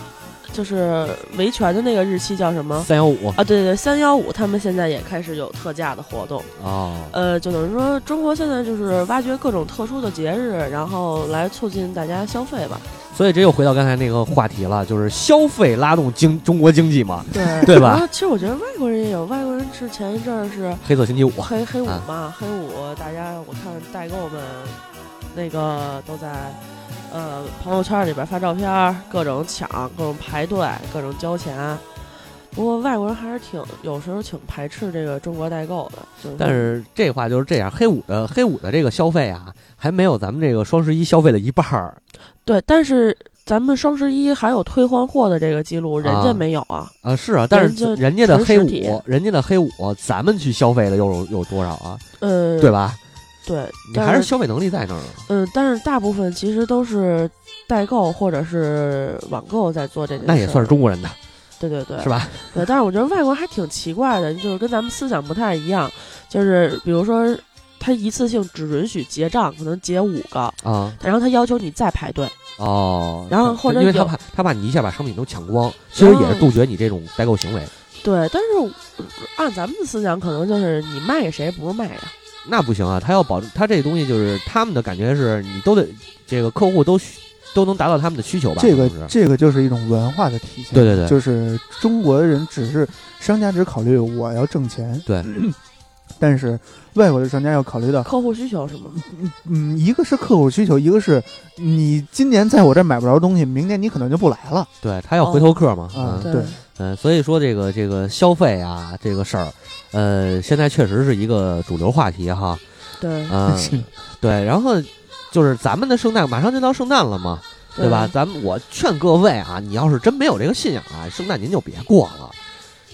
[SPEAKER 3] 就是维权的那个日期叫什么？
[SPEAKER 2] 三幺五
[SPEAKER 3] 啊，对对，三幺五，他们现在也开始有特价的活动。
[SPEAKER 2] 哦，
[SPEAKER 3] 呃，就等于说中国现在就是挖掘各种特殊的节日，然后来促进大家消费吧。
[SPEAKER 2] 所以这又回到刚才那个话题了，就是消费拉动经中国经济嘛，
[SPEAKER 3] 对
[SPEAKER 2] 对吧
[SPEAKER 3] [LAUGHS] 然后其实我觉得外国人也有，外国人是前一阵儿是
[SPEAKER 2] 黑色星期五，
[SPEAKER 3] 黑黑五
[SPEAKER 2] 啊
[SPEAKER 3] 嘛，黑五大家我看代购们那个都在呃朋友圈里边发照片儿，各种抢，各种排队，各种交钱。不过外国人还是挺有时候挺排斥这个中国代购的，就是
[SPEAKER 2] 但是这话就是这样，黑五的黑五的这个消费啊，还没有咱们这个双十一消费的一半儿。
[SPEAKER 3] 对，但是咱们双十一还有退换货的这个记录，人家
[SPEAKER 2] 啊
[SPEAKER 3] 没有啊。
[SPEAKER 2] 啊，是啊，但
[SPEAKER 3] 人
[SPEAKER 2] 是
[SPEAKER 3] 家
[SPEAKER 2] 人家的黑
[SPEAKER 3] 纯实体
[SPEAKER 2] 五，人家的黑五，咱们去消费的又有有多少啊？
[SPEAKER 3] 呃，
[SPEAKER 2] 对吧？
[SPEAKER 3] 对，
[SPEAKER 2] 你
[SPEAKER 3] 但
[SPEAKER 2] 还是消费能力在那儿呢。
[SPEAKER 3] 嗯，但是大部分其实都是代购或者是网购在做这件事，
[SPEAKER 2] 那也算是中国人的，
[SPEAKER 3] 对对对，
[SPEAKER 2] 是吧？
[SPEAKER 3] 对，但是我觉得外国还挺奇怪的，就是跟咱们思想不太一样，就是比如说他一次性只允许结账，可能结五个，
[SPEAKER 2] 啊，
[SPEAKER 3] 然后他要求你再排队，
[SPEAKER 2] 哦，
[SPEAKER 3] 然后或者
[SPEAKER 2] 因为他
[SPEAKER 3] 有
[SPEAKER 2] 怕他怕你一下把商品都抢光，其实也是杜绝你这种代购行为。
[SPEAKER 3] 对，但是呃按咱们的思想，可能就是你卖给谁不是卖给谁
[SPEAKER 2] 那不行啊，他要保证他这东西就是他们的感觉是你都得这个客户都需都能达到他们的需求吧？
[SPEAKER 1] 这个
[SPEAKER 2] 可能是
[SPEAKER 1] 这个就是一种文化的体现。
[SPEAKER 2] 对对对
[SPEAKER 1] 就是中国人只是商家只考虑我要挣钱，
[SPEAKER 2] 对，
[SPEAKER 1] 但是外国的商家要考虑到，
[SPEAKER 3] 客户需求是吗？
[SPEAKER 1] 嗯，一个是客户需求，一个是你今年在我这儿买不着东西，明年你可能就不来了。
[SPEAKER 2] 对他要回头客嘛，
[SPEAKER 1] 啊
[SPEAKER 2] 嗯
[SPEAKER 1] 对，
[SPEAKER 2] 嗯，所以说这个这个消费啊这个事儿，呃，现在确实是一个主流话题哈，
[SPEAKER 3] 对
[SPEAKER 2] 嗯
[SPEAKER 1] 是
[SPEAKER 2] [LAUGHS] 对，然后就是咱们的圣诞马上就到圣诞了嘛，对吧？？咱们我劝各位啊，你要是真没有这个信仰啊，圣诞您就别过了。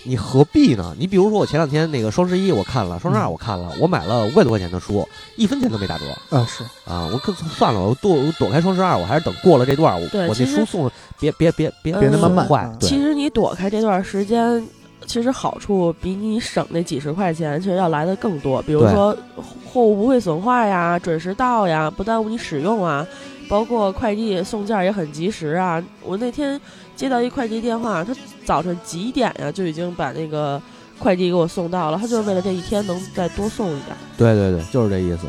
[SPEAKER 2] 你何必呢？你比如说，我前两天那个双十一我看了，双十二
[SPEAKER 1] 嗯
[SPEAKER 2] 我看了，我买了五百多块钱的书，一分钱都没打折
[SPEAKER 1] 啊，是
[SPEAKER 2] 啊！我可算了，我躲我躲开双十二，我还是等过了这段，我
[SPEAKER 3] 对
[SPEAKER 2] 我这
[SPEAKER 3] 其实
[SPEAKER 2] 书送别别别别
[SPEAKER 3] 别那么
[SPEAKER 1] 慢
[SPEAKER 2] 坏
[SPEAKER 1] 啊，
[SPEAKER 2] 对
[SPEAKER 3] 其实嗯你躲开这段时间，其实好处比你省那几十块钱其实要来的更多。比如
[SPEAKER 2] 对
[SPEAKER 3] 说货物不会损坏呀，准时到呀，不耽误你使用啊，包括快递送件也很及时啊。我那天接到一快递电话，他早晨几点呀就已经把那个快递给我送到了，他就是为了这一天能再多送一点。
[SPEAKER 2] 对对对，就是这意思。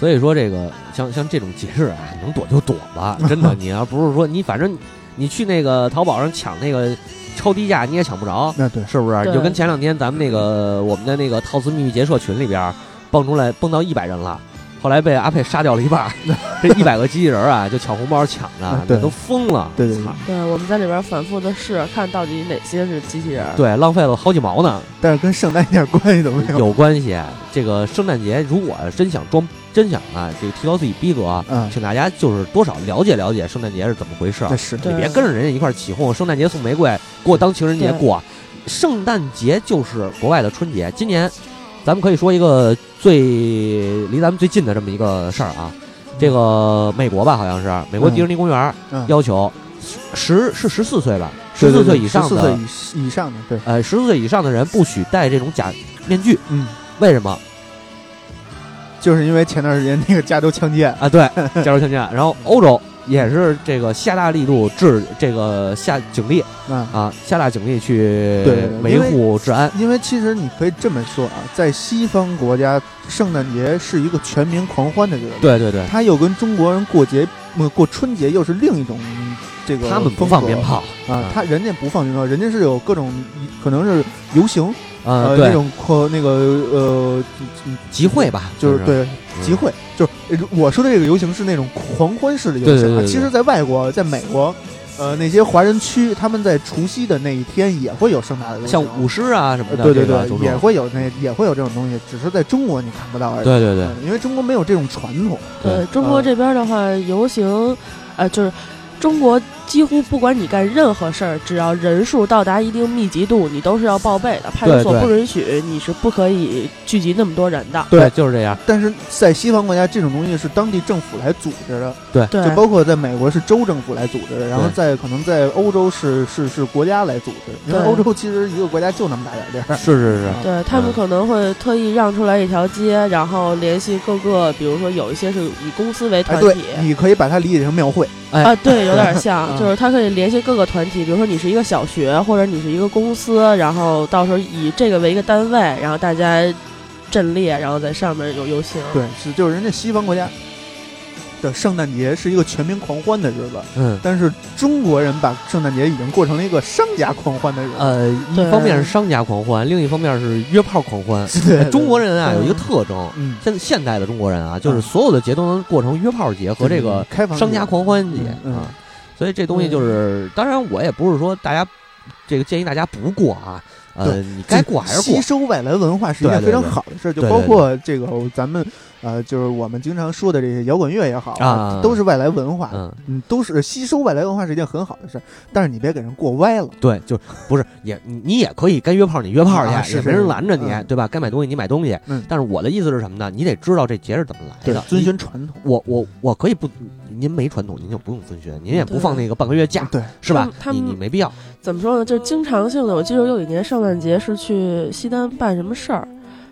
[SPEAKER 2] 所以说，这个像像这种节日啊，能躲就躲
[SPEAKER 1] [LAUGHS]
[SPEAKER 2] 吧，真的。你要不是说你，反正你去那个淘宝上抢那个超低价，你也抢不着，
[SPEAKER 1] 那对，
[SPEAKER 2] 是不是？
[SPEAKER 3] 对
[SPEAKER 2] 就跟前两天咱们那个我们的那个套词秘密结社群里边儿蹦出来蹦到一百人了。后来被阿佩杀掉了一半
[SPEAKER 1] [LAUGHS]
[SPEAKER 2] 儿，这一百个机器人儿啊，就抢红包抢的
[SPEAKER 1] 啊，
[SPEAKER 2] 那
[SPEAKER 1] 对
[SPEAKER 2] 都疯了。
[SPEAKER 1] 对对对
[SPEAKER 2] 操
[SPEAKER 3] 对，我们在里边反复的试，看到底哪些是机器人。
[SPEAKER 2] 对，浪费了好几毛呢。
[SPEAKER 1] 但是跟圣诞一点关系都没有。
[SPEAKER 2] 有关系。啊这个圣诞节如果真想装，真想啊，这个提高自己逼格，啊
[SPEAKER 1] 嗯
[SPEAKER 2] 请大家就是多少了解了解圣诞节是怎么回事儿
[SPEAKER 1] 这，是
[SPEAKER 3] 对
[SPEAKER 2] 别跟着人家一块儿起哄。圣诞节送玫瑰，给我当情人节
[SPEAKER 3] 对
[SPEAKER 2] 过。圣诞节就是国外的春节。今年，咱们可以说一个最离咱们最近的这么一个事儿啊，这个美国吧，好像是美国迪士尼公园
[SPEAKER 1] 嗯嗯
[SPEAKER 2] 要求十是十四岁吧，十
[SPEAKER 1] 对对
[SPEAKER 2] 四
[SPEAKER 1] 对
[SPEAKER 2] 岁以上
[SPEAKER 1] 14岁
[SPEAKER 2] 的
[SPEAKER 1] 以以上的，对，
[SPEAKER 2] 呃十四岁以上的人不许戴这种假面具，
[SPEAKER 1] 嗯，
[SPEAKER 2] 为什么？
[SPEAKER 1] 就是因为前段时间那个加州枪击案，
[SPEAKER 2] 啊，对，加州枪击案。然后欧洲也是这个下大力度治这个下警力
[SPEAKER 1] 嗯，
[SPEAKER 2] 啊，下大警力去
[SPEAKER 1] 对
[SPEAKER 2] 维护治安。
[SPEAKER 1] 因为其实你可以这么说啊，在西方国家，圣诞节是一个全民狂欢的日子，
[SPEAKER 2] 对对对，
[SPEAKER 1] 它又跟中国人过节，呃过春节又是另一种这个
[SPEAKER 2] 他们不
[SPEAKER 1] 风
[SPEAKER 2] 放
[SPEAKER 1] 格
[SPEAKER 2] 鞭炮
[SPEAKER 1] 啊，他人家不放鞭炮，人家是有各种可能是游行，
[SPEAKER 2] 呃
[SPEAKER 1] 呃，
[SPEAKER 2] 对
[SPEAKER 1] 那种扩那个呃，嗯
[SPEAKER 2] 集会吧，
[SPEAKER 1] 就是对
[SPEAKER 2] 嗯
[SPEAKER 1] 集会，就是呃我说的这个游行是那种狂欢式的游
[SPEAKER 2] 对对
[SPEAKER 1] 行啊。
[SPEAKER 2] 对对
[SPEAKER 1] 其实，在外国，在美国，呃，那些华人区，他们在除夕的那一天也会有盛大的游行，
[SPEAKER 2] 像舞狮啊什么
[SPEAKER 1] 呃
[SPEAKER 2] 的，
[SPEAKER 1] 对对
[SPEAKER 2] 这个
[SPEAKER 1] 对
[SPEAKER 2] 种，种
[SPEAKER 1] 也会有那也会有这种东西，只是在中国你看不到而已。
[SPEAKER 2] 对对对
[SPEAKER 1] 嗯，因为中国没有这种传统。
[SPEAKER 3] 对中国
[SPEAKER 1] 呃
[SPEAKER 3] 这边的话，游行，呃，就是中国几乎不管你干任何事儿，只要人数到达一定密集度，你都是要报备的。派出
[SPEAKER 2] 对
[SPEAKER 3] 所
[SPEAKER 2] 对
[SPEAKER 3] 不允许你是不可以聚集那么多人的。
[SPEAKER 1] 对
[SPEAKER 2] 就是这样。
[SPEAKER 1] 但是在西方国家，这种东西是当地政府来组织的，
[SPEAKER 3] 对
[SPEAKER 1] 就包括在美国是州政府来组织的，然后
[SPEAKER 2] 对
[SPEAKER 1] 在可能在欧洲是是是国家来组织，因为
[SPEAKER 3] 对
[SPEAKER 1] 欧洲其实一个国家就那么大点儿地儿。啊
[SPEAKER 2] 是是是，
[SPEAKER 3] 对他们
[SPEAKER 2] 嗯
[SPEAKER 3] 可能会特意让出来一条街，然后联系各个，比如说有一些是以公司为
[SPEAKER 1] 哎，
[SPEAKER 3] 团
[SPEAKER 1] 对
[SPEAKER 3] 体，。
[SPEAKER 1] 你可以把它理解成庙会，
[SPEAKER 2] 哎
[SPEAKER 3] 啊，对，有点像，
[SPEAKER 1] 嗯
[SPEAKER 3] 就是他可以联系各个团体，比如说你是一个小学，或者你是一个公司，然后到时候以这个为一个单位，然后大家阵列，然后在上面有游行。
[SPEAKER 1] 对，是就是人家西方国家的圣诞节是一个全民狂欢的日子，
[SPEAKER 2] 嗯。
[SPEAKER 1] 但是中国人把圣诞节已经过成了一个商家狂欢的日子。
[SPEAKER 2] 呃，一
[SPEAKER 3] 对
[SPEAKER 2] 方面是商家狂欢，另一方面是约炮狂欢。
[SPEAKER 1] 对，
[SPEAKER 2] 中国人啊
[SPEAKER 3] 对
[SPEAKER 2] 有一个特征，
[SPEAKER 1] 嗯
[SPEAKER 2] 现现代的中国人啊，就是
[SPEAKER 1] 嗯
[SPEAKER 2] 所有的节都能过成约炮节和这个
[SPEAKER 1] 嗯开放
[SPEAKER 2] 商家狂欢节
[SPEAKER 1] 嗯嗯
[SPEAKER 2] 啊。所以这东西就是，当然我也不是说大家这个建议大家不过啊，呃，
[SPEAKER 1] 对
[SPEAKER 2] 你该过还是
[SPEAKER 1] 吸
[SPEAKER 2] 过，
[SPEAKER 1] 收外来文化是一件
[SPEAKER 2] 对对
[SPEAKER 1] 非常
[SPEAKER 2] 对
[SPEAKER 1] 好的事，儿，就
[SPEAKER 2] 对对
[SPEAKER 1] 包括这个咱们呃，就是我们经常说的这些摇滚乐也好
[SPEAKER 2] 啊
[SPEAKER 1] 都是外来文化，
[SPEAKER 2] 嗯，
[SPEAKER 1] 嗯，都是吸收外来文化是一件很好的事，儿，但是你别给人过歪了。
[SPEAKER 2] 对，就是不是也你你也可以该约炮你约炮去，
[SPEAKER 1] 啊
[SPEAKER 2] 也
[SPEAKER 1] 是
[SPEAKER 2] 没人
[SPEAKER 1] 是
[SPEAKER 2] 拦着你，
[SPEAKER 1] 嗯
[SPEAKER 2] 对吧？该买东西你买东西，
[SPEAKER 1] 嗯
[SPEAKER 2] 但是我的意思是什么呢？你得知道这节是怎么来的，
[SPEAKER 1] 遵
[SPEAKER 2] 你。
[SPEAKER 1] 循传统，
[SPEAKER 2] 我我我可以不，您没传统，您就不用遵循，您也不
[SPEAKER 3] 对
[SPEAKER 2] 放那个半个月假，
[SPEAKER 1] 对，
[SPEAKER 2] 是吧？
[SPEAKER 3] 他
[SPEAKER 2] 你
[SPEAKER 3] 们
[SPEAKER 2] 你没必要。
[SPEAKER 3] 怎么说呢？就是经常性的，我记得有一年圣诞节是去西单办什么事儿，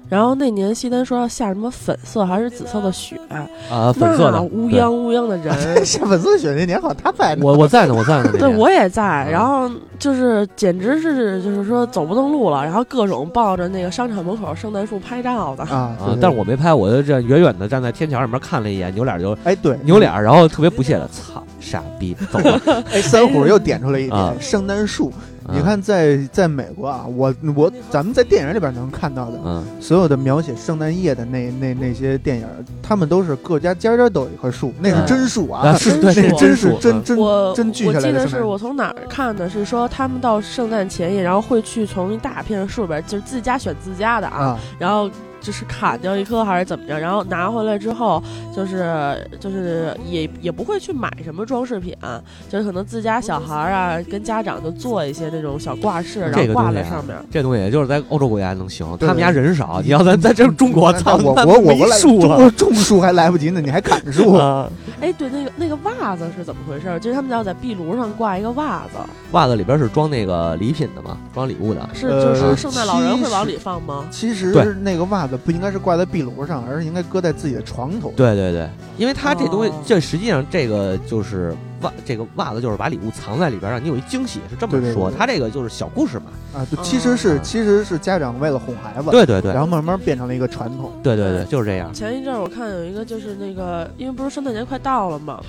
[SPEAKER 3] 然后那年西单说要下什么粉色还是紫色的雪，
[SPEAKER 2] 啊，粉色的
[SPEAKER 3] 那乌
[SPEAKER 2] 对
[SPEAKER 3] 泱乌泱的
[SPEAKER 1] [LAUGHS]
[SPEAKER 2] [LAUGHS]
[SPEAKER 3] 人。
[SPEAKER 1] 夏粉丝雪那年好，他在呢
[SPEAKER 2] 我我在呢，我在 [LAUGHS] 呢。那
[SPEAKER 3] 对，
[SPEAKER 2] 天
[SPEAKER 3] 我也在，
[SPEAKER 2] 嗯
[SPEAKER 3] 然后就是简直是就是说走不动路了，然后各种抱着那个商场门口圣诞树拍照的，
[SPEAKER 1] 啊
[SPEAKER 2] 啊，但是我没拍，我就这样远远的站在天桥上面看了一眼，扭脸就
[SPEAKER 1] 哎对
[SPEAKER 2] 扭脸，然后特别不屑的，操，傻逼，走了。
[SPEAKER 1] [LAUGHS] 哎三虎又点出来一
[SPEAKER 2] 啊
[SPEAKER 1] 点，圣诞树。你
[SPEAKER 2] 嗯
[SPEAKER 1] 看在在美国啊，我我咱们在电影里边能看到的，
[SPEAKER 2] 嗯，
[SPEAKER 1] 所有的描写圣诞夜的那那那些电影，他们都是各家家家都有一棵树，那是
[SPEAKER 3] 对
[SPEAKER 1] 真树啊
[SPEAKER 2] 啊，是
[SPEAKER 1] [LAUGHS] 那
[SPEAKER 2] 对，
[SPEAKER 1] 是真
[SPEAKER 2] 树
[SPEAKER 1] 树，，真
[SPEAKER 2] 嗯
[SPEAKER 1] 真
[SPEAKER 3] 我
[SPEAKER 1] 真锯
[SPEAKER 3] 我
[SPEAKER 1] 下来
[SPEAKER 3] 记
[SPEAKER 1] 的
[SPEAKER 3] 得
[SPEAKER 1] 圣
[SPEAKER 3] 是
[SPEAKER 1] 诞
[SPEAKER 3] 我从哪儿看的，是说
[SPEAKER 2] [LAUGHS]
[SPEAKER 3] 他们到圣诞前夜，然后会去从一大片树里边，就是自己家选自家的啊，
[SPEAKER 1] 啊，
[SPEAKER 3] 然后就是砍掉一颗还是怎么着，然后拿回来之后，就是就是也也不会去买什么装饰品，啊就是可能自家小孩儿啊跟家长就做一些那种小挂饰，然
[SPEAKER 2] 这
[SPEAKER 3] 后
[SPEAKER 2] 个
[SPEAKER 3] 挂
[SPEAKER 2] 东西
[SPEAKER 3] 在
[SPEAKER 2] 啊
[SPEAKER 3] 上面。
[SPEAKER 2] 这东西也就是在欧洲国家能行，
[SPEAKER 1] 对嗯
[SPEAKER 2] 他们家人少。你要咱在这中国，
[SPEAKER 1] 那
[SPEAKER 2] 操，
[SPEAKER 1] 我
[SPEAKER 2] 那
[SPEAKER 1] 我我
[SPEAKER 2] 没
[SPEAKER 1] 我来
[SPEAKER 2] 数
[SPEAKER 1] 中
[SPEAKER 2] 了
[SPEAKER 1] 国种树还来不及呢，你还砍树？
[SPEAKER 2] 啊！
[SPEAKER 3] 哎，对，那个那个袜子是怎么回事？就是他们要在壁炉上挂一个袜子，
[SPEAKER 2] 袜子里边是装那个礼品的嘛，装礼物的。
[SPEAKER 3] 是
[SPEAKER 1] 呃
[SPEAKER 3] 就是圣诞老人
[SPEAKER 1] 七
[SPEAKER 3] 会往
[SPEAKER 1] 十
[SPEAKER 3] 里放吗？
[SPEAKER 1] 其
[SPEAKER 2] 对
[SPEAKER 1] 实那个袜子不应该是挂在壁炉上，而是应该搁在自己的床头。
[SPEAKER 2] 对对对，因为它这东西
[SPEAKER 3] 哦，
[SPEAKER 2] 这实际上这个就是袜，这个袜子就是把礼物藏在里边，让你有一惊喜，是这么
[SPEAKER 1] 对对
[SPEAKER 2] 说。
[SPEAKER 1] 对
[SPEAKER 2] 它这个就是小故事嘛。
[SPEAKER 1] 啊，对，其实是
[SPEAKER 2] 嗯
[SPEAKER 1] 其实是家长为了哄孩子，
[SPEAKER 2] 对对对
[SPEAKER 1] 然后慢慢变成了一个传统。
[SPEAKER 2] 对对对，就是这样。
[SPEAKER 3] 前一阵儿我看有一个就是那个，因为不是圣诞节快到了嘛，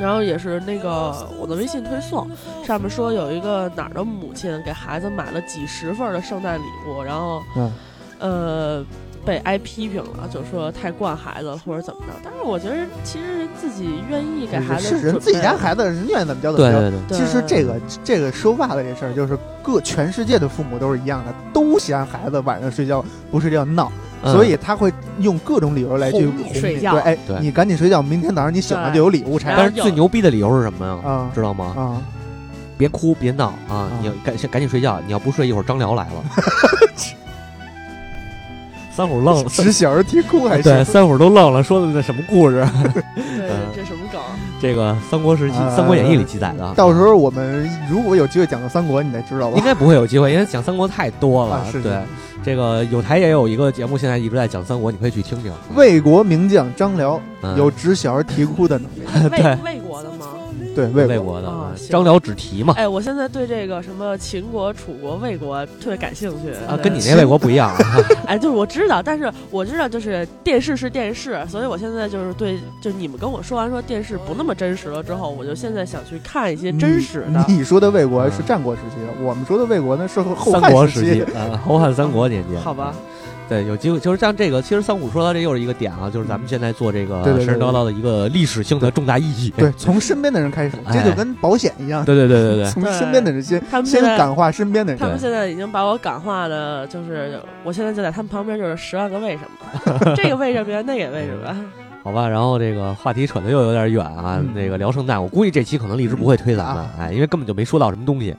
[SPEAKER 3] 然后也是那个我的微信推送上面说有一个哪儿的母亲给孩子买了几十份儿的圣诞礼物，然后
[SPEAKER 1] 嗯，
[SPEAKER 3] 呃被挨批评了，就说太惯孩子了或者怎么着。但是我觉得其实人自己愿意给孩子
[SPEAKER 1] 是人
[SPEAKER 3] 准
[SPEAKER 1] 自己
[SPEAKER 3] 备
[SPEAKER 1] 家孩子人愿意怎么教怎
[SPEAKER 2] 对
[SPEAKER 1] 么教。
[SPEAKER 2] 对对，
[SPEAKER 3] 对
[SPEAKER 1] 其实这个这个收袜子这事儿，就是各全世界的父母都是一样的，都嫌孩子晚上睡觉不睡觉闹，
[SPEAKER 2] 嗯
[SPEAKER 1] 所以他会用各种理由来去
[SPEAKER 3] 哄你
[SPEAKER 1] 哄
[SPEAKER 3] 睡
[SPEAKER 1] 你
[SPEAKER 3] 觉
[SPEAKER 1] 对，哎
[SPEAKER 2] 对，
[SPEAKER 1] 你赶紧睡觉，明天早上你醒了
[SPEAKER 3] 对
[SPEAKER 1] 就有礼物拆
[SPEAKER 3] 然后
[SPEAKER 2] 但是最牛逼的理由是什么呀？
[SPEAKER 1] 啊
[SPEAKER 2] 知道吗？
[SPEAKER 1] 啊！
[SPEAKER 2] 别哭，别闹啊！
[SPEAKER 1] 啊
[SPEAKER 2] 你要赶先赶紧睡觉，你要不睡，一会儿张辽来了。 [LAUGHS] 三虎 [LAUGHS] 愣了，
[SPEAKER 1] 使小儿啼哭还
[SPEAKER 2] 对，
[SPEAKER 1] 行。
[SPEAKER 2] 三虎都愣了，说的这什么故事？ [LAUGHS]
[SPEAKER 3] 对
[SPEAKER 2] 嗯
[SPEAKER 3] 这什么
[SPEAKER 1] [LAUGHS]
[SPEAKER 3] 梗？
[SPEAKER 2] 这个三国时期，
[SPEAKER 1] 啊
[SPEAKER 2] 《三国演义》里记载的啊。
[SPEAKER 1] 到时候我们如果有机会讲到三国，你再知道吧
[SPEAKER 2] 应。该不会有机会，因为讲三国太多了。
[SPEAKER 1] 啊是是
[SPEAKER 2] 对，这个有台也有一个节目，现在一直在讲三国，你可以去听听。
[SPEAKER 1] 魏国名将张辽
[SPEAKER 2] 嗯
[SPEAKER 1] 有指小儿啼哭的能力，
[SPEAKER 3] 魏魏国的吗？
[SPEAKER 1] 对
[SPEAKER 2] 魏
[SPEAKER 1] 魏国
[SPEAKER 2] 国的
[SPEAKER 3] 啊行
[SPEAKER 2] 张辽只提嘛，
[SPEAKER 3] 哎，我现在对这个什么秦国、楚国、魏国特别感兴趣
[SPEAKER 2] 啊，
[SPEAKER 3] 对
[SPEAKER 2] 跟你那魏国不一样 [LAUGHS] 啊。
[SPEAKER 3] 哎，就是我知道，但是我知道，就是电视是电视，所以我现在就是对，就你们跟我说完说电视不那么真实了之后，我就现在想去看一些真实的。
[SPEAKER 1] 你说的魏国
[SPEAKER 2] 嗯
[SPEAKER 1] 是战国时期的，我们说的魏国呢是后
[SPEAKER 2] 三
[SPEAKER 1] 汉
[SPEAKER 2] 国时
[SPEAKER 1] 时
[SPEAKER 2] 期，呃，后汉三国年间。
[SPEAKER 3] 好吧，
[SPEAKER 2] 对，有机会就是像这个，其实三虎说到这又是一个点啊，就是咱们现在做这个
[SPEAKER 1] 嗯对对对对
[SPEAKER 2] 神神叨叨的一个历史性的重大意义。
[SPEAKER 1] 对，从身边的人开始，
[SPEAKER 2] 哎
[SPEAKER 1] 这就跟保险一样，
[SPEAKER 2] [LAUGHS] 对对对对
[SPEAKER 1] [LAUGHS]
[SPEAKER 2] 对，
[SPEAKER 1] 从身边的人先
[SPEAKER 3] 他们
[SPEAKER 1] 先
[SPEAKER 3] 现在，
[SPEAKER 1] 感化身边的
[SPEAKER 3] 他
[SPEAKER 1] 人。
[SPEAKER 3] 们
[SPEAKER 2] 对
[SPEAKER 3] 现在已经把我感化的，就是我现在就在他们旁边，就是十万个为什么，这个为什么呀，那个为什么，
[SPEAKER 2] 好吧。然后这个话题扯得又有点远啊，
[SPEAKER 1] 嗯
[SPEAKER 2] 这个聊圣诞，我估计这期可能荔枝不会推咱们
[SPEAKER 1] 啊，
[SPEAKER 2] 哎，因为根本就没说到什么东西，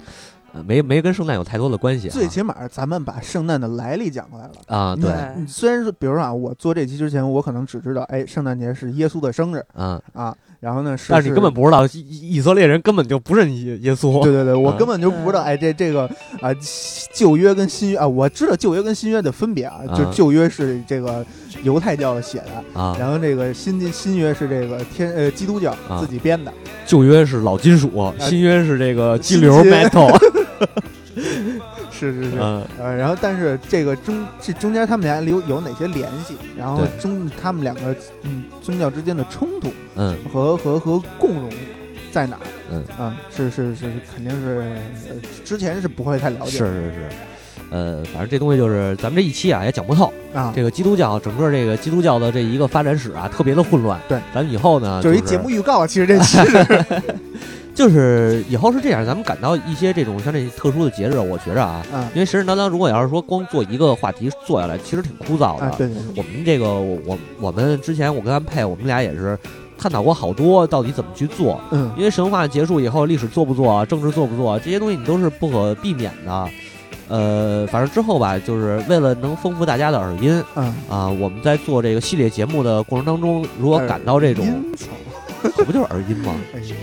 [SPEAKER 2] 呃没没跟圣诞有太多的关系啊。
[SPEAKER 1] 最起码咱们把圣诞的来历讲过来了。
[SPEAKER 2] 啊，对，
[SPEAKER 1] 你虽然说，比如说啊，我做这期之前，我可能只知道，哎，圣诞节是耶稣的生日
[SPEAKER 2] 嗯，
[SPEAKER 1] 啊，然后呢是，
[SPEAKER 2] 但是你根本不知道以以以色列人根本就不认耶耶稣。
[SPEAKER 1] 对对对，我
[SPEAKER 2] 嗯
[SPEAKER 1] 根本就不知道，哎，这这个啊，旧约跟新约啊，我知道旧约跟新约的分别啊，就
[SPEAKER 2] 啊
[SPEAKER 1] 旧约是这个犹太教写的，
[SPEAKER 2] 啊，
[SPEAKER 1] 然后这个新新约是这个天呃基督教
[SPEAKER 2] 啊
[SPEAKER 1] 自己编的，
[SPEAKER 2] 旧约是老金
[SPEAKER 1] 啊
[SPEAKER 2] 属，新约是这个激流
[SPEAKER 1] 新约 [LAUGHS]
[SPEAKER 2] metal。
[SPEAKER 1] 是是是。
[SPEAKER 2] 嗯，
[SPEAKER 1] 呃，然后但是这个中这中间他们俩有有哪些联系？然后
[SPEAKER 2] 对
[SPEAKER 1] 中他们两个嗯宗教之间的冲突
[SPEAKER 2] 嗯，
[SPEAKER 1] 和和和共荣在哪儿？
[SPEAKER 2] 嗯
[SPEAKER 1] 啊，是是是，肯定是、呃之前是不会太了
[SPEAKER 2] 是
[SPEAKER 1] 解
[SPEAKER 2] 是是。呃，反正这东西就是咱们这一期啊也讲不透，
[SPEAKER 1] 啊，
[SPEAKER 2] 这个基督教整个这个基督教的这一个发展史啊特别的混乱。
[SPEAKER 1] 对，
[SPEAKER 2] 咱们以后呢
[SPEAKER 1] 就是一节目预告啊。其实这期是
[SPEAKER 2] [LAUGHS] 就是以后是这样，咱们赶到一些这种像这些特殊的节日，我觉着啊，
[SPEAKER 1] [LAUGHS] 啊
[SPEAKER 2] 因为神神叨叨如果要是说光做一个话题做下来，其实挺枯燥的。
[SPEAKER 1] 啊，对对对，
[SPEAKER 2] 我们这个，我我我们之前我跟安佩，我们俩也是探讨过好多到底怎么去做。
[SPEAKER 1] 嗯，
[SPEAKER 2] 因为神话结束以后，历史做不做，政治做不做，这些东西你都是不可避免的。呃，反正之后吧，就是为了能丰富大家的耳音
[SPEAKER 1] 嗯，
[SPEAKER 2] 啊，我们在做这个系列节目的过程当中，如果感到这种，
[SPEAKER 1] 嗯阴曹，
[SPEAKER 2] 可不就是耳音
[SPEAKER 1] [LAUGHS]
[SPEAKER 2] 吗？
[SPEAKER 1] 哎呀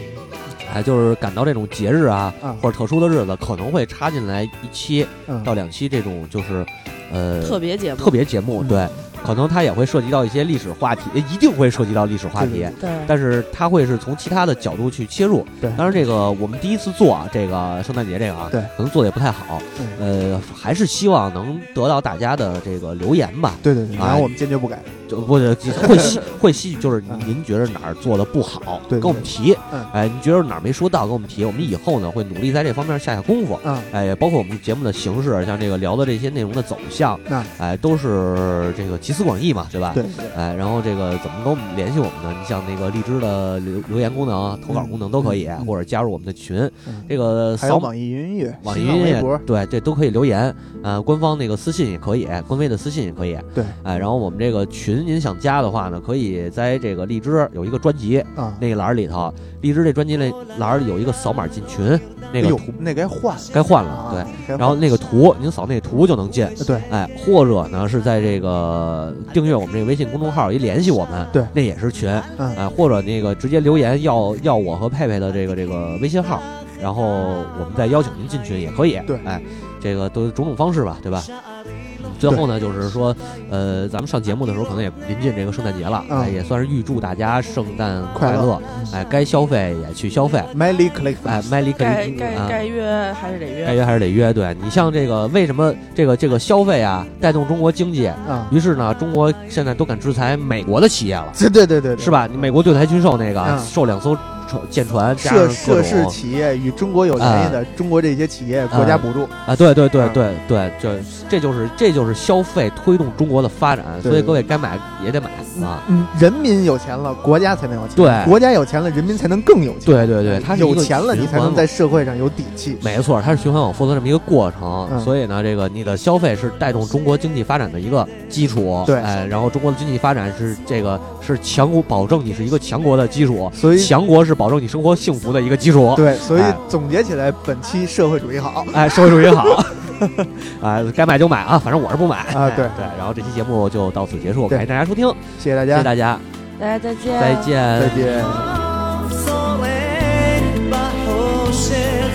[SPEAKER 2] 哎，就是感到这种节日啊
[SPEAKER 1] 啊，
[SPEAKER 2] 或者特殊的日子，可能会插进来一期
[SPEAKER 1] 嗯，
[SPEAKER 2] 到两期这种就是，呃，
[SPEAKER 3] 特别节目，
[SPEAKER 2] 特别节目，
[SPEAKER 1] 嗯
[SPEAKER 2] 对，可能它也会涉及到一些历史话题，呃一定会涉及到历史话
[SPEAKER 1] 对
[SPEAKER 2] 题
[SPEAKER 1] 对，
[SPEAKER 3] 对，
[SPEAKER 2] 但是它会是从其他的角度去切入。
[SPEAKER 1] 对
[SPEAKER 2] 当然这个我们第一次做啊，这个圣诞节这个啊，
[SPEAKER 1] 对
[SPEAKER 2] 可能做的也不太好，
[SPEAKER 1] 嗯
[SPEAKER 2] 呃，还是希望能得到大家的这个留言吧。
[SPEAKER 1] 对对对，
[SPEAKER 2] 啊
[SPEAKER 1] 然后我们坚决不改，
[SPEAKER 2] 就不是会吸 [LAUGHS] 会吸，就是
[SPEAKER 1] 嗯
[SPEAKER 2] 您觉得哪儿做的不好，
[SPEAKER 1] 对对
[SPEAKER 2] 跟我们提
[SPEAKER 1] 嗯。
[SPEAKER 2] 哎，你觉得哪儿没说到，跟我们提，我们以后呢会努力在这方面下下功夫。
[SPEAKER 1] 嗯，
[SPEAKER 2] 哎，包括我们节目的形式，像这个聊的这些内容的走向
[SPEAKER 1] 那，
[SPEAKER 2] 哎，都是这个集思广益嘛，对吧？
[SPEAKER 1] 对，
[SPEAKER 2] 哎，然后这个怎么都联系我们呢？你像那个荔枝的留留言功能啊、投稿功能都可以，
[SPEAKER 1] 嗯嗯
[SPEAKER 2] 或者加入我们的群。
[SPEAKER 1] 嗯
[SPEAKER 2] 这个
[SPEAKER 1] 还有
[SPEAKER 2] 扫
[SPEAKER 1] 网易云音乐、
[SPEAKER 2] 网易
[SPEAKER 1] 新浪
[SPEAKER 2] 云音
[SPEAKER 1] 微
[SPEAKER 2] 乐
[SPEAKER 1] 博，
[SPEAKER 2] 对对都可以留言，呃，官方那个私信也可以，官微的私信也可以。
[SPEAKER 1] 对，
[SPEAKER 2] 哎，然后我们这个群您想加的话呢，可以在这个荔枝有一个专辑
[SPEAKER 1] 啊，
[SPEAKER 2] 那个栏儿里头，荔枝这专辑那栏儿有一个扫码进群，那个
[SPEAKER 1] 哎呦
[SPEAKER 2] 图
[SPEAKER 1] 那该换
[SPEAKER 2] 该换了，
[SPEAKER 1] 啊，
[SPEAKER 2] 对。
[SPEAKER 1] 该换，呃
[SPEAKER 2] 然后那个图，您扫那图就能进。
[SPEAKER 1] 对，
[SPEAKER 2] 哎，或者呢是在这个订阅我们这个微信公众号，也联系我们，
[SPEAKER 1] 对
[SPEAKER 2] 那也是群，
[SPEAKER 1] 嗯
[SPEAKER 2] 哎，或者那个直接留言要要我和佩佩的这个这个微信号，然后我们再邀请您进群也可以，
[SPEAKER 1] 对
[SPEAKER 2] 哎，这个都种种方式吧，对吧？嗯最后呢，就是说，呃，咱们上节目的时候可能也临近这个圣诞节了，
[SPEAKER 1] 嗯
[SPEAKER 2] 哎，也算是预祝大家圣诞
[SPEAKER 1] 快乐
[SPEAKER 2] 乐，哎，该消费也去消费，
[SPEAKER 1] Miley c l i c k
[SPEAKER 2] 哎，麦里克
[SPEAKER 3] 该
[SPEAKER 2] 里
[SPEAKER 3] 该
[SPEAKER 2] 啊
[SPEAKER 3] 该约还是得
[SPEAKER 2] 该
[SPEAKER 3] 约。
[SPEAKER 2] 约还是得约。对你像这个，为什么这个这个消费啊，带动中国经济？
[SPEAKER 1] 啊， [LAUGHS]
[SPEAKER 2] 于是呢，中国现在都敢制裁美国的企业了，
[SPEAKER 1] 对对对对，对
[SPEAKER 2] 是？吧？你美国对台军售那个
[SPEAKER 1] 嗯
[SPEAKER 2] 售两艘船舰船，加上
[SPEAKER 1] 涉涉
[SPEAKER 2] 各
[SPEAKER 1] 事
[SPEAKER 2] 种哎
[SPEAKER 1] 企业与中国有联系的，中国这些企业国家补助，
[SPEAKER 2] 啊，对对对
[SPEAKER 1] 嗯
[SPEAKER 2] 对对，这这就是这就是消费推动中国的发展，
[SPEAKER 1] 对
[SPEAKER 2] 所以各位该买也得买啊。
[SPEAKER 1] 嗯，人民有钱了，国家才能有钱，
[SPEAKER 2] 对
[SPEAKER 1] 国家有钱了，人民才能更有钱，
[SPEAKER 2] 对对对，它是一
[SPEAKER 1] 有
[SPEAKER 2] 个
[SPEAKER 1] 钱了，
[SPEAKER 2] 循
[SPEAKER 1] 你才
[SPEAKER 2] 环
[SPEAKER 1] 能
[SPEAKER 2] 嘛
[SPEAKER 1] 在社会上有底气。
[SPEAKER 2] 没错，它是循环往复的这么一个过程，
[SPEAKER 1] 嗯
[SPEAKER 2] 所以呢，这个你的消费是带动中国经济发展的一个基础，
[SPEAKER 1] 对
[SPEAKER 2] 哎，然后中国的经济发展是这个是强国保证你是一个强国的基础，
[SPEAKER 1] 所以
[SPEAKER 2] 强国是保证你生活幸福的一个基础，
[SPEAKER 1] 对，所以
[SPEAKER 2] 哎
[SPEAKER 1] 总结起来，本期社会主义好，
[SPEAKER 2] 哎，社会主义好， [LAUGHS] 哎，该买就买啊，反正我是不买
[SPEAKER 1] 啊对
[SPEAKER 2] 哎对，然后这期节目就到此结束，
[SPEAKER 1] 对
[SPEAKER 2] 感谢大家收听，
[SPEAKER 1] 谢谢大
[SPEAKER 2] 谢
[SPEAKER 1] 家
[SPEAKER 2] 谢，大家，
[SPEAKER 3] 大家再见，
[SPEAKER 2] 再见
[SPEAKER 1] 再见。
[SPEAKER 4] Soleil bajo el